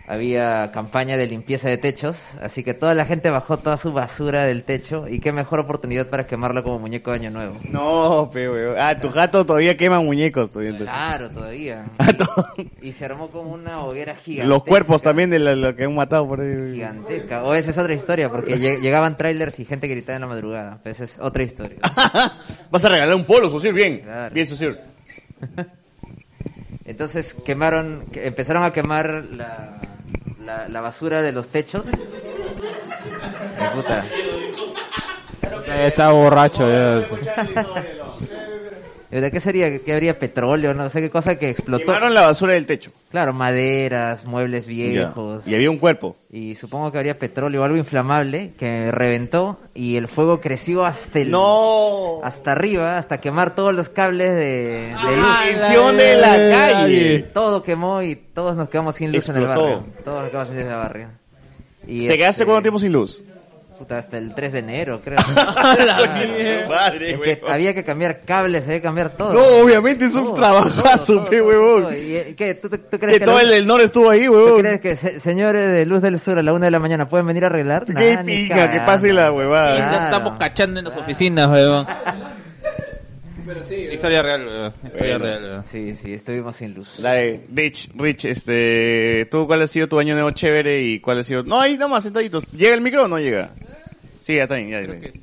Speaker 21: había campaña de limpieza de techos, así que toda la gente bajó toda su basura del techo y qué mejor oportunidad para quemarla como muñeco de año nuevo.
Speaker 7: No, pe, weón. Ah, tu gato todavía quema muñecos. Todavía.
Speaker 21: Claro, todavía. Y, y se armó como una hoguera gigante.
Speaker 7: Los cuerpos también de la- lo que han matado por ahí.
Speaker 21: gigantesca. O esa es otra historia, porque lle- llegaban trailers y gente gritaba en la madrugada. Pues esa es otra historia.
Speaker 7: Vas a regalar un polo, Susir, bien. Bien, Susir.
Speaker 21: Entonces quemaron, que- empezaron a quemar la, la, la basura de los techos. Ay, puta.
Speaker 6: Está borracho. ya.
Speaker 21: ¿De qué sería? ¿Qué habría? ¿Petróleo? No sé qué cosa que explotó.
Speaker 7: Quemaron la basura del techo.
Speaker 21: Claro, maderas, muebles viejos.
Speaker 7: Y había un cuerpo.
Speaker 21: Y supongo que habría petróleo o algo inflamable que reventó y el fuego creció hasta el...
Speaker 7: ¡No!
Speaker 21: Hasta arriba, hasta quemar todos los cables de, de luz.
Speaker 7: extensión de la calle!
Speaker 21: Todo quemó y todos nos quedamos sin luz en el
Speaker 7: Explotó.
Speaker 21: barrio. Todos nos quedamos sin luz en el barrio. Y
Speaker 7: ¿Te quedaste
Speaker 21: este,
Speaker 7: cuánto tiempo sin luz?
Speaker 21: puta, hasta el 3 de enero, creo.
Speaker 7: La concha de su madre,
Speaker 21: Es que
Speaker 7: huevón.
Speaker 21: había que cambiar cables, había que cambiar todo.
Speaker 7: No, obviamente es un trabajazo, pe, huevón.
Speaker 21: Y, eh, ¿Qué? ¿Tú, tú- tú crees
Speaker 7: Que
Speaker 21: que
Speaker 7: todo
Speaker 21: la-
Speaker 7: el del norte estuvo ahí, huevón.
Speaker 21: ¿Tú crees que se- señores de Luz del Sur a la una de la mañana pueden venir a arreglar?
Speaker 7: Qué
Speaker 21: Nah, ni
Speaker 7: pinga, que
Speaker 21: cagando.
Speaker 7: pase la huevada.
Speaker 21: Claro.
Speaker 20: Ya estamos cachando en las oficinas, weón.
Speaker 18: Pero sí,
Speaker 21: eh.
Speaker 20: Historia real, weón. Historia
Speaker 7: Bueno.
Speaker 20: real, weón.
Speaker 21: Sí, sí, estuvimos sin luz.
Speaker 7: La de Rich, Rich, este, ¿tú cuál ha sido tu año nuevo chévere y cuál ha sido? No, ahí nomás, sentaditos. ¿Llega el micro o no llega? Sí, ya está bien, ya dile.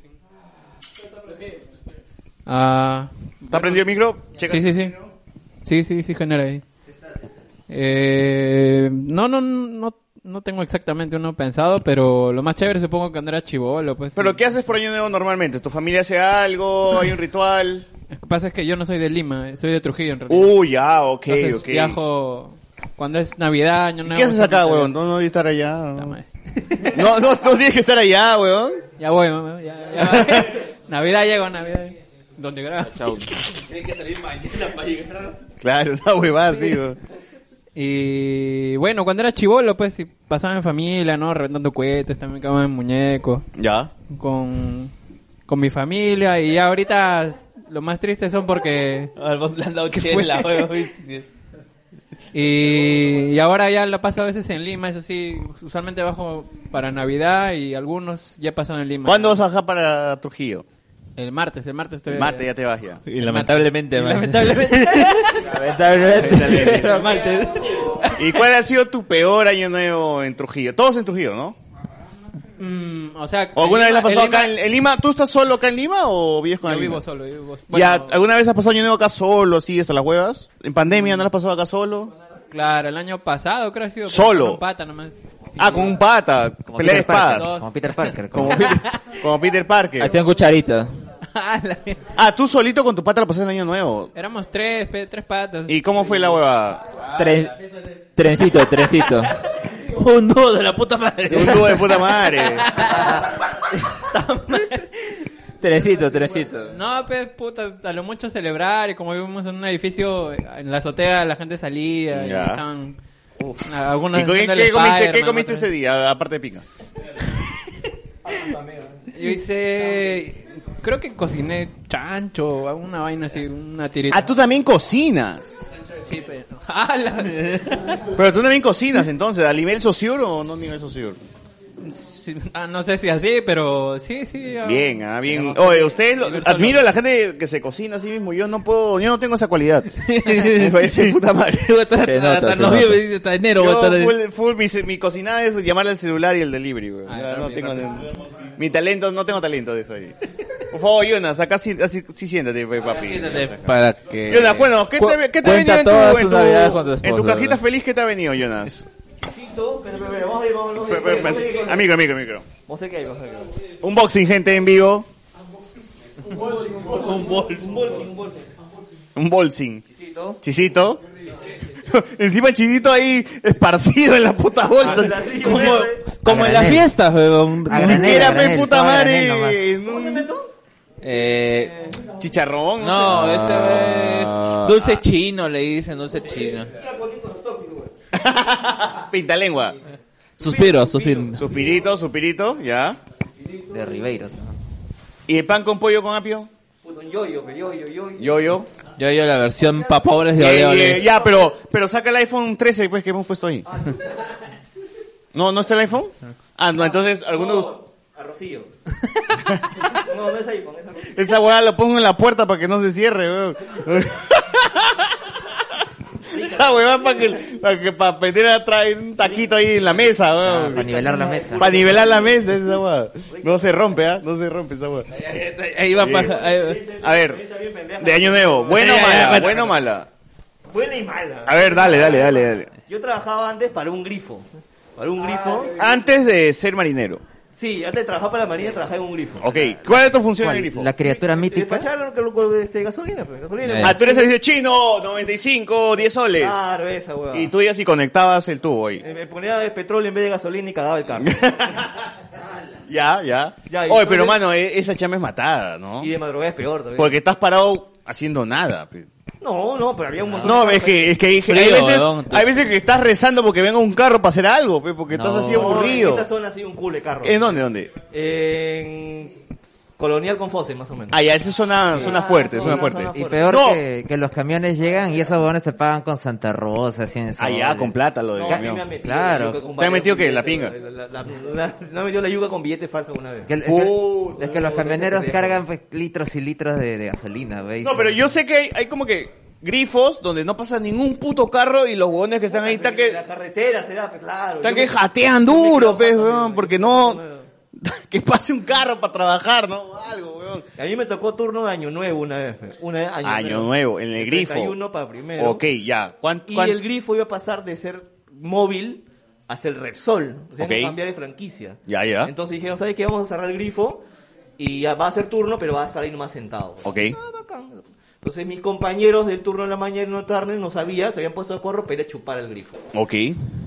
Speaker 4: Ah,
Speaker 7: ¿Está prendido el micro? Checa.
Speaker 4: Sí, sí, sí. Sí, sí, sí, genera ahí. Eh, no, no, no, no tengo exactamente uno pensado, pero lo más chévere supongo que andar a chivolo, pues.
Speaker 7: Pero ¿qué haces por año nuevo normalmente? ¿Tu familia hace algo? ¿Hay un ritual?
Speaker 4: Lo que pasa es que yo no soy de Lima, eh, soy de Trujillo en realidad.
Speaker 7: Uy, ya, Uh, ok,
Speaker 4: Entonces
Speaker 7: ok.
Speaker 4: viajo cuando es Navidad, Año Nuevo.
Speaker 7: ¿Qué haces acá,
Speaker 4: solamente-
Speaker 7: huevón? No, no voy a estar allá. No, no, no tienes que estar allá, huevón.
Speaker 4: Ya voy, mamá, Ah, ya, ya. Navidad llego, Navidad. Donde grabo.
Speaker 1: Tiene que salir mañana para llegar.
Speaker 7: Claro, una huevada, sí, huevón.
Speaker 4: Y bueno, cuando era chivolo, pues, y pasaba en familia, ¿no? Reventando cohetes, también cagaba en muñecos.
Speaker 7: Ya.
Speaker 4: Con, con mi familia. Y ya ahorita lo más triste son porque...
Speaker 1: vos le han dado
Speaker 4: ¿Qué
Speaker 1: chela,
Speaker 4: fue?
Speaker 1: weón.
Speaker 4: Y, y ahora ya lo paso a veces en Lima, eso sí. Usualmente bajo para Navidad y algunos ya pasan en Lima.
Speaker 7: ¿Cuándo vas a bajar para Trujillo?
Speaker 4: El martes, el martes estoy...
Speaker 7: El martes ya te vas ya.
Speaker 4: Y
Speaker 1: lamentablemente, man.
Speaker 4: martes. Lamentablemente.
Speaker 7: Lamentablemente.
Speaker 4: Pero martes.
Speaker 7: ¿Y cuál ha sido tu peor año nuevo en Trujillo? Todos en Trujillo, ¿no?
Speaker 4: Mm, o sea...
Speaker 7: ¿O alguna
Speaker 4: en
Speaker 7: vez la
Speaker 4: Lima-
Speaker 7: has pasado
Speaker 4: en Lima-
Speaker 7: acá en, en Lima? ¿Tú estás solo acá en Lima o vives con
Speaker 4: Yo
Speaker 7: alguien?
Speaker 4: vivo solo, yo vivo solo.
Speaker 7: ¿Ya alguna vez has pasado año nuevo acá solo, así, hasta las huevas? ¿En pandemia no la has pasado acá solo?
Speaker 4: Claro, el año pasado creo que ha sido.
Speaker 7: Solo.
Speaker 4: con un pata nomás.
Speaker 7: Ah, con un pata, pelea de
Speaker 4: Peter Parker,
Speaker 7: espadas.
Speaker 4: como Peter
Speaker 21: Parker.
Speaker 7: Como, Peter- como Peter Parker.
Speaker 6: Hacían cucharitas.
Speaker 7: Ah, tú solito con tu pata la pasaste el año nuevo.
Speaker 4: Éramos tres, pe- tres patas.
Speaker 7: ¿Y cómo fue la hueva?
Speaker 6: Tren- trencito, trencito.
Speaker 1: Un nudo de la puta madre.
Speaker 7: Un dúo de puta madre.
Speaker 6: trencito, trencito.
Speaker 4: No, pues, puta, a lo mucho celebrar. Y como vivimos en un edificio, en la azotea la gente salía.
Speaker 7: Ya.
Speaker 4: Y estaban. algunos
Speaker 7: ¿Y con- qué,
Speaker 4: haciendo el
Speaker 7: comiste, qué
Speaker 4: Spider-Man,
Speaker 7: comiste
Speaker 4: otros-
Speaker 7: ese día, aparte de pica?
Speaker 4: Yo hice. Creo que cociné chancho o alguna vaina así, una tirita.
Speaker 7: Ah, tú también cocinas.
Speaker 4: Sí, pe- ¡Jala!
Speaker 7: Pero tú también cocinas, entonces, ¿a nivel sociur o no a nivel sociur?
Speaker 4: Sí, ah, no sé si así, pero sí, sí. ah.
Speaker 7: Bien, ah, bien. Oye, ustedes, lo- admiro a la gente que se cocina a sí mismo. Yo no puedo, yo no tengo esa cualidad. Me parece puta madre.
Speaker 1: Se nota, hasta se noviembre, nota. dice, hasta enero voy a
Speaker 7: Yo
Speaker 1: estar en-
Speaker 7: full, full, mi, mi cocinada es llamarle al celular y el delivery, güey. Ya no tengo- mi talento, no tengo talento de eso ahí. Por favor, Jonas, acá sí, así- sí siéntate, pe, papi.
Speaker 6: Para que...
Speaker 7: Jonas, bueno, ¿qué te, qué te
Speaker 6: Cuenta
Speaker 7: ha venido en tu,
Speaker 6: todas sus
Speaker 7: en tu-
Speaker 6: navidades con tu
Speaker 7: en tu
Speaker 6: esposa,
Speaker 7: cajita
Speaker 6: ¿verdad?
Speaker 7: feliz? ¿Qué te ha venido, Jonas? Pe- pe- pe- Amigo, amigo, amigo.
Speaker 18: Vos sé que hay, vos sé que hay.
Speaker 7: Unboxing, gente, en vivo.
Speaker 22: Un bolsing, un bolsing.
Speaker 7: Un bolsing, un bolsing.
Speaker 22: un bolsing.
Speaker 7: Un bolsín.
Speaker 22: Chisito.
Speaker 7: Chisito. Encima el chisito ahí esparcido en la puta bolsa.
Speaker 19: Ah,
Speaker 23: Como, como en las fiestas, weón.
Speaker 7: Ni siquiera, pe, puta madre.
Speaker 20: Eh,
Speaker 7: Chicharrón.
Speaker 20: No,
Speaker 7: sé.
Speaker 20: este eh, dulce chino le dicen, dulce chino.
Speaker 7: Pintalengua.
Speaker 20: Suspiro, suspiro.
Speaker 7: Suspirito, suspirito, ya.
Speaker 21: De Ribeiro.
Speaker 7: ¿Y el pan con pollo con apio?
Speaker 19: Yoyo, pe, yoyo, yoyo.
Speaker 7: Yoyo.
Speaker 20: Yo yo la versión pa pobres de
Speaker 7: Ya,
Speaker 20: Ole
Speaker 7: ya,
Speaker 20: Ole.
Speaker 7: ya, pero, pero saca el iPhone 13 pues, que hemos puesto ahí.
Speaker 19: Ah,
Speaker 7: ¿No, no está el iPhone? Ah, no, entonces algunos...
Speaker 19: Arrocillo. no, no es iPhone, es arrocillo.
Speaker 7: Esa weá la pongo en la puerta para que no se cierre, weón. Esa weá para que, para que, para meter atrás un taquito ahí en la mesa, weón.
Speaker 21: para Ah, nivelar la mesa.
Speaker 7: Para nivelar la mesa, esa weá. No se rompe, ¿ah? No se rompe esa weá.
Speaker 20: Ahí va
Speaker 7: Sí.
Speaker 20: para.
Speaker 7: A ver, de año nuevo, bueno o
Speaker 19: Ya, ya, ya,
Speaker 7: mala,
Speaker 19: ya.
Speaker 7: bueno o mala.
Speaker 19: Buena y mala.
Speaker 7: A ver, dale, dale, dale, dale.
Speaker 19: Ah, Yo trabajaba antes para un grifo. Para un grifo.
Speaker 7: Antes de ser marinero.
Speaker 19: Sí, antes de trabajar para la marina trabajaba en un grifo.
Speaker 7: Ok, ¿cuál es tu función
Speaker 21: ¿Cuál?
Speaker 7: en el grifo?
Speaker 21: La criatura mítica.
Speaker 19: Despacharon que lo- este, gasolina, pues, gasolina.
Speaker 7: Ah, tú eres el chino, 95, 10 soles.
Speaker 19: Claro, esa hueá.
Speaker 7: Y tú ya si conectabas el tubo ahí.
Speaker 19: Eh, Me ponía de petróleo en vez de gasolina y cagaba el cambio.
Speaker 7: Ya, ya.
Speaker 19: Ya, y
Speaker 7: Oye, pero
Speaker 19: entonces-
Speaker 7: mano, e- esa chama es matada, ¿no?
Speaker 19: Y de madrugada es peor todavía.
Speaker 7: Porque estás parado haciendo nada. pe.
Speaker 19: No, no, pero había un montón
Speaker 7: No,
Speaker 19: de-
Speaker 7: es que, es que hay,
Speaker 19: Frío,
Speaker 7: hay veces,
Speaker 19: weón.
Speaker 7: hay veces que estás rezando porque venga un carro para hacer algo, pe, porque estás así
Speaker 19: En
Speaker 7: aburrido.
Speaker 19: esta zona ha sido un culo de carro.
Speaker 7: ¿En dónde, dónde?
Speaker 19: En Colonial con Fose, más o menos.
Speaker 7: Ah, ya, eso suena, suena fuerte, suena fuerte.
Speaker 21: Y peor
Speaker 7: No,
Speaker 21: que, que los camiones llegan y esos huevones te pagan con Santa Rosa, así en
Speaker 7: Ah, ya, con plata lo de
Speaker 19: No,
Speaker 7: camión.
Speaker 19: sí me ha metido la
Speaker 21: Claro.
Speaker 19: yuca con
Speaker 7: ¿Te ha metido qué?
Speaker 19: varios
Speaker 7: ¿La pinga?
Speaker 19: billetes, la- la- la- la- Me ha metido la yuca con billete falso una vez.
Speaker 21: Que el- es, que, es que los camioneros cargan pues, litros y litros de, de gasolina, ¿veis?
Speaker 7: No, pero yo sé que hay, hay como que grifos donde no pasa ningún puto carro y los huevones que están ahí están que,
Speaker 19: La carretera será, pues, claro.
Speaker 7: están
Speaker 19: Yo
Speaker 7: que
Speaker 19: me-
Speaker 7: jatean duro, pe, weón, porque no... Que pase un carro para trabajar, ¿no?
Speaker 19: A mí me tocó turno de Año Nuevo una vez. pues. Una vez año,
Speaker 7: Año Nuevo, en el
Speaker 19: De
Speaker 7: grifo.
Speaker 19: 31 para primero.
Speaker 7: Ok, ya. ¿Cuán-
Speaker 19: Y
Speaker 7: cuán-
Speaker 19: el grifo iba a pasar de ser móvil a ser Repsol. O sea,
Speaker 7: Ok.
Speaker 19: no cambiar de franquicia.
Speaker 7: Ya, ya.
Speaker 19: Entonces dijeron, ¿sabes qué? Vamos a cerrar el grifo y ya va a ser turno, pero va a estar ahí nomás sentado.
Speaker 7: Ok.
Speaker 19: Entonces mis compañeros del turno de la mañana y no tarde no sabían, se habían puesto de acuerdo para ir a chupar el grifo.
Speaker 7: Ok.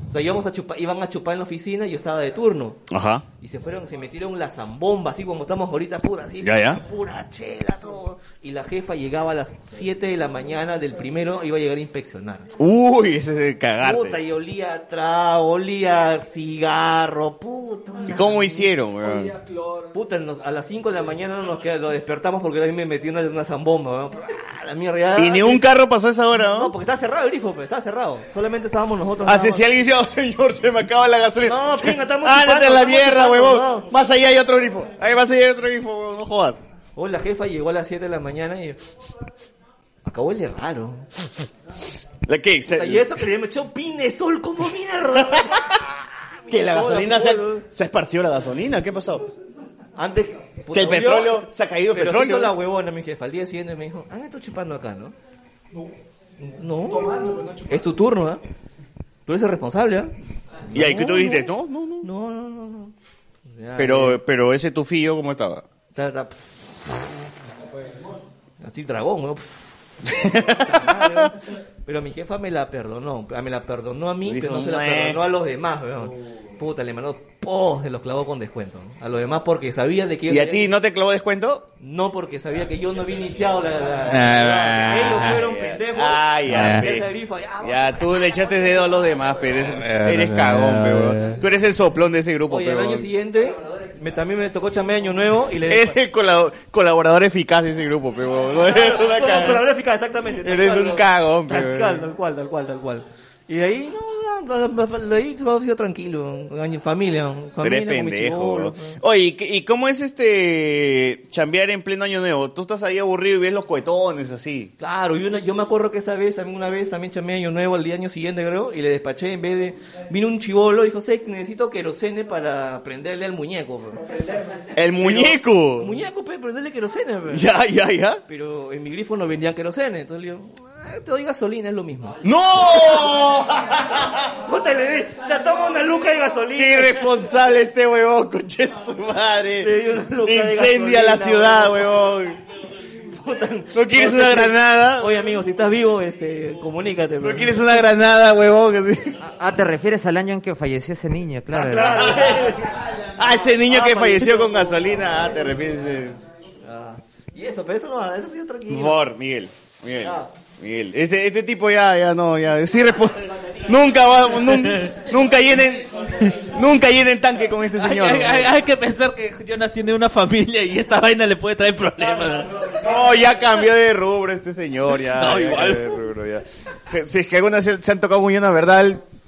Speaker 19: O sea, íbamos a chupar, iban a chupar en la oficina y yo estaba de turno.
Speaker 7: Ajá.
Speaker 19: Y se fueron, se metieron la zambomba, así como estamos ahorita, pura, así,
Speaker 7: Ya, ya.
Speaker 19: pura chela, todo. Y la jefa llegaba a las 7 de la mañana del primero, iba a llegar a inspeccionar.
Speaker 7: Uy, ese es de cagarte.
Speaker 19: Puta, y olía a tra, olía a cigarro, puta.
Speaker 7: ¿Y
Speaker 19: una-
Speaker 7: cómo hicieron, weón?
Speaker 19: Puta, nos- a las 5 de la mañana nos queda, lo despertamos porque también me metí una, una zambomba, weón. Ah, La mierda. ya-
Speaker 7: Y ni un carro pasó a esa hora, ¿no?
Speaker 19: No, porque estaba cerrado el grifo, pero estaba cerrado. Solamente estábamos nosotros.
Speaker 7: Ah,
Speaker 19: nada
Speaker 7: si,
Speaker 19: más.
Speaker 7: si alguien dice, oh, señor, se me acaba la gasolina.
Speaker 19: No, pinga, estamos
Speaker 7: Ah, no
Speaker 19: chupando,
Speaker 7: te la
Speaker 19: estamos
Speaker 7: mierda,
Speaker 19: chupando,
Speaker 7: huevón.
Speaker 19: no.
Speaker 7: Más allá hay otro grifo. Ahí más allá hay otro grifo, huevón, no jodas.
Speaker 19: Oh, la jefa llegó a las 7 de la mañana y... Acabó el de raro.
Speaker 7: ¿La qué?
Speaker 19: Puta, Y eso que le echó pinesol como mierda.
Speaker 7: Que la
Speaker 19: Joda,
Speaker 7: gasolina se ha,
Speaker 19: joda.
Speaker 7: se ha esparcido la gasolina, ¿qué pasó?
Speaker 19: Antes
Speaker 7: que el petróleo se ha caído el
Speaker 19: pero sí
Speaker 7: petróleo.
Speaker 19: hizo la huevona, mi jefa. Al día siguiente me dijo, han estado chupando acá, ¿no? No. Es tu turno, ¿ah? Tú eres el responsable, ¿ah?
Speaker 7: Y ahí que tú
Speaker 19: No,
Speaker 7: dijiste,
Speaker 19: no.
Speaker 7: no, no,
Speaker 19: No,
Speaker 7: no.
Speaker 19: no, no, no. Ya,
Speaker 7: Pero, pero ese tufillo, ¿cómo estaba?
Speaker 19: Ta, ta, Así dragón, ¿no? Pero mi jefa me la perdonó. Me la perdonó a mí,
Speaker 7: Dijo,
Speaker 19: pero no se la
Speaker 7: "Meh".
Speaker 19: perdonó a los demás, weón. Puta, le mandó po, se los clavó con descuento. ¿no? A los demás porque sabía de que...
Speaker 7: ¿Y a ti no te clavó descuento?
Speaker 19: No, porque sabía que yo no había iniciado la... la-
Speaker 7: Ah,
Speaker 19: la- Ellos
Speaker 7: ah,
Speaker 19: fueron
Speaker 7: ya.
Speaker 19: pendejos.
Speaker 7: Ah, ya,
Speaker 19: Ah,
Speaker 7: pe.
Speaker 19: ese grifo, ya,
Speaker 7: Ya, tú le echaste dedo a los demás, pero eres, eres cagón, pe, huevón. Tú eres el soplón de ese grupo,
Speaker 19: Oye,
Speaker 7: pe,
Speaker 19: el año
Speaker 7: huevón.
Speaker 19: siguiente me, también me tocó chamé año nuevo y le...
Speaker 7: Es el colado- colaborador eficaz de ese grupo, pero
Speaker 19: Con- con la gráfica, exactamente. tal
Speaker 7: Eres
Speaker 19: cual,
Speaker 7: un
Speaker 19: ¿no?
Speaker 7: cagón,
Speaker 19: Tal
Speaker 7: pero-
Speaker 19: cual, tal cual, tal cual, tal cual. Y de ahí, no, no, no, no, de ahí se va tranquilo. con mi Familia, familia
Speaker 7: Eres
Speaker 19: con mi
Speaker 7: pendejo.
Speaker 19: chibolo,
Speaker 7: bro. Oye, ¿y qué- ¿y cómo es este chambear en pleno año nuevo? Tú estás ahí aburrido y ves los cohetones así.
Speaker 19: Claro, y una, yo me acuerdo que esa vez, también una vez, también chamé año nuevo, al día año siguiente creo, y le despaché en vez de... Vino un chivolo y dijo, sé que necesito querosene para prenderle al muñeco. bro".
Speaker 7: ¡El
Speaker 19: Digo,
Speaker 7: muñeco!
Speaker 19: Muñeco, pe, prenderle querosene. bro".
Speaker 7: Ya, ya, ya.
Speaker 19: Pero en mi grifo no vendían querosene, entonces le digo, "Ah, te doy gasolina, es lo mismo.
Speaker 7: ¡No!
Speaker 19: Puta, le di, te tomo una luca de gasolina.
Speaker 7: ¡Qué irresponsable este huevón, coche su madre!
Speaker 19: Le di una luca de
Speaker 7: Incendia la
Speaker 19: gasolina,
Speaker 7: ciudad,
Speaker 19: huevón.
Speaker 7: huevón.
Speaker 19: ¿No
Speaker 7: quieres una granada?
Speaker 19: Oye, amigo, si estás vivo, este, comunícate. ¿No
Speaker 7: quieres una granada, huevón?
Speaker 21: Ah, te refieres al año en que falleció ese niño, claro.
Speaker 7: Ah, ese niño
Speaker 21: Ah,
Speaker 7: que falleció
Speaker 21: maldito.
Speaker 7: con gasolina. Ah, te refieres. eh.
Speaker 19: Ah. Y eso, pero eso no, eso sí, tranquilo.
Speaker 7: Por favor, Miguel. Miguel.
Speaker 20: Ah.
Speaker 7: Miguel. Este, este tipo ya, ya no, ya. Sí respo- nunca va, nun- nunca llenen, nunca llenen tanque con este
Speaker 20: Hay,
Speaker 7: señor.
Speaker 20: hay- hay- hay que pensar que Jonas tiene una familia y esta vaina le puede traer problemas.
Speaker 7: No, ya cambió de rubro este señor, ya.
Speaker 20: No,
Speaker 7: ya
Speaker 20: igual.
Speaker 7: cambió de rubro, ya. Que- Si es que alguna vez se, se han tocado un la verdad,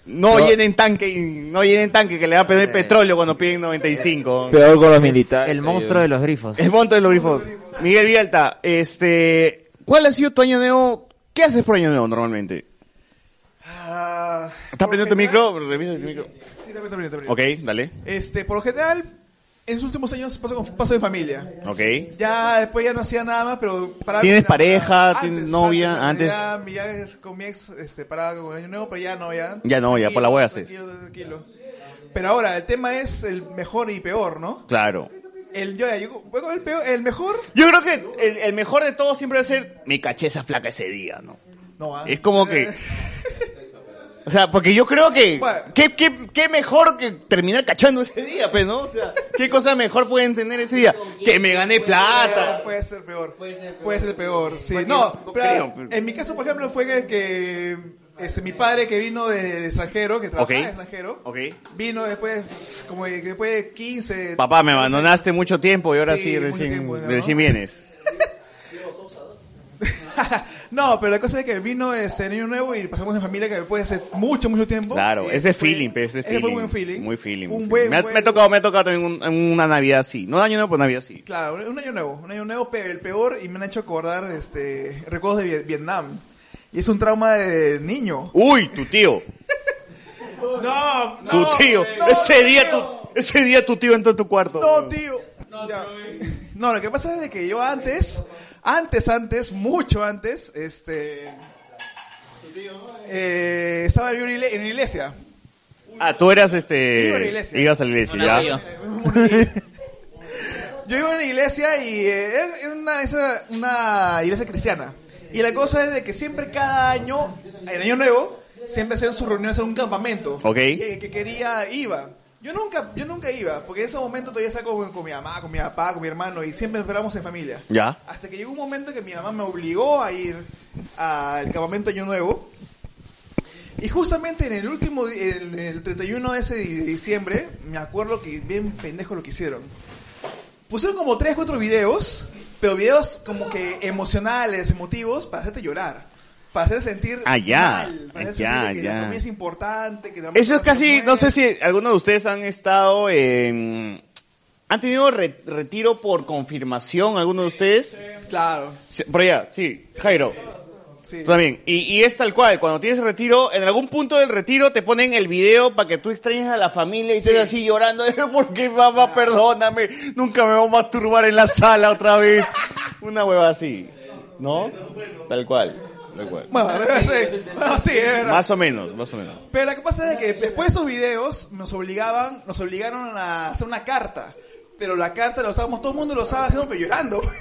Speaker 7: no,
Speaker 6: No. Eh.
Speaker 7: llenen tanque, y- no llenen tanque que le va a pedir petróleo cuando piden 95.
Speaker 6: Peor con los militares.
Speaker 21: El monstruo de los grifos.
Speaker 7: El monte de los grifos. Miguel Vialta, este, ¿cuál ha sido tu año nuevo? ¿Qué haces por año nuevo normalmente? ¿Estás prendiendo tu micro? Revisa tu micro.
Speaker 8: Sí, también, también, también.
Speaker 7: Ok, dale.
Speaker 8: Este, por lo general, en los últimos años paso, con, paso de familia.
Speaker 7: Ok.
Speaker 8: Ya después ya no hacía nada más, pero para
Speaker 7: ¿Tienes pareja? ¿Tienes novia? Antes.
Speaker 8: Ya, mi- ya es- con mi ex este, paraba con año nuevo, pero ya no, ya.
Speaker 7: Ya no, ya por la hueá haces.
Speaker 8: Tranquilo, tranquilo. Pero ahora, el tema es el mejor y peor, ¿no?
Speaker 7: Claro.
Speaker 8: El, yo, yo voy con el peor, el mejor.
Speaker 7: Yo creo que el, el mejor de todos siempre va a ser, me caché esa flaca ese día, ¿no?
Speaker 8: No, ah.
Speaker 7: Es como que... O sea, porque yo creo que... ¿Qué, qué, qué mejor que terminar cachando ese día, pues, ¿no? O sea, ¿qué cosa mejor pueden tener ese día? Que me gané plata.
Speaker 8: Puede ser peor. Puede ser peor. Puede ser peor, sí. No, pero en mi caso, por ejemplo, fue que, que, este, mi padre que vino de, de extranjero, que trabajaba
Speaker 7: Ok.
Speaker 8: de extranjero,
Speaker 7: Ok.
Speaker 8: vino después, como de- después de 15.
Speaker 7: Papá, me abandonaste mucho tiempo y ahora sí,
Speaker 8: Sí, mucho
Speaker 7: recién,
Speaker 8: tiempo, ¿no?
Speaker 7: recién vienes.
Speaker 8: No, pero la cosa es que vino este niño nuevo y pasamos en familia que después hace mucho, mucho tiempo.
Speaker 7: Claro,
Speaker 8: Y
Speaker 7: ese
Speaker 8: fue-
Speaker 7: feeling, pe, ese
Speaker 8: ese
Speaker 7: feeling.
Speaker 8: fue un buen feeling.
Speaker 7: Muy feeling.
Speaker 8: Un
Speaker 7: muy
Speaker 8: buen-
Speaker 7: feeling. me, ha-
Speaker 8: buen-
Speaker 7: me ha tocado, me ha tocado también un- una Navidad así. No año nuevo, pues Navidad sí.
Speaker 8: Claro, un año nuevo, un año nuevo, pero el peor y me han hecho acordar este recuerdos de Vie- Vietnam. Y es un trauma de niño.
Speaker 7: Uy, tu tío.
Speaker 8: No, no.
Speaker 7: Tu tío.
Speaker 8: no,
Speaker 7: ese día
Speaker 8: tío.
Speaker 7: tu ese día tu tío entró a tu cuarto.
Speaker 8: No, tío. Ya. No, lo que pasa es de que yo antes, antes, antes, mucho antes, este... eh, estaba yo en ile- en iglesia.
Speaker 7: Ah, tú eras este
Speaker 8: Iba a la iglesia.
Speaker 7: ibas a la iglesia, ya.
Speaker 8: Yo iba a una iglesia y eh, era- era una, esa- una iglesia cristiana. Y la cosa es de que siempre cada año, en Año Nuevo, siempre hacían sus reuniones en un campamento.
Speaker 7: Ok.
Speaker 8: Y el que quería iba. Yo nunca, yo nunca iba, porque en ese momento todavía estaba con, con mi mamá, con mi papá, con mi hermano, y siempre esperábamos en familia.
Speaker 7: Ya.
Speaker 8: Hasta que llegó un momento que mi mamá me obligó a ir al campamento Año Nuevo. Y justamente en el último, di- el, el 31 de ese di- de diciembre, me acuerdo que bien pendejo lo que hicieron. Pusieron como 3, 4 videos, pero videos como que emocionales, emotivos, para hacerte llorar. Para hacerte sentir
Speaker 7: Ah, ya.
Speaker 8: mal. Para hacerte
Speaker 7: Ah, ya,
Speaker 8: sentir que
Speaker 7: ya.
Speaker 8: la familia es importante. Que la
Speaker 7: Eso es
Speaker 8: familia se
Speaker 7: casi,
Speaker 8: muere.
Speaker 7: no sé si algunos de ustedes han estado en han tenido re- retiro por confirmación algunos de ustedes.
Speaker 8: Claro.
Speaker 7: Por allá, sí, Jairo.
Speaker 8: Sí.
Speaker 7: Tú también. Y, y es tal cual, cuando tienes retiro, en algún punto del retiro te ponen el video para que tú extrañes a la familia y estés así llorando. Porque mamá, perdóname, nunca me voy a masturbar en la sala otra vez. Una hueva así, ¿no? Tal cual, tal cual.
Speaker 8: Bueno, sí, bueno, sí, es verdad.
Speaker 7: Más o menos, más o menos.
Speaker 8: Pero lo que pasa es que después de esos videos nos obligaban, nos obligaron a hacer una carta. Pero la carta la usábamos, todo el mundo lo usaba haciendo, pero llorando. pues.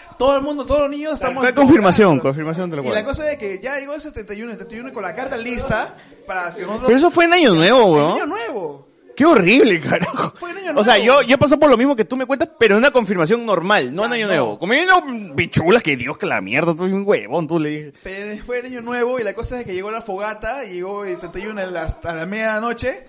Speaker 8: todo el mundo, todos los niños estamos...
Speaker 7: Fue confirmación, confirmación tal
Speaker 8: Y la
Speaker 7: cual.
Speaker 8: cosa es que ya llegó el 71, el 71 con la carta lista para que nosotros...
Speaker 7: Pero eso fue en Año Nuevo, weón.
Speaker 8: Año nuevo.
Speaker 7: Qué horrible, carajo.
Speaker 8: Pues,
Speaker 7: O sea, yo, yo pasé por lo mismo que tú me cuentas, pero en una confirmación normal,
Speaker 8: Ah,
Speaker 7: no en Año Nuevo. Como yo no, bichula, que Dios, que la mierda, tú eres un huevón, tú le dije.
Speaker 8: Pero Eh, fue el año nuevo y la cosa es que llegó la fogata, y llegó el 31 a las- a la medianoche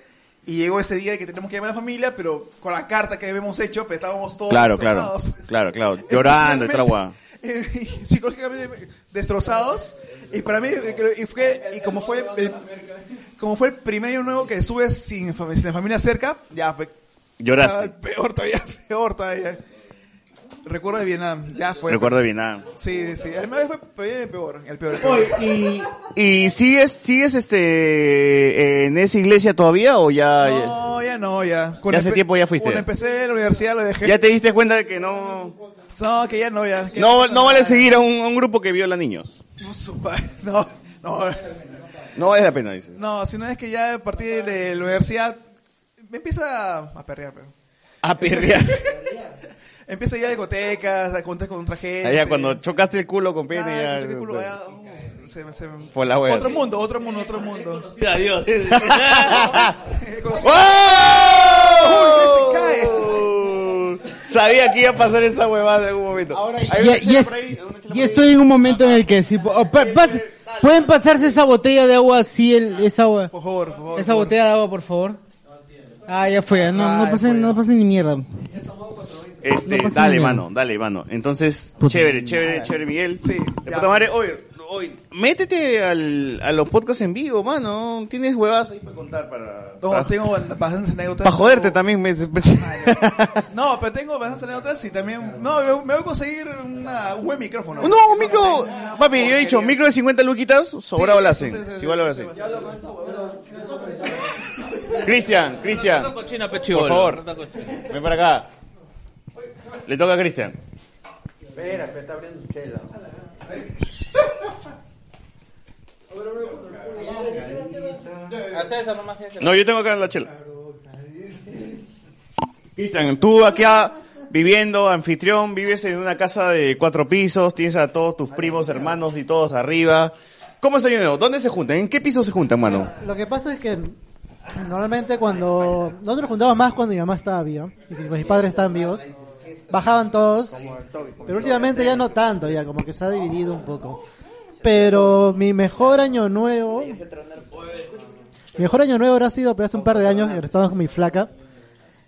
Speaker 8: y llegó ese día que tenemos que llamar a la familia, pero con la carta que habíamos hecho, pues estábamos todos
Speaker 7: Claro, claro.
Speaker 8: destrozados.
Speaker 7: Claro, claro. Llorando y tal guada.
Speaker 8: Eh, psicológicamente destrozados y para mí eh, creo- y, fue- y como fue el, como fue el primer año nuevo que estuve sin, fam- sin la familia cerca ya fue-
Speaker 7: Lloraste.
Speaker 8: ya, peor todavía peor todavía recuerdo de Vietnam ya fue
Speaker 7: Recuerdo de Vietnam.
Speaker 8: sí sí a mí fue pe- el peor el peor, el
Speaker 7: Oye,
Speaker 8: peor.
Speaker 7: ¿Y sigues, sigues este, en esa iglesia todavía o ya, ya-
Speaker 8: no ya no ya
Speaker 7: ya hace
Speaker 8: empe-
Speaker 7: tiempo ya fuiste?
Speaker 8: cuando empecé la universidad lo dejé
Speaker 7: ¿Ya te diste cuenta de que no...
Speaker 8: no que ya no ya que
Speaker 7: No,
Speaker 8: pasa
Speaker 7: no vale
Speaker 8: nada.
Speaker 7: seguir a un, a un grupo que viola niños.
Speaker 8: No, su madre, no no
Speaker 7: No vale la pena, dices.
Speaker 8: No, sino es que ya a partir de la universidad me empieza a perrear, pero.
Speaker 7: A perrear.
Speaker 8: Empieza ya discotecas, a contar con otra gente.
Speaker 7: Ah, ya, cuando chocaste el culo con Penny,
Speaker 8: Ah,
Speaker 7: ya- pues.
Speaker 8: choqué el culo, ah, oh, se- se-
Speaker 7: Por la wea.
Speaker 8: Otro mundo, otro mundo, otro mundo.
Speaker 7: Adiós.
Speaker 8: ¡Wow! Se cae.
Speaker 7: Sabía que iba a pasar esa huevada en algún momento. Hay una
Speaker 3: Y, y
Speaker 7: chela
Speaker 3: es-
Speaker 7: por ahí.
Speaker 3: y estoy en un momento en el que sí, po- oh, pa- pas- pueden pasarse esa botella de agua así el esa agua.
Speaker 8: Por favor, por favor.
Speaker 3: Esa botella de agua, por favor. Ah, ya fue, no, no pasen, no pasen ni mierda.
Speaker 7: Este,
Speaker 3: No pasa
Speaker 7: dale,
Speaker 3: nada.
Speaker 7: mano, dale, mano. Entonces, chévere, chévere, chévere, Miguel. Sí. De puta madre, oye, oye, métete al, a los podcasts en vivo, mano. Tienes huevadas ahí para contar para...
Speaker 8: No,
Speaker 7: para-
Speaker 8: tengo bastantes anécdotas.
Speaker 7: Para Ah. joderte también. me-
Speaker 8: No, pero tengo bastantes anécdotas y también. No, me, me voy a conseguir una- un buen micrófono.
Speaker 7: No, un micro... Papi, yo he dicho, micro de 50 luquitas, sobrado la hacen.
Speaker 8: sí, sí, sí.
Speaker 7: Igual lo hacen. Cristian, Cristian.
Speaker 14: Rata cochina, pe,
Speaker 7: Por
Speaker 14: chibolo,
Speaker 7: favor,
Speaker 14: rata cochina.
Speaker 7: ven para acá. Le toca a Cristian.
Speaker 14: Espera, está abriendo chela.
Speaker 7: No, yo tengo acá la chela. Cristian, tú aquí ah, viviendo, anfitrión, vives en una casa de cuatro pisos, tienes a todos tus primos, hermanos y todos arriba. ¿Cómo se ayudan? ¿Dónde se juntan? ¿En qué piso se juntan, mano?
Speaker 12: Lo que pasa es que normalmente cuando nosotros nos juntábamos más cuando mi mamá estaba viva y que mis padres estaban vivos, bajaban todos, pero últimamente ya no tanto, ya como que se ha dividido un poco. Pero mi mejor año nuevo, mi mejor año nuevo habrá sido pero hace un par de años, estábamos con mi flaca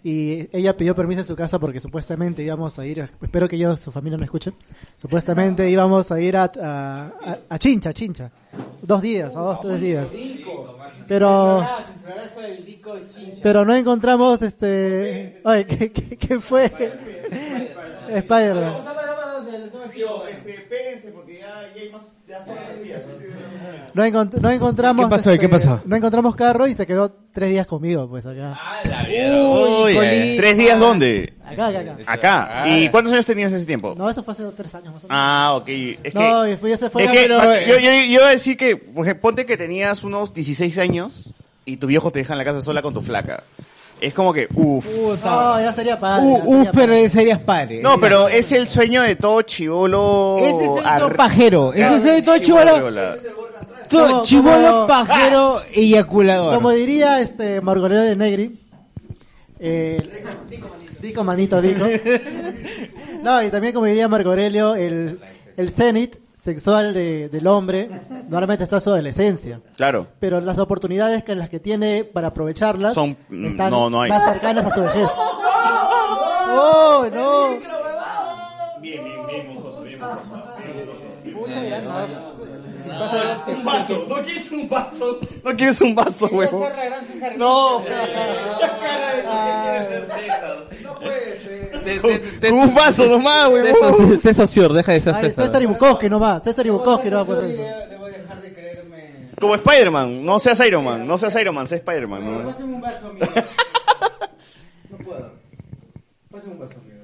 Speaker 12: y ella pidió permiso en su casa porque supuestamente íbamos a ir, espero que yo, su familia no escuche, supuestamente íbamos a ir a, a, a- a Chincha, Chincha, dos días, o dos, tres días. Pero... Pero no encontramos este. Oye, ¿qué, qué, qué fue? Spider-Man.
Speaker 7: Péguense Este, porque ya hay más...
Speaker 12: No, encont- no encontramos.
Speaker 3: ¿Qué pasó?
Speaker 12: este,
Speaker 3: ¿Qué pasó?
Speaker 12: No encontramos carro y se quedó tres días conmigo, pues acá.
Speaker 7: Uy,
Speaker 12: colita.
Speaker 7: ¿Tres días dónde?
Speaker 12: Acá, acá, acá.
Speaker 7: Acá. ¿Y cuántos años tenías en ese tiempo?
Speaker 12: No, eso fue hace tres años más o menos.
Speaker 7: Ah, ok. Es que,
Speaker 12: No, y fue- ese fue-
Speaker 7: es que-
Speaker 12: Pero, eh,
Speaker 7: yo, yo, yo iba a decir que, por ejemplo, ponte que tenías unos 16 años y tu viejo te deja en la casa sola con tu flaca. Es como que, uff.
Speaker 12: No, ya sería padre. ya
Speaker 3: Uh,
Speaker 12: sería
Speaker 3: uf, pero serías padre.
Speaker 7: No, pero es el sueño de todo chivolo.
Speaker 3: Ese es el todo pajero, ese es el todo chibolo-
Speaker 12: No,
Speaker 3: Todo
Speaker 12: como-
Speaker 3: chivolo, pajero, eyaculador.
Speaker 12: Como diría este Margarita de Negri, eh, Dico Manito Dico. No, y también como diría Marco Aurelio, el, el cenit sexual de- del hombre normalmente está en su adolescencia.
Speaker 7: Claro.
Speaker 12: Pero las oportunidades que las que tiene para aprovecharlas
Speaker 7: Son-
Speaker 12: están
Speaker 7: no, no hay.
Speaker 12: más cercanas a su vejez. ¡Oh, no!
Speaker 7: Bien, bien, bien, mojoso, bien,
Speaker 14: Un vaso, no quieres un vaso.
Speaker 7: No quieres un vaso, güey.
Speaker 14: No.
Speaker 7: Un vaso nomás, güey. uh.
Speaker 2: César, César Sior, deja de ser
Speaker 12: Ay,
Speaker 2: César.
Speaker 12: César y Bukowski no va, César y Bukowski pues, no va a poner eso.
Speaker 7: Como Spider-Man, no seas Iron Man, no seas Iron Man, sé Spider-Man. ¿no?
Speaker 1: Pásame un vaso, amigo. No puedo. Pásame un vaso, amigo.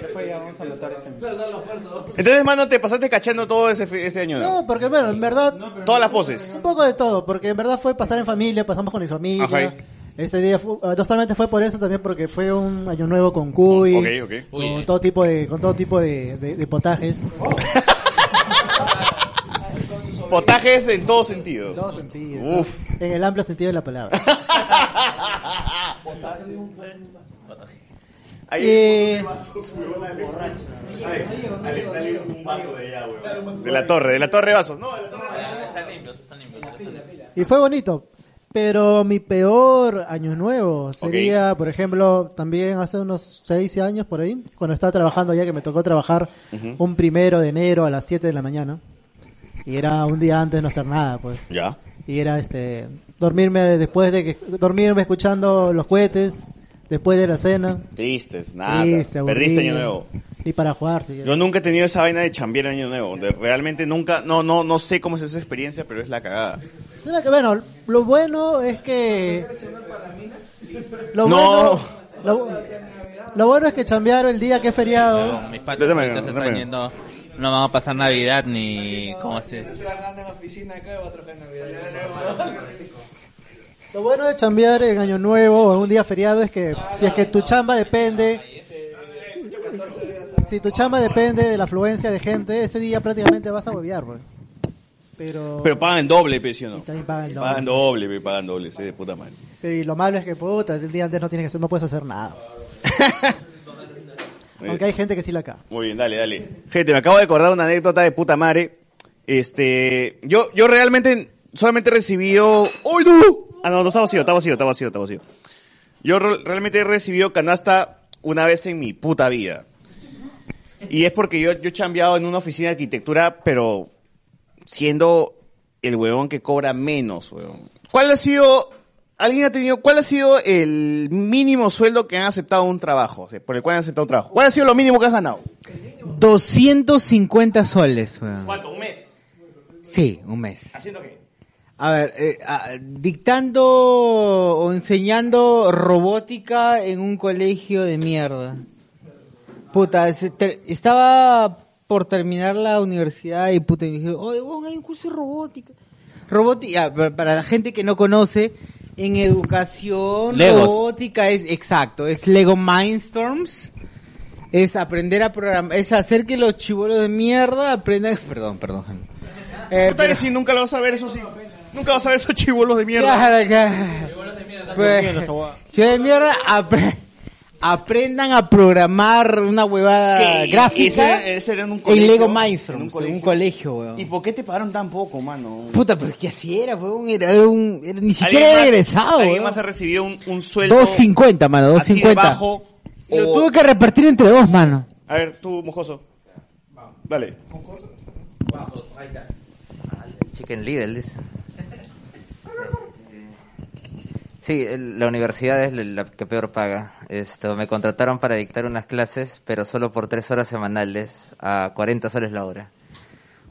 Speaker 1: Después ya vamos a matar este
Speaker 7: Entonces, mano, te pasaste cachando todo ese, fe- ese año.
Speaker 12: No, porque bueno, en verdad.
Speaker 7: Todas las poses.
Speaker 12: Un poco de todo, porque en verdad fue pasar en familia, pasamos con mi familia.
Speaker 7: Ajá.
Speaker 12: Ese día fue, ah, no solamente fue por eso, también porque fue un año nuevo con cuy,
Speaker 7: Ok, ok.
Speaker 12: con todo tipo de, con todo tipo de, de- de potajes.
Speaker 7: Potajes en todo sentido.
Speaker 12: todo sentido.
Speaker 7: Uf.
Speaker 12: En el amplio sentido de la palabra.
Speaker 7: Ahí
Speaker 12: Eh,
Speaker 7: Alex, Alex, dale un vaso de allá, weón. De la torre, de la torre de vasos. No, de la torre de vasos.
Speaker 20: Están limpios, están limpios.
Speaker 12: Y fue bonito. Pero mi peor año nuevo sería, por ejemplo, también hace unos 6 años por ahí, cuando estaba trabajando ya que me tocó trabajar
Speaker 7: Ujú.
Speaker 12: un primero de enero a las 7 de la mañana. Y era un día antes de no hacer nada, pues.
Speaker 7: Ya.
Speaker 12: Y era este dormirme después de que dormirme escuchando los cohetes después de la cena.
Speaker 7: Tristes, nada.
Speaker 12: Triste, aburrido.
Speaker 7: Perdiste año nuevo.
Speaker 12: Ni para jugar siquiera.
Speaker 7: Yo nunca he tenido esa vaina de chambear año nuevo. De- realmente nunca, no, no, no sé cómo es esa experiencia, pero es la cagada.
Speaker 12: Era que, Bueno, lo bueno es que lo
Speaker 7: No.
Speaker 12: bueno lo, lo bueno es que chambearon el día que es feriado.
Speaker 20: Mis patas ahorita se están yendo. No van a pasar Navidad ni. ¿Cómo se dice?
Speaker 18: Trabajando en oficina acá va a trabajar en
Speaker 12: Lo bueno de chambear en Año Nuevo o en un día feriado es que si es que tu chamba depende Si tu chamba depende de la afluencia de gente, ese día prácticamente vas a huevear, pues. Pero,
Speaker 7: Pero pagan doble, pe, ¿sí o no?
Speaker 12: también pagan el doble.
Speaker 7: Pagan doble, pe, pagan doble, sí, de puta madre.
Speaker 12: Pero y lo malo es que, puta, el día antes no, tienes que hacer, no puedes hacer nada. Aunque hay gente que sí la caga.
Speaker 7: Muy bien, dale, dale. Gente, me acabo de acordar una anécdota de puta madre. Este, yo, yo realmente solamente he recibido... ¡Ay, no! Ah, no, no, está vacío, está vacío, está vacío, está vacío. Yo re- realmente he recibido canasta una vez en mi puta vida. Y es porque yo, yo he chambeado en una oficina de arquitectura, pero siendo el huevón que cobra menos, huevón. ¿Cuál ha sido, alguien ha tenido, cuál ha sido el mínimo sueldo que han aceptado un trabajo? O sea, por el cual han aceptado un trabajo. ¿Cuál ha sido lo mínimo que has ganado?
Speaker 3: 250 soles, weón.
Speaker 24: ¿Cuánto? ¿Un mes?
Speaker 3: Sí, un mes.
Speaker 24: ¿Haciendo qué?
Speaker 3: A ver, eh, ah, dictando o enseñando robótica en un colegio de mierda. Puta, se ter- estaba por terminar la universidad y puta, y me dijeron, oye, weón, hay un curso de robótica. Robótica, pa- ah, para la gente que no conoce, en educación
Speaker 1: Legos.
Speaker 3: robótica es, exacto, es Lego Mindstorms. Es aprender a programar, es hacer que los chivolos de mierda aprendan, perdón, perdón. gente. Eh,
Speaker 7: Puta, eres y nunca lo vas a ver, eso sí. Nunca vas a ver esos chivolos de mierda.
Speaker 3: Claro, claro. Pues, chivolos de mierda, apre- aprendan a programar una huevada
Speaker 7: ¿Qué?
Speaker 3: Ah, gráfica
Speaker 7: Ese- ese era en un
Speaker 3: en
Speaker 7: colegio,
Speaker 3: Lego
Speaker 7: en un
Speaker 3: Mindstorms, en un colegio,
Speaker 7: colegio.
Speaker 3: weón.
Speaker 7: ¿Y por qué te pagaron tan poco, mano?
Speaker 3: Puta, pero que así era, weón, era un, era- ni siquiera
Speaker 7: ¿Alguien
Speaker 3: era
Speaker 7: más-
Speaker 3: egresado,
Speaker 7: ¿Alguien
Speaker 3: weón.
Speaker 7: más ha recibido un, un sueldo
Speaker 3: 250, mano,
Speaker 7: así de
Speaker 3: 250.
Speaker 7: bajo?
Speaker 3: Y Lo
Speaker 7: o-
Speaker 3: tuve que repartir entre dos, mano.
Speaker 7: A ver, tú, mojoso. Dale.
Speaker 21: Chicken Little, dice. Sí, el- la universidad es la que peor paga. Esto, me contrataron para dictar unas clases, pero solo por tres horas semanales a 40 soles la hora.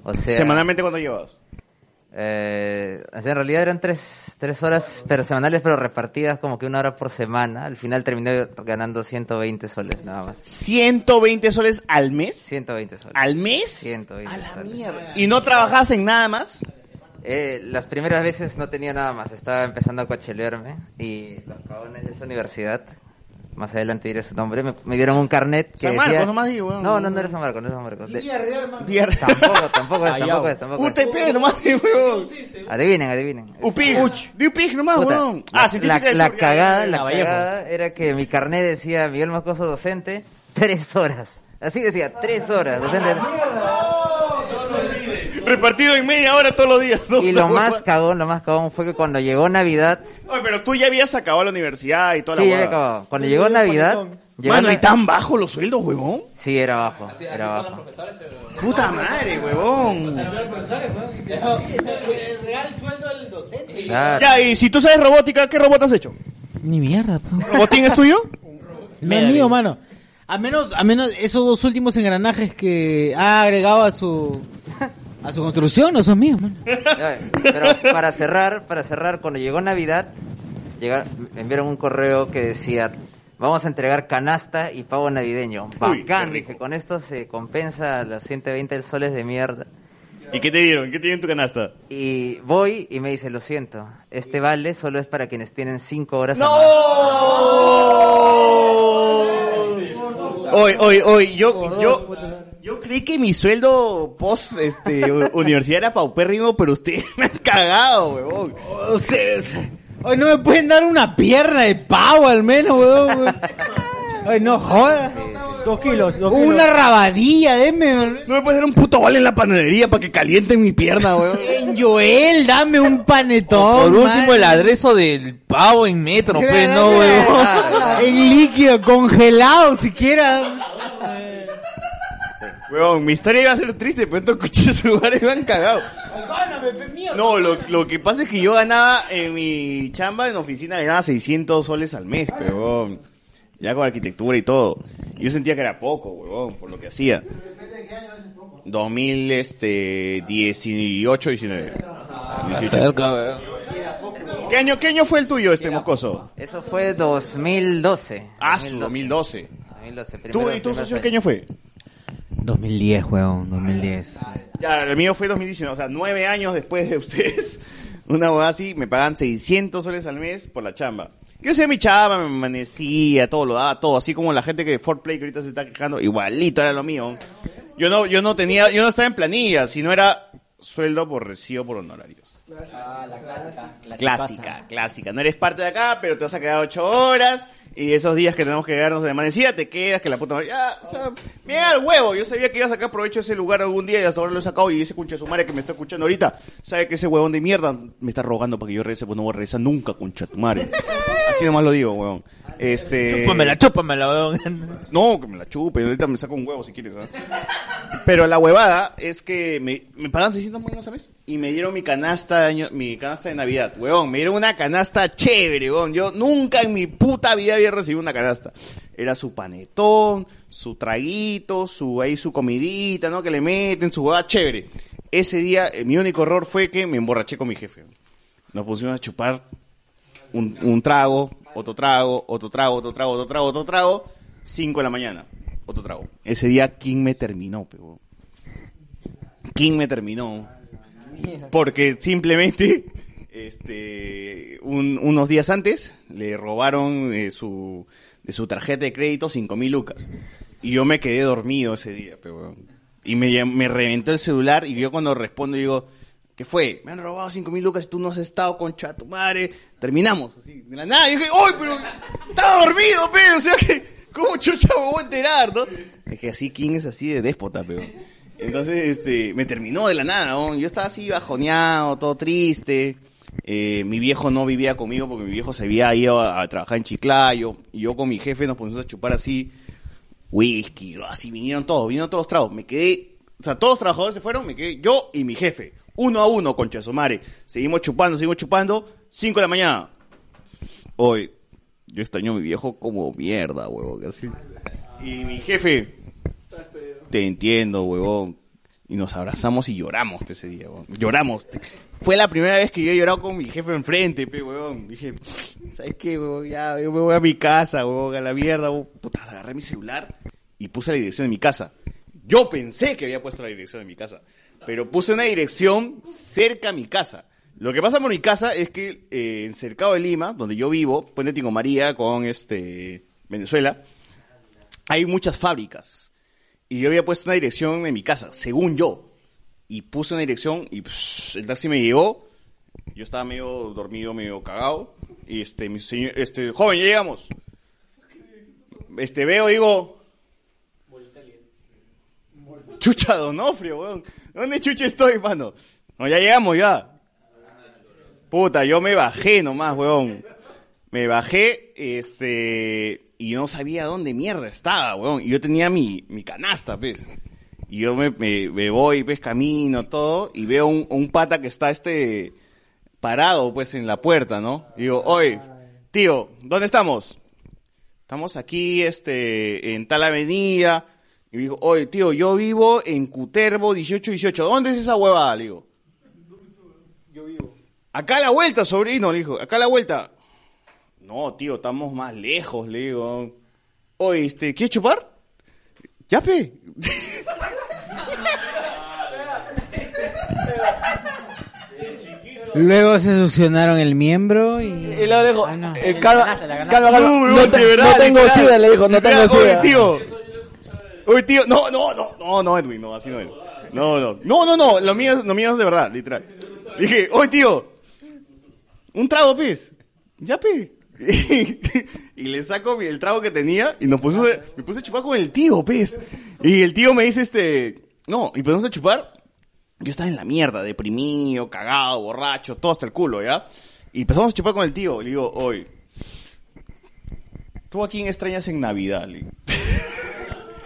Speaker 21: O sea,
Speaker 7: ¿Semanalmente cuánto llevabas?
Speaker 21: eh, o sea, en realidad eran tres, tres horas pero semanales, pero repartidas como que una hora por semana. Al final terminé ganando 120 soles nada más.
Speaker 7: 120 soles al mes.
Speaker 21: 120 soles.
Speaker 7: ¿Al mes? Ah,
Speaker 21: 120 soles.
Speaker 7: ¿Y no trabajabas en nada más?
Speaker 21: Eh, las primeras veces no tenía nada más, estaba empezando a cochelearme y los cabones de esa universidad, más adelante diré su nombre, me, me dieron un carnet que
Speaker 7: San Marcos,
Speaker 21: decía-
Speaker 7: nomás di, weón.
Speaker 21: No, no, no era San Marcos, no era San Marcos. De-
Speaker 7: Villarreal, mano.
Speaker 21: Tampoco, tampoco es,
Speaker 7: Callao.
Speaker 21: tampoco es, tampoco es.
Speaker 7: UTP nomás, sí, weón.
Speaker 21: Adivinen, adivinen.
Speaker 7: UPIG. Di UPIG nomás,
Speaker 21: Puta,
Speaker 7: weón.
Speaker 21: la-
Speaker 7: Ah, científica eh,
Speaker 21: la,
Speaker 7: del
Speaker 21: la
Speaker 7: sur, ya,
Speaker 21: cagada,
Speaker 7: ya,
Speaker 21: la
Speaker 7: ya, Vallejo.
Speaker 21: cagada era que mi carnet decía Miguel Moscoso docente, tres horas. Así decía, tres horas. docente.
Speaker 7: Repartido en media hora todos los días.
Speaker 21: Y lo más cagón, lo más cagón fue que cuando llegó Navidad,
Speaker 7: Oye, pero tú ya habías acabado la universidad y toda la
Speaker 21: Sí, ya
Speaker 7: huevada.
Speaker 21: había acabado. Cuando llegó Navidad. llegó
Speaker 7: Mano,
Speaker 21: Na-
Speaker 7: ¿y tan bajo los sueldos, huevón?
Speaker 21: Sí, era bajo. Era bajo.
Speaker 7: Puta madre, huevón.
Speaker 1: El real sueldo del docente.
Speaker 21: Claro.
Speaker 7: Ya, y si tú sabes robótica, ¿qué robot has hecho?
Speaker 3: Ni mierda, po.
Speaker 7: ¿Robotín es tuyo?
Speaker 3: No es mío, mano. A menos, a menos esos dos últimos engranajes que ha agregado a su a su construcción, no son míos, mano.
Speaker 21: Ya, Pero para cerrar, para cerrar, cuando llegó Navidad, llega- me enviaron un correo que decía, vamos a entregar canasta y pavo navideño. Bacán, dije, con esto se compensa los 120 soles de mierda.
Speaker 7: ¿Y qué te dieron? ¿Qué te dieron en tu canasta?
Speaker 21: Y voy y me dice, lo siento, este vale solo es para quienes tienen 5 horas. a
Speaker 7: ¡No!
Speaker 21: más".
Speaker 7: Hoy, hoy, hoy, yo, yo, yo creí que mi sueldo post este, u- universidad era paupérrimo, pero ustedes me han cagado, huevón.
Speaker 3: Ustedes. Hoy no me pueden dar una pierna de pavo al menos, weón. weón. Ay, no jodas.
Speaker 12: Dos kilos, dos
Speaker 3: Una
Speaker 12: kilos.
Speaker 3: rabadilla, deme.
Speaker 7: No me puedes dar un puto vale en la panadería para que calienten mi pierna, weón.
Speaker 3: En Joel, dame un panetón.
Speaker 20: Por último, el
Speaker 3: mano.
Speaker 20: adreso del pavo en metro, pues,
Speaker 3: Claro,
Speaker 20: no,
Speaker 3: claro.
Speaker 20: weón.
Speaker 3: En líquido, congelado, siquiera.
Speaker 7: Weón, mi historia iba a ser triste, pero estos cuchillos lugares me han cagado. No, lo, lo que pasa es que yo ganaba en mi chamba en oficina, ganaba 600 soles al mes, weón. Ya con arquitectura y todo. Y Yo sentía que era poco, weón, por lo que hacía. Este, 2018, 19. ¿Qué año, ¿Qué año fue el tuyo, este moscoso?
Speaker 21: Eso fue 2012.
Speaker 7: Ah, su 2012.
Speaker 21: 2012,
Speaker 7: ¿Tú
Speaker 21: primero-
Speaker 7: y tú,
Speaker 21: primer
Speaker 7: socio,
Speaker 21: sueldo.
Speaker 7: qué año fue?
Speaker 3: 2010, weón, 2010.
Speaker 7: Ya, el mío fue 2019, o sea, nueve años después de ustedes. Una boda así, me pagan 600 soles al mes por la chamba. Yo sé mi chava, me amanecía, todo lo daba, todo. Así como la gente que Fort Play que ahorita se está quejando, igualito era lo mío. Yo no, yo no tenía, yo no estaba en planilla, sino era sueldo por recibo por honorarios.
Speaker 11: Ah, la clásica.
Speaker 7: Clásica, clásica. No eres parte de acá, pero te vas a quedar ocho horas. Y esos días que tenemos que quedarnos de amanecida, te quedas, que la puta madre.
Speaker 3: Ah,
Speaker 7: Ya, o sea, bien al huevo. Yo sabía que iba a sacar provecho de ese lugar algún día y hasta ahora lo he sacado. Y ese concha de su madre que me está escuchando ahorita, sabe que ese huevón de mierda me está rogando para que yo regrese, pues no voy a regresar nunca, concha de tu madre. Así nomás lo digo, huevón. Este.
Speaker 1: Chúpamela, chúpamela, huevón.
Speaker 7: No, que me la chupe. Ahorita me saco un huevo si quieres. ¿ah? Pero la huevada es que me, me pagan 600 monedas al mes y me dieron mi canasta de año, mi canasta de Navidad. Huevón, me dieron una canasta chévere, huevón. Yo nunca en mi puta vida había recibido una canasta. Era su panetón, su traguito, su ahí su comidita, ¿no? Que le meten, su huevada chévere. Ese día, eh, mi único error fue que me emborraché con mi jefe. Nos pusimos a chupar un, un trago, otro trago, otro trago, otro trago, otro trago, otro trago, 5 de la mañana, otro trago. Ese día, King me terminó, pero King me terminó. Porque simplemente, este, un- unos días antes, le robaron eh, su, de su tarjeta de crédito 5 mil lucas. Y yo me quedé dormido ese día, pero Y me, llam- me reventó el celular y yo cuando respondo digo, ¿qué fue? Me han robado 5 mil lucas y tú no has estado con tu madre. Terminamos. así, de la nada. Y dije, ¡ay, pero estaba dormido, pero! O sea que, ¿cómo chucha me voy a enterar, no? Es que así King es así de déspota, pero. Entonces, este, me terminó de la nada, ¿no? Yo estaba así bajoneado, todo triste. Eh, mi viejo no vivía conmigo porque mi viejo se había ido a, a trabajar en Chiclayo. Y yo con mi jefe nos pusimos a chupar así whisky, ¿no? así vinieron todos, vinieron todos los tragos. Me quedé, o sea, todos los trabajadores se fueron, me quedé yo y mi jefe. Uno a uno, concha de su madre. Seguimos chupando, seguimos chupando. Cinco de la mañana. Hoy, yo extraño a mi viejo como mierda, huevón. Casi. Y mi jefe, te entiendo, huevón. Y nos abrazamos y lloramos pe, ese día, huevón. Lloramos. Fue la primera vez que yo he llorado con mi jefe enfrente, pe, huevón. Dije, ¿sabes qué, huevón? Ya, yo me voy a mi casa, huevón, a la mierda, huevón. Puta, agarré mi celular y puse la dirección de mi casa. Yo pensé que había puesto la dirección de mi casa, pero puse una dirección cerca a mi casa. Lo que pasa por mi casa es que eh, en Cercado de Lima, donde yo vivo, Puente Tingo María con este Venezuela, hay muchas fábricas. Y yo había puesto una dirección en mi casa, según yo. Y puse una dirección y pss, el taxi me llegó. Yo estaba medio dormido, medio cagado. Y este, mi señor, este, joven, ya llegamos. Este, veo, digo. Chucha Donofrio, weón. ¿Dónde chucha estoy, mano? No, ya llegamos, ya. Puta, yo me bajé nomás, weón. Me bajé, este, y no sabía dónde mierda estaba, weón. Y yo tenía mi, mi canasta, pues. Y yo me, me- me voy, pues, camino, todo, y veo un, un pata que está, este, parado, pues, en la puerta, ¿no? Y digo, oye, tío, ¿dónde estamos? Estamos aquí, este, en tal avenida. Y me dijo, oye, tío, yo vivo en Cuterbo 1818. ¿Dónde es esa huevada? Le digo. Acá a la vuelta, sobrino, le dijo. Acá a la vuelta. No, tío, estamos más lejos, le digo. Oye, este, ¿quieres chupar? Ya, pe.
Speaker 3: Luego se succionaron el miembro y...
Speaker 18: Y luego le dijo,
Speaker 1: Ah,
Speaker 18: eh, calma, calma, calma,
Speaker 3: Uy,
Speaker 18: no, te-
Speaker 7: verdad,
Speaker 18: no tengo
Speaker 7: literal.
Speaker 18: sida, le dijo, no tengo
Speaker 7: Literal,
Speaker 18: sida.
Speaker 7: Oye, tío. Oye, tío. No, no, no, no, no, Edwin, no, así no es. No, no, no, no, no, lo mío, lo mío es de verdad, literal. Le dije, oye, tío. Un trago, pez. Ya, pe. y le saco mi- el trago que tenía y nos pusimos, a- me puse a chupar con el tío, pez. Y el tío me dice, este, no, y pusimos a chupar. Yo estaba en la mierda, deprimido, cagado, borracho, todo hasta el culo, ¿ya? Y empezamos a chupar con el tío. Le digo, oye, ¿tú a quién extrañas en Navidad? Le digo.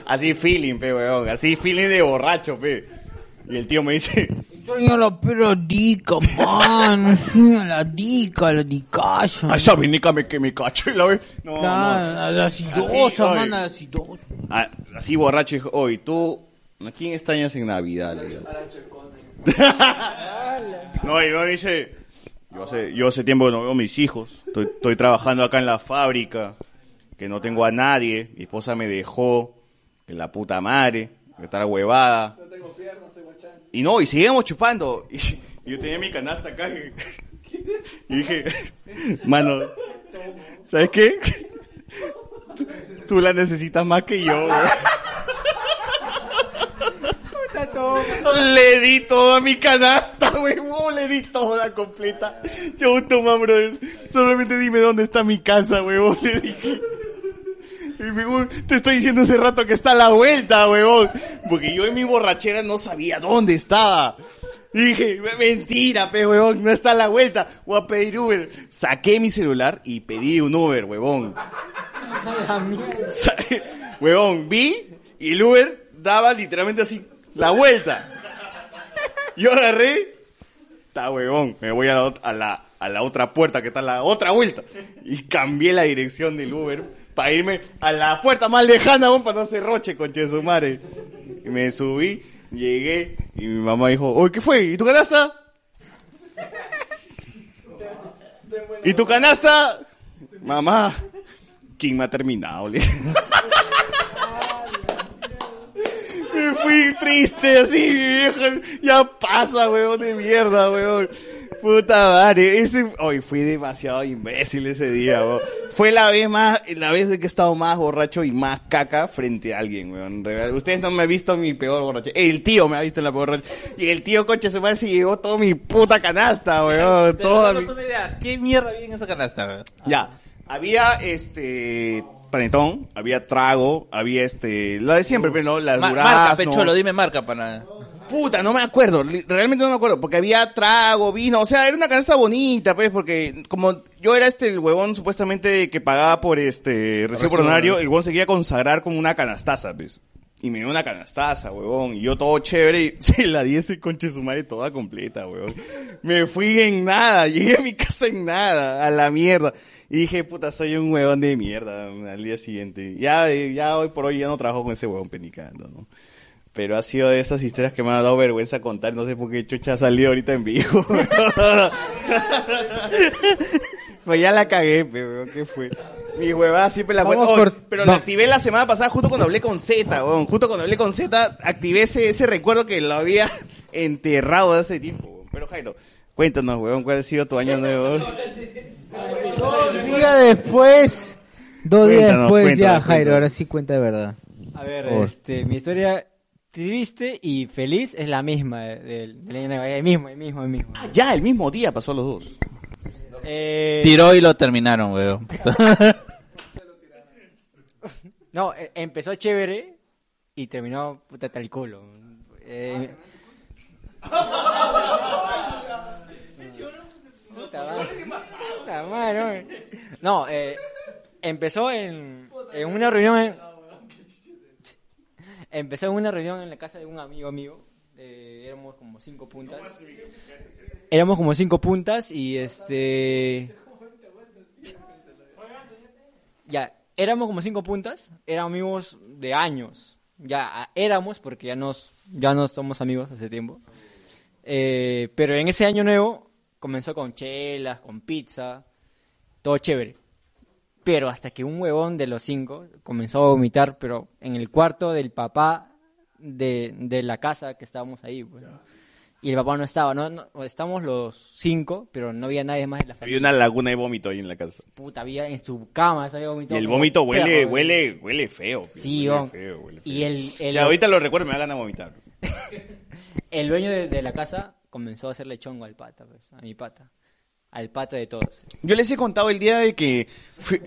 Speaker 7: así feeling, pe, weón. Así feeling de borracho, pe. Y el tío me dice,
Speaker 25: Extraño la pera dica, man. Sí, a la dica, la dicacha.
Speaker 7: a esa vinica me, que me cacho. y La ve. No, no.
Speaker 25: La, la
Speaker 7: Así,
Speaker 25: acidosa,
Speaker 7: oye.
Speaker 25: man, la acidosa.
Speaker 7: Ah, así borracho dijo, oye, ¿tú a quién extrañas en Navidad? Le digo. no, y me dice, yo hace, yo hace tiempo que no veo a mis hijos, estoy, estoy trabajando acá en la fábrica, que no tengo a nadie, mi esposa me dejó, que la puta madre, que está la huevada. Y no, y seguimos chupando. Y yo tenía mi canasta acá y, y dije, mano, ¿Sabes qué? Tú la necesitas más que yo, güey. Le di toda mi canasta, huevón, le di toda completa. Yo, toma, brother, solamente dime dónde está mi casa, huevón, le dije. Y me dijo, te estoy diciendo hace rato que está a la vuelta, huevón. Porque yo en mi borrachera no sabía dónde estaba. Y dije, mentira, pe, huevón, no está a la vuelta. Voy a pedir Uber. Saqué mi celular y pedí un Uber, huevón. Sa- Huevón, vi y el Uber daba literalmente así la vuelta. Yo agarré, está huevón, me voy a la, ot- a la- a la otra puerta que está la otra vuelta. Y cambié la dirección del Uber para irme a la puerta más lejana, huevón, para no hacer roche, conche de su madre. Y me subí, llegué y mi mamá dijo, oye, ¿qué fue? ¿Y tu canasta? ¿Y tu canasta? Mamá, ¿quién me ha terminado? Le dije. Me fui triste así, mi vieja. Ya pasa, weón, de mierda, weón. Puta madre. Ese, hoy fui demasiado imbécil ese día, weón. Fue la vez más, la vez de que he estado más borracho y más caca frente a alguien, weón. Real. Ustedes no me han visto mi peor borracho. El tío me ha visto en la peor borracha. Y el tío coche se madre se llevó toda mi puta canasta, weón. Toda mi...
Speaker 20: una idea. ¿Qué mierda viene en esa canasta, weón?
Speaker 7: Ya. Había este panetón, había trago, había este, la de siempre, pero no, la
Speaker 26: Ma-
Speaker 7: durazno.
Speaker 26: marca, Pecholo, dime marca para.
Speaker 7: Puta, no me acuerdo, li- realmente no me acuerdo, porque había trago, vino, o sea, era una canasta bonita, pues, porque como yo era este el huevón supuestamente que pagaba por este recibo por honorario, el huevón se quería consagrar con una canastaza, pues. Y me dio una canastaza, huevón, y yo todo chévere, y se la di ese conche su madre toda completa, huevón. Me fui en nada, llegué a mi casa en nada, a la mierda. Y dije, puta, soy un huevón de mierda al día siguiente. Ya, eh, ya hoy por hoy ya no trabajo con ese huevón penicando, ¿no? Pero ha sido de esas historias que me han dado vergüenza contar. No sé por qué chucha salió ahorita en vivo. pues ya la cagué, pero ¿qué fue? Mi huevada siempre la
Speaker 27: Vamos
Speaker 7: cuento. Oh,
Speaker 27: por-
Speaker 7: pero
Speaker 27: va-
Speaker 7: la activé la semana pasada justo cuando hablé con Z, weón. Justo cuando hablé con Z, activé ese, ese recuerdo que lo había enterrado de hace tiempo, weón. Pero Jairo, cuéntanos, weón, cuál ha sido tu año nuevo.
Speaker 1: Día
Speaker 3: pues,
Speaker 1: después. Dos días
Speaker 7: Cuéntanos,
Speaker 1: después, ya,
Speaker 7: cuéntanos,
Speaker 1: Jairo,
Speaker 7: cuéntanos.
Speaker 1: ahora sí cuenta de verdad.
Speaker 11: A ver,
Speaker 1: Por favor.
Speaker 11: este, mi historia triste y feliz es la misma eh, del, del año nuevo, el mismo, el mismo, el mismo.
Speaker 7: Ah, ya, el mismo día pasó los dos.
Speaker 11: Eh,
Speaker 20: Tiró y lo terminaron, weón.
Speaker 11: No, eh, empezó chévere y terminó puta tal culo. Eh, puta madre, ¿no? No, eh, empezó en, en una reunión. en- empezó en una reunión en la casa de un amigo mío. Eh, éramos como cinco puntas. Éramos como cinco puntas y este. Ya, éramos como cinco puntas. Éramos amigos de años. Ya, a- éramos porque ya nos, ya no somos amigos hace tiempo. Eh, pero en ese año nuevo comenzó con chelas, con pizza, todo chévere. Pero hasta que un huevón de los cinco comenzó a vomitar, pero en el cuarto del papá de, de la casa que estábamos ahí. pues. Y el papá no estaba, ¿no? no estamos los cinco, pero no había nadie más en la familia.
Speaker 7: Había una laguna de vómito ahí en la casa.
Speaker 11: Puta, había en su cama, se había vomitado
Speaker 7: Y el
Speaker 11: como
Speaker 7: vómito
Speaker 11: perro,
Speaker 7: huele,
Speaker 11: weón.
Speaker 7: huele, huele feo. pe,
Speaker 11: Sí,
Speaker 7: huele
Speaker 11: weón.
Speaker 7: feo, huele feo.
Speaker 11: Y el- el-
Speaker 7: Si ahorita lo recuerdo, me da ganas de vomitar.
Speaker 11: El dueño de, de la casa comenzó a hacerle chongo al pata, pues, a mi pata. Al pata de todos.
Speaker 7: Yo les he contado el día de que... fui-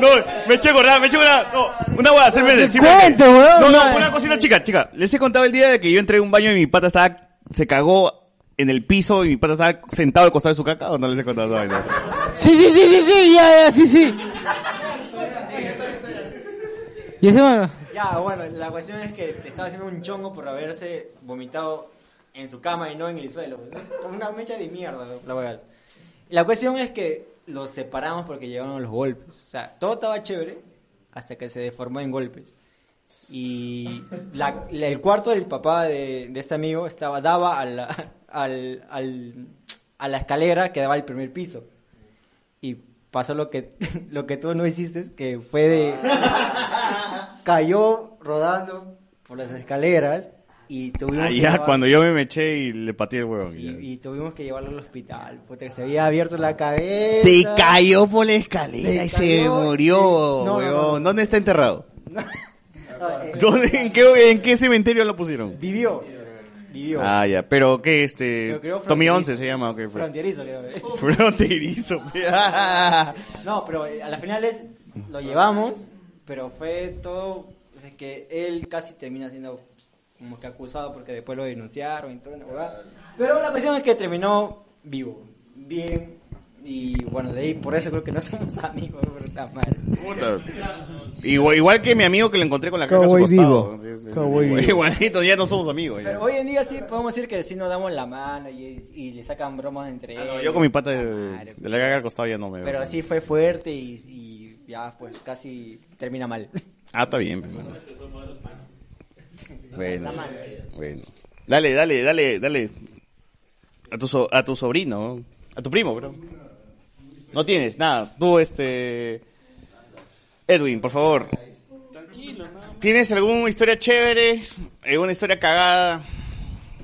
Speaker 7: No, me eché a acordar, me eché a acordar. No, una hueá, simplemente.
Speaker 1: Te
Speaker 7: simplemente.
Speaker 1: cuento, weón,
Speaker 7: No,
Speaker 1: madre.
Speaker 7: no, una cosita chica, chica. Les he contado el día de que yo entré a un baño y mi pata estaba... Se cagó en el piso y mi pata estaba sentado al costado de su caca. ¿O no les he contado esa vaina?
Speaker 1: Sí, sí, sí, sí, sí, ya, ya, sí, sí. ¿Y ese mano?
Speaker 11: Ya, bueno, la cuestión es que te estaba haciendo un chongo por haberse vomitado en su cama y no en el suelo. pues, Una mecha de mierda, ¿no? la verdad. La cuestión es que los separamos porque llegaron los golpes. O sea, todo estaba chévere hasta que se deformó en golpes. Y la- la- el cuarto del papá de, de este amigo estaba, daba a la, al- al- a la escalera que daba al primer piso. Y pasó lo que, lo que tú no hiciste, que fue de... cayó rodando por las escaleras Y tuvimos
Speaker 7: Ah,
Speaker 11: que
Speaker 7: ya,
Speaker 11: llevar-
Speaker 7: cuando yo me meché y le pateé el huevón.
Speaker 11: Sí,
Speaker 7: ya.
Speaker 11: y tuvimos que llevarlo al hospital. Puta, que se había abierto la cabeza.
Speaker 4: Se cayó por la escalera y se
Speaker 11: cayó,
Speaker 4: murió,
Speaker 11: sí. No, no,
Speaker 4: huevón.
Speaker 11: no, no.
Speaker 4: ¿Dónde está enterrado? ¿Dónde- en, qué, en qué cementerio lo pusieron?
Speaker 11: Vivió. Vivió.
Speaker 4: Ah, ya. Pero qué,
Speaker 11: Lo
Speaker 4: este...
Speaker 11: creó
Speaker 4: Tommy
Speaker 11: fronterizo.
Speaker 4: 11 se llama. ok, fue.
Speaker 11: Fronterizo, creo.
Speaker 4: Fronterizo. pe-
Speaker 11: no, pero eh, a la final es, lo llevamos, pero fue todo, o sea, que él casi termina siendo como que acusado porque después lo denunciaron y todo, la huevada. Pero la cuestión es que terminó vivo, bien, y bueno, de ahí por eso creo que no somos amigos, pero está mal.
Speaker 7: Puta. Igual, igual que mi amigo que le encontré con la caca a su
Speaker 11: Cowboy
Speaker 7: costado.
Speaker 11: vivo.
Speaker 7: Sí,
Speaker 11: Cowboy
Speaker 7: sí.
Speaker 11: vivo.
Speaker 7: Igualito, ya no somos amigos. ya.
Speaker 11: Pero hoy en día sí podemos decir que sí nos damos la mano y, y le sacan bromas entre ellos.
Speaker 7: Ah, Yo con mi pata de, de la caca al costado ya no me veo.
Speaker 11: Pero sí fue fuerte y, y ya pues casi termina mal.
Speaker 7: Ah, está bien. pues, bueno. Bueno,
Speaker 11: La mano.
Speaker 7: bueno. Dale, dale, dale, dale. A tu, so- a tu sobrino, a tu primo, bro. No tienes nada. Tú, este. Edwin, por favor.
Speaker 13: Tranquilo, nada
Speaker 7: ¿Tienes alguna historia chévere? ¿Alguna historia cagada?
Speaker 13: más.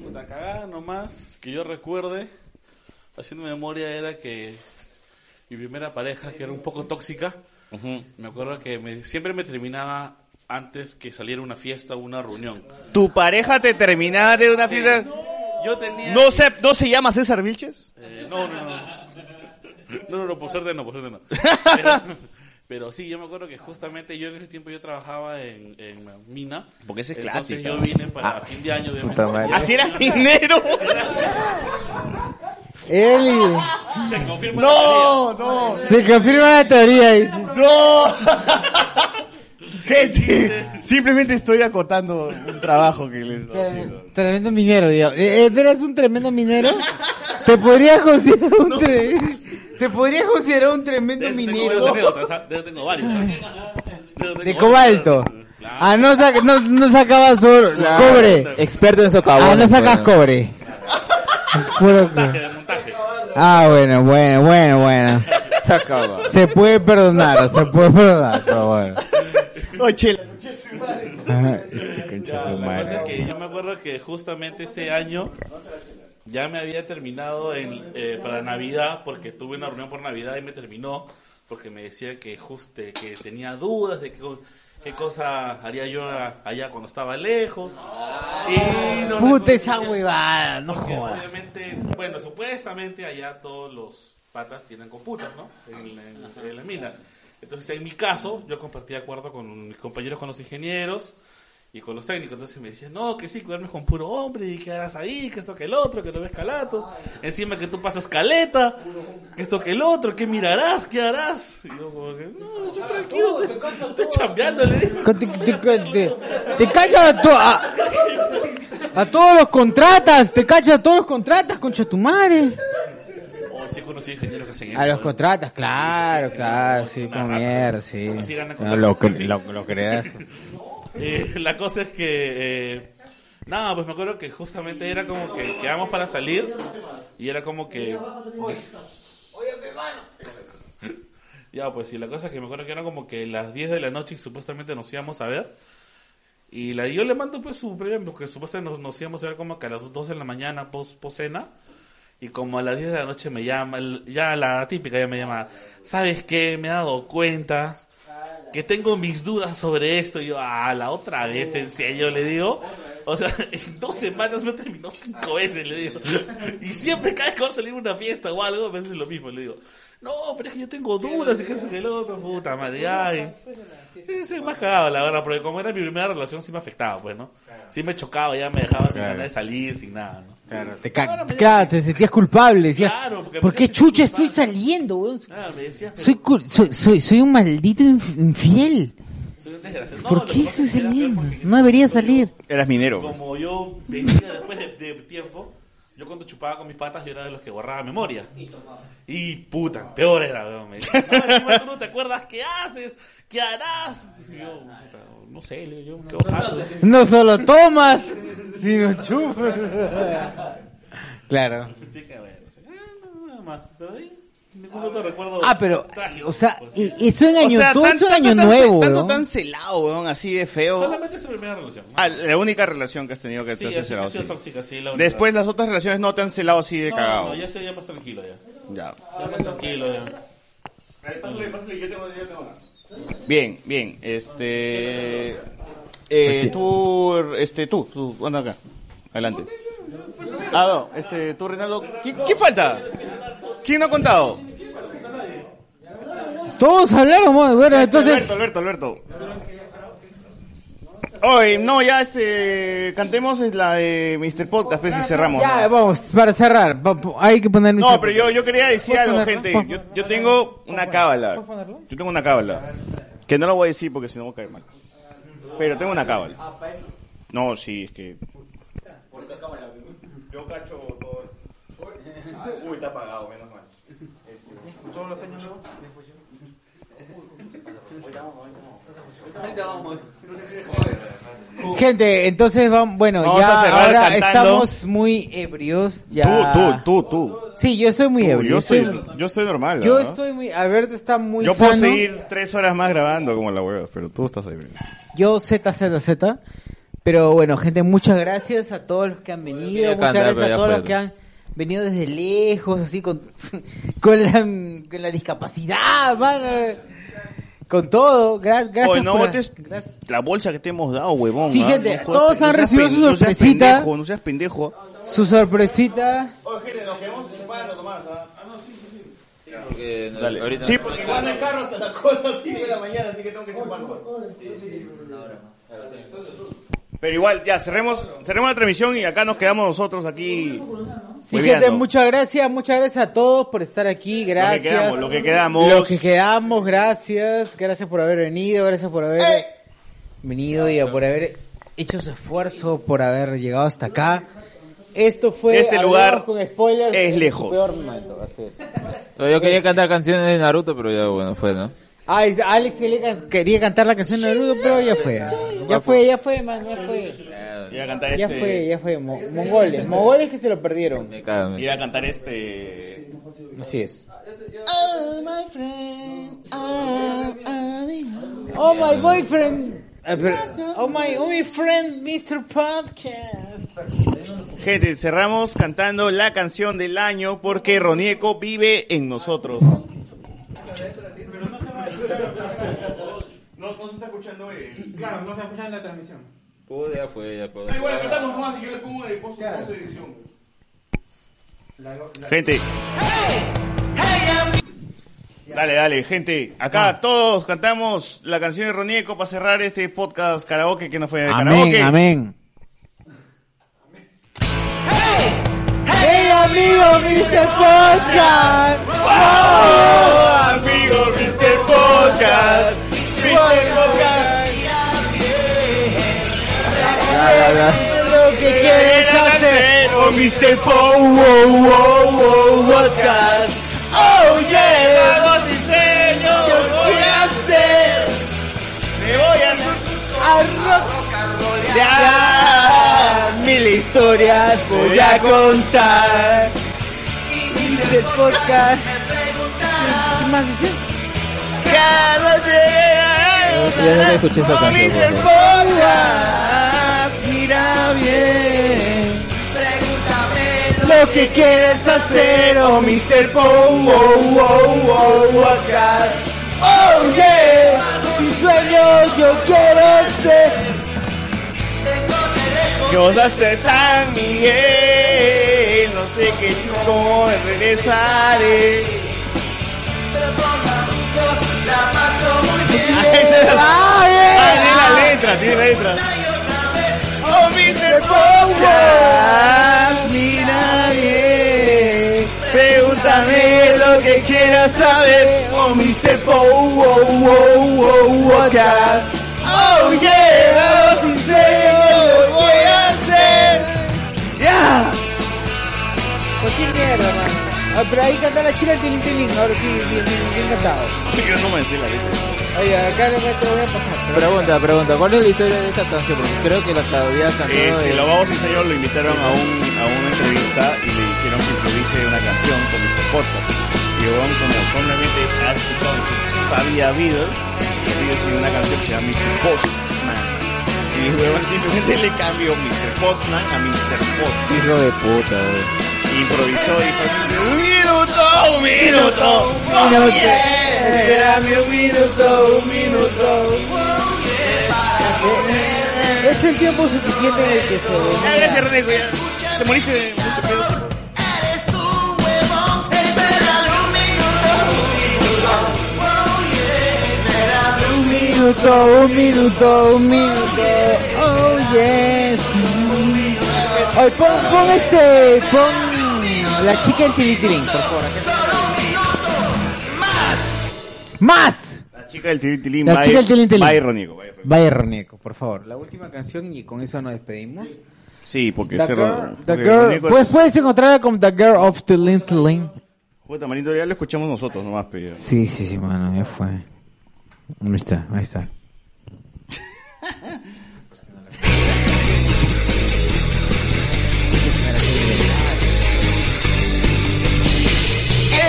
Speaker 13: Puta cagada nomás que yo recuerde. Haciendo memoria era que mi primera pareja, que era un poco tóxica, me acuerdo que me- siempre me terminaba antes que saliera una fiesta o una reunión.
Speaker 4: ¿Tu pareja te terminaba de una fiesta?
Speaker 13: Yo tenía.
Speaker 4: ¿No se, ¿No se llama César Vilches?
Speaker 13: Eh, no, no, no. No, no, no, por suerte no, por suerte no. Pero, pero sí, yo me acuerdo que justamente yo en ese tiempo yo trabajaba en, en la mina.
Speaker 7: Porque ese es
Speaker 13: Entonces
Speaker 7: clásico. Ah.
Speaker 13: yo vine para fin de año. obviamente.
Speaker 7: puta madre.
Speaker 13: Y-
Speaker 7: ¿Ah, sí eras minero?
Speaker 13: Sí era-
Speaker 1: Eli.
Speaker 13: Se confirma
Speaker 4: No,
Speaker 13: no.
Speaker 1: Se confirma la teoría. dice.
Speaker 4: ¡No! Gente, simplemente estoy acotando un trabajo que les estoy haciendo.
Speaker 1: Tremendo minero, digo. Eh, eh, ¿Eres un tremendo minero? Te podrías considerar un tre- Te podrías considerar un tremendo minero.
Speaker 13: Tengo varias anécdotas, ¿ah? Yo tengo varios.
Speaker 1: De cobalto. Ah, no, sac- no, no sacabas oro,
Speaker 6: Claro.
Speaker 1: cobre.
Speaker 6: Experto en socavones.
Speaker 1: Ah, no sacas
Speaker 6: bueno.
Speaker 1: cobre. Puro cobre. Ah, bueno, bueno, bueno, bueno. Se puede perdonar, se puede perdonar, pero bueno.
Speaker 7: Oh,
Speaker 4: Oye, la-
Speaker 1: Ajá, este concha su
Speaker 13: La cosa
Speaker 1: madre.
Speaker 13: es que yo me acuerdo que justamente ese año ya me había terminado en, eh, para Navidad, porque tuve una reunión por Navidad y me terminó, porque me decía que justo que tenía dudas de qué, co- qué cosa haría yo a- allá cuando estaba lejos. Y no
Speaker 1: Puta
Speaker 13: recuerdo-
Speaker 1: esa huevada, no
Speaker 13: porque
Speaker 1: jodas.
Speaker 13: Obviamente, bueno, supuestamente allá todos los patas tienen computas, ¿no? En, la- en- en la mina. Entonces, en mi caso, yo compartía cuarto con mis compañeros, con los ingenieros y con los técnicos. Entonces me decían, no, que sí, cuidarme con puro hombre y que harás ahí, que esto, que el otro, que no ves calatos. Encima que tú pasas caleta, que esto, que el otro, que mirarás, que harás. Y yo como que, no, estoy tranquilo, estoy, estoy chambeando, le digo.
Speaker 1: Te, te, te- te cachas a, to- a, a todos los contratas, te cachas a todos los contratas, concha tu madre.
Speaker 13: Oh, sí he conocido ingenieros que hacen eso.
Speaker 1: A los
Speaker 13: ¿eh?
Speaker 1: contratas, claro, claro, sí, como mierda, sí.
Speaker 13: Así gana
Speaker 1: No, lo, cre- lo, lo creas.
Speaker 13: Eh, la cosa es que. eh, nada, pues me acuerdo que justamente era como que quedamos para salir y era como que. Ya, pues, y la cosa es que me acuerdo que era como que las 10 de la noche y supuestamente nos íbamos a ver. Y la, yo le mando pues su premio, porque supuestamente nos, nos íbamos a ver como que a las 12 de la mañana, pos, pos cena. Y como a las 10 de la noche me llama, el- ya la típica ya me llama, ¿sabes qué? Me he dado cuenta que tengo mis dudas sobre esto. Y yo, ah, la otra vez, en serio, le digo. O sea, en dos semanas me terminó cinco veces, le digo. Y siempre cada vez que va a salir una fiesta o algo, me hace lo mismo, le digo. No, pero es que yo tengo dudas y que esto que el otro, puta madre, ay. Sí, soy más cagado, la verdad, porque como era mi primera relación, sí me afectaba, pues, ¿no? Sí me chocaba, ya me dejaba sin
Speaker 1: Claro.
Speaker 13: ganas de salir, sin nada, ¿no?
Speaker 1: Claro, te ca- claro, te sentías culpable. Decías,
Speaker 13: Claro, porque me
Speaker 1: ¿Por qué
Speaker 13: siento
Speaker 1: chucha estoy saliendo, weón?
Speaker 13: Claro, me decía,
Speaker 1: Soy, cul- soy, soy, soy un maldito inf- infiel.
Speaker 13: soy un desgraciado. No,
Speaker 1: ¿Por
Speaker 13: lo
Speaker 1: qué
Speaker 13: que pasa
Speaker 1: estoy
Speaker 13: es que era peor
Speaker 1: saliendo? No debería salir.
Speaker 7: Eras minero. pues.
Speaker 13: Como yo venía después de, de tiempo, yo cuando chupaba con mis patas, yo era de los que borraba memoria. Y puta, peor era, weón. Me decía, "No, encima tú no te acuerdas qué haces, qué harás. Y yo, puta, no sé, le digo yo, ¿qué borrado?
Speaker 1: No solo tomas, sino chupas. Claro.
Speaker 13: Así que bueno, sí, eh, nada Ah, más. Pero ahí, Ah,
Speaker 3: pero, o sea, y, y eso en
Speaker 7: O
Speaker 3: año,
Speaker 7: sea,
Speaker 3: todo
Speaker 7: tan-
Speaker 3: eso en
Speaker 7: tanto
Speaker 3: año
Speaker 7: tan-
Speaker 3: nuevo,
Speaker 7: Tanto
Speaker 3: weón.
Speaker 7: tan celado, weón, así de feo.
Speaker 13: Solamente es su primera relación.
Speaker 7: Ah, la única relación que has tenido que
Speaker 13: Sí,
Speaker 7: te
Speaker 13: así que
Speaker 7: has celado.
Speaker 13: ha sido
Speaker 7: sí.
Speaker 13: tóxica, sí, la única.
Speaker 7: Después las otras relaciones no te han celado así de
Speaker 13: No,
Speaker 7: cagado.
Speaker 13: no, ya soy ya más tranquilo ya.
Speaker 7: Ya.
Speaker 13: Ya más tranquilo ya.
Speaker 7: Bien, bien. Este. Eh, tú, este, tú, tú, anda acá. Adelante. Ah, no, este, tú, Reinaldo. ¿Qui- ¿Quién, falta? ¿Quién no ha contado?
Speaker 3: Todos hablaron, mo- bueno, entonces...
Speaker 7: Alberto, Alberto, Alberto. Oye, no, ya este. Cantemos es la de Mr. Podcast, pues y cerramos. ¿no?
Speaker 3: Ya, vamos, para cerrar, pa- pa- hay que poner...
Speaker 7: No, pero yo, yo quería decir algo,
Speaker 3: ponerlo?
Speaker 7: gente.
Speaker 3: ¿Puedo
Speaker 7: Yo, yo tengo una cábala. Yo tengo una cábala. Que no lo voy a decir porque si no voy a caer mal. Pero tengo una cábala. No, sí, es que... Yo cacho todo. Uy, está apagado, menos mal.
Speaker 12: Todos los años nuevos.
Speaker 3: Gente, entonces vamos, bueno,
Speaker 1: Vamos
Speaker 3: ya
Speaker 1: a cerrar
Speaker 3: ahora
Speaker 1: cantando.
Speaker 3: estamos muy ebrios, ya...
Speaker 7: Tú, tú, tú.
Speaker 3: Sí, yo estoy muy ebrio.
Speaker 7: yo,
Speaker 3: estoy-
Speaker 7: estoy, yo estoy normal.
Speaker 3: yo
Speaker 7: ¿no?
Speaker 3: estoy muy... Alberto está muy
Speaker 7: Yo puedo
Speaker 3: sano.
Speaker 7: seguir tres horas más grabando como la hueva, pero tú estás ahí.
Speaker 3: Yo ZZZ. Pero bueno, gente, muchas gracias a todos los que han venido.
Speaker 1: quería
Speaker 3: Muchas
Speaker 1: cantar,
Speaker 3: gracias
Speaker 1: pero
Speaker 3: a
Speaker 1: ya
Speaker 3: todos
Speaker 1: fue.
Speaker 3: los que han venido desde lejos, así con, con, la, con la discapacidad, mano. Con todo. Gra- gracias
Speaker 7: Oye, no
Speaker 3: por-
Speaker 7: botes la bolsa que te hemos dado, huevón.
Speaker 3: Sí,
Speaker 7: ¿ah?
Speaker 3: gente,
Speaker 7: No
Speaker 3: todos
Speaker 7: jodas,
Speaker 3: han
Speaker 7: seas
Speaker 3: recibido
Speaker 7: pen-
Speaker 3: su
Speaker 7: no seas
Speaker 3: sorpresita.
Speaker 7: pendejo, no seas pendejo.
Speaker 3: su sorpresita.
Speaker 7: ¿ah?
Speaker 6: Porque no-
Speaker 7: Dale.
Speaker 6: ahorita-
Speaker 7: Sí, porque van el carro hasta las cosas 5 de la mañana, así que tengo que chupar. Pero igual, ya, cerremos, cerremos la transmisión y acá nos quedamos nosotros aquí.
Speaker 3: Sí,
Speaker 7: hueveando.
Speaker 3: gente, muchas gracias, muchas gracias a todos por estar aquí, gracias.
Speaker 7: quedamos, lo que quedamos.
Speaker 3: Lo que quedamos, gracias, gracias por haber venido, gracias por haber venido y por haber hecho su esfuerzo, por haber llegado hasta acá. Esto fue
Speaker 7: Este
Speaker 3: Hablemos
Speaker 7: lugar
Speaker 3: con spoilers,
Speaker 7: es
Speaker 3: en su
Speaker 7: lejos.
Speaker 3: peor momento, así es.
Speaker 6: No, Yo quería cantar canciones de Naruto, pero ya bueno, fue, ¿no?
Speaker 3: Ah, es- Alex quería- quería cantar la canción de Naruto, pero ya fue. Ya fue, ya fue, man, ya fue.
Speaker 7: Iba a cantar
Speaker 3: Ya
Speaker 7: este.
Speaker 3: fue, ya fue. mo- mongoles, mongoles que se lo perdieron.
Speaker 7: Iba a cantar este.
Speaker 3: Así es.
Speaker 1: Oh, my friend. Oh,
Speaker 3: Oh, my boyfriend. Oh, my only friend, Mr. Podcast.
Speaker 7: Gente, cerramos cantando la canción del año porque Ronieco vive en nosotros. No, no se está escuchando el...
Speaker 28: Claro, no se escucha en la transmisión.
Speaker 6: Pude, ya fue, ya pude.
Speaker 28: Igual, cantamos nomás y yo le pongo de post post edición.
Speaker 7: Gente. Dale, dale, gente. Acá
Speaker 3: Ah.
Speaker 7: todos cantamos la canción de Ronieco para cerrar este podcast karaoke que no fue de karaoke.
Speaker 3: Amén, amén. Hey, amigo, Mr. Podcast.
Speaker 1: ¡Wow!
Speaker 7: Amigo, Mr. Podcast. Mr. Podcast.
Speaker 1: Lo que quieres hacer, oh Mr. Po, wow, wow, wow, podcast. Oh yeah, vamos y señor, yo voy a hacer, me voy a hacer a rock mil historias voy a contar. Mr. Podcast, ¿qué más dice? Cada
Speaker 6: Yo nunca escuché esa
Speaker 1: Oh,
Speaker 6: canción.
Speaker 1: Mr.
Speaker 6: weón.
Speaker 1: Podcast, mira bien. Pregúntame lo que quieres hacer, oh Mr. Po, wow, wow, wow, podcast. Oh yeah, tu sueño yo quiero ser.
Speaker 7: Yo hasta San Miguel. No sé qué chupo regresaré. Ah, sí, la letra, sí, la letra.
Speaker 1: Oh, Mr. Podcast, mira bien. Pregúntame lo que quieras saber. Oh, Mr. Po, wow, wow, wow, podcast. Oh, yeah, oh, sincero, lo voy a hacer. Yeah.
Speaker 3: ¿Por qué mierda, man? Ah, pero ahí canta la chica el tilín tilín. Ahora sí, bien, bien, bien cantado.
Speaker 7: Yo no me sé la letra.
Speaker 3: Oye, acá no me te lo voy a pasar.
Speaker 6: Pregunta, pregunta, ¿cuál es la historia de esa canción? Porque creo que la todavía cantó.
Speaker 7: Este,
Speaker 6: el-
Speaker 7: lo vamos y señor lo invitaron a, un, a una entrevista y le dijeron que improvise una canción con Mr. Podcast. huevón, como solamente hace entonces había habido, le pidió sin una canción que se llama Mr. Postman. Y el huevón simplemente le cambió Mr. Postman a Mr. Postman.
Speaker 11: Hijo de puta, güey.
Speaker 7: Improvisó y fue un minuto, un minuto,
Speaker 19: Un minuto.
Speaker 7: espérame un minuto, un minuto.
Speaker 1: Es el tiempo suficiente en el que se ve.
Speaker 7: Ya, Ah, gracias, René, güey. Te moriste de mucho pedo.
Speaker 1: Un minuto, un minuto, un minuto. Oh, yes. Oye, pon, pon este, pon la chica en Tilitirín, por favor. ¡Más!
Speaker 7: La chica del tilintilín.
Speaker 1: La chica del tilintilín.
Speaker 7: Va irónico, va irónico.
Speaker 1: Vaya Ronieco, por favor. La
Speaker 3: Última canción y con eso nos despedimos.
Speaker 7: Sí, porque
Speaker 1: The
Speaker 7: ese
Speaker 1: Girl,
Speaker 7: porque
Speaker 1: The
Speaker 7: irónico
Speaker 1: Girl.
Speaker 7: es-
Speaker 1: Pues puedes encontrarla con The Girl of Tilitirín.
Speaker 7: Joder, Tamarito, ya lo escuchamos nosotros nomás, pero...
Speaker 1: Sí, sí, sí, mano, ya fue. Ahí está, ahí está.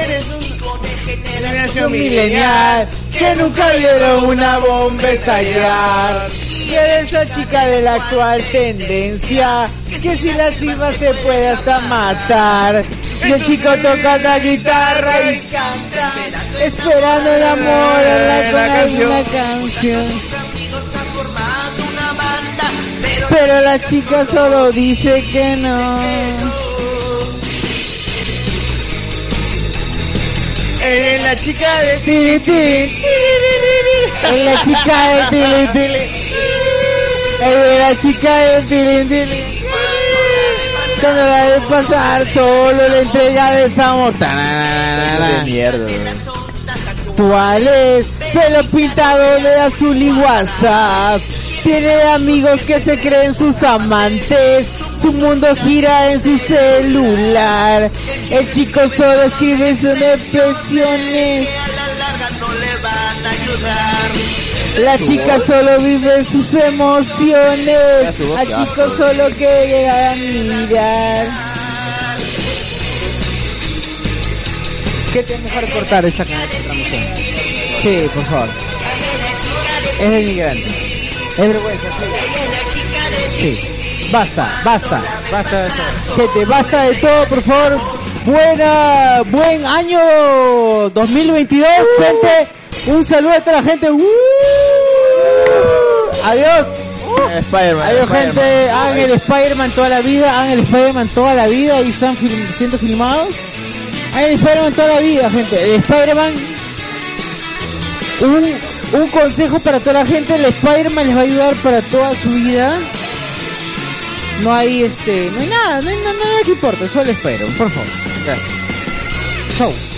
Speaker 19: Eres un
Speaker 1: generación milenial que nunca vieron una bomba estallar. Y eres esa chica de la actual tendencia que si la cima se puede hasta matar. Y el chico toca la guitarra y
Speaker 19: canta
Speaker 1: esperando el amor en la,
Speaker 19: La canción.
Speaker 1: la canción. Pero la chica solo dice que no.
Speaker 19: Eres Eh, la chica de
Speaker 1: Tili Tili. Eres la chica de Tili Tili. Eres la chica de Tili Tili. Cuando la de pasar solo le entrega de esa
Speaker 11: De mierda, güey.
Speaker 1: Actuales, pelo pintado de azul y WhatsApp. Tiene amigos que se creen sus amantes. Su mundo gira en su celular. El chico solo escribe sus depresiones. La chica solo vive sus emociones.
Speaker 19: su voz,
Speaker 1: Al
Speaker 19: qué
Speaker 1: chico
Speaker 19: asco.
Speaker 1: solo que llegar a mirar. ¿Qué te mejor cortar esta transmisión? Sí, por favor. Es denigrante. Es vergüenza, sí. Sí. Basta, basta. Basta de todo. Gente, basta de todo, por favor. Buena, buen año 2022, gente. Un saludo a toda la gente. ¡Uh! Adiós.
Speaker 11: Spider-Man.
Speaker 1: Adiós,
Speaker 11: Spider-Man.
Speaker 1: gente. Hagan el Spider-Man toda la vida. Hagan el Spider-Man toda la vida. Ahí están film- siendo filmados. Hagan el Spider-Man toda la vida, gente. El Spider-Man. Un, un consejo para toda la gente. El Spider-Man les va a ayudar para toda su vida. No hay este, no hay nada, no hay, no hay nada que importa, solo Spider-Man, por favor. Gracias. Chau.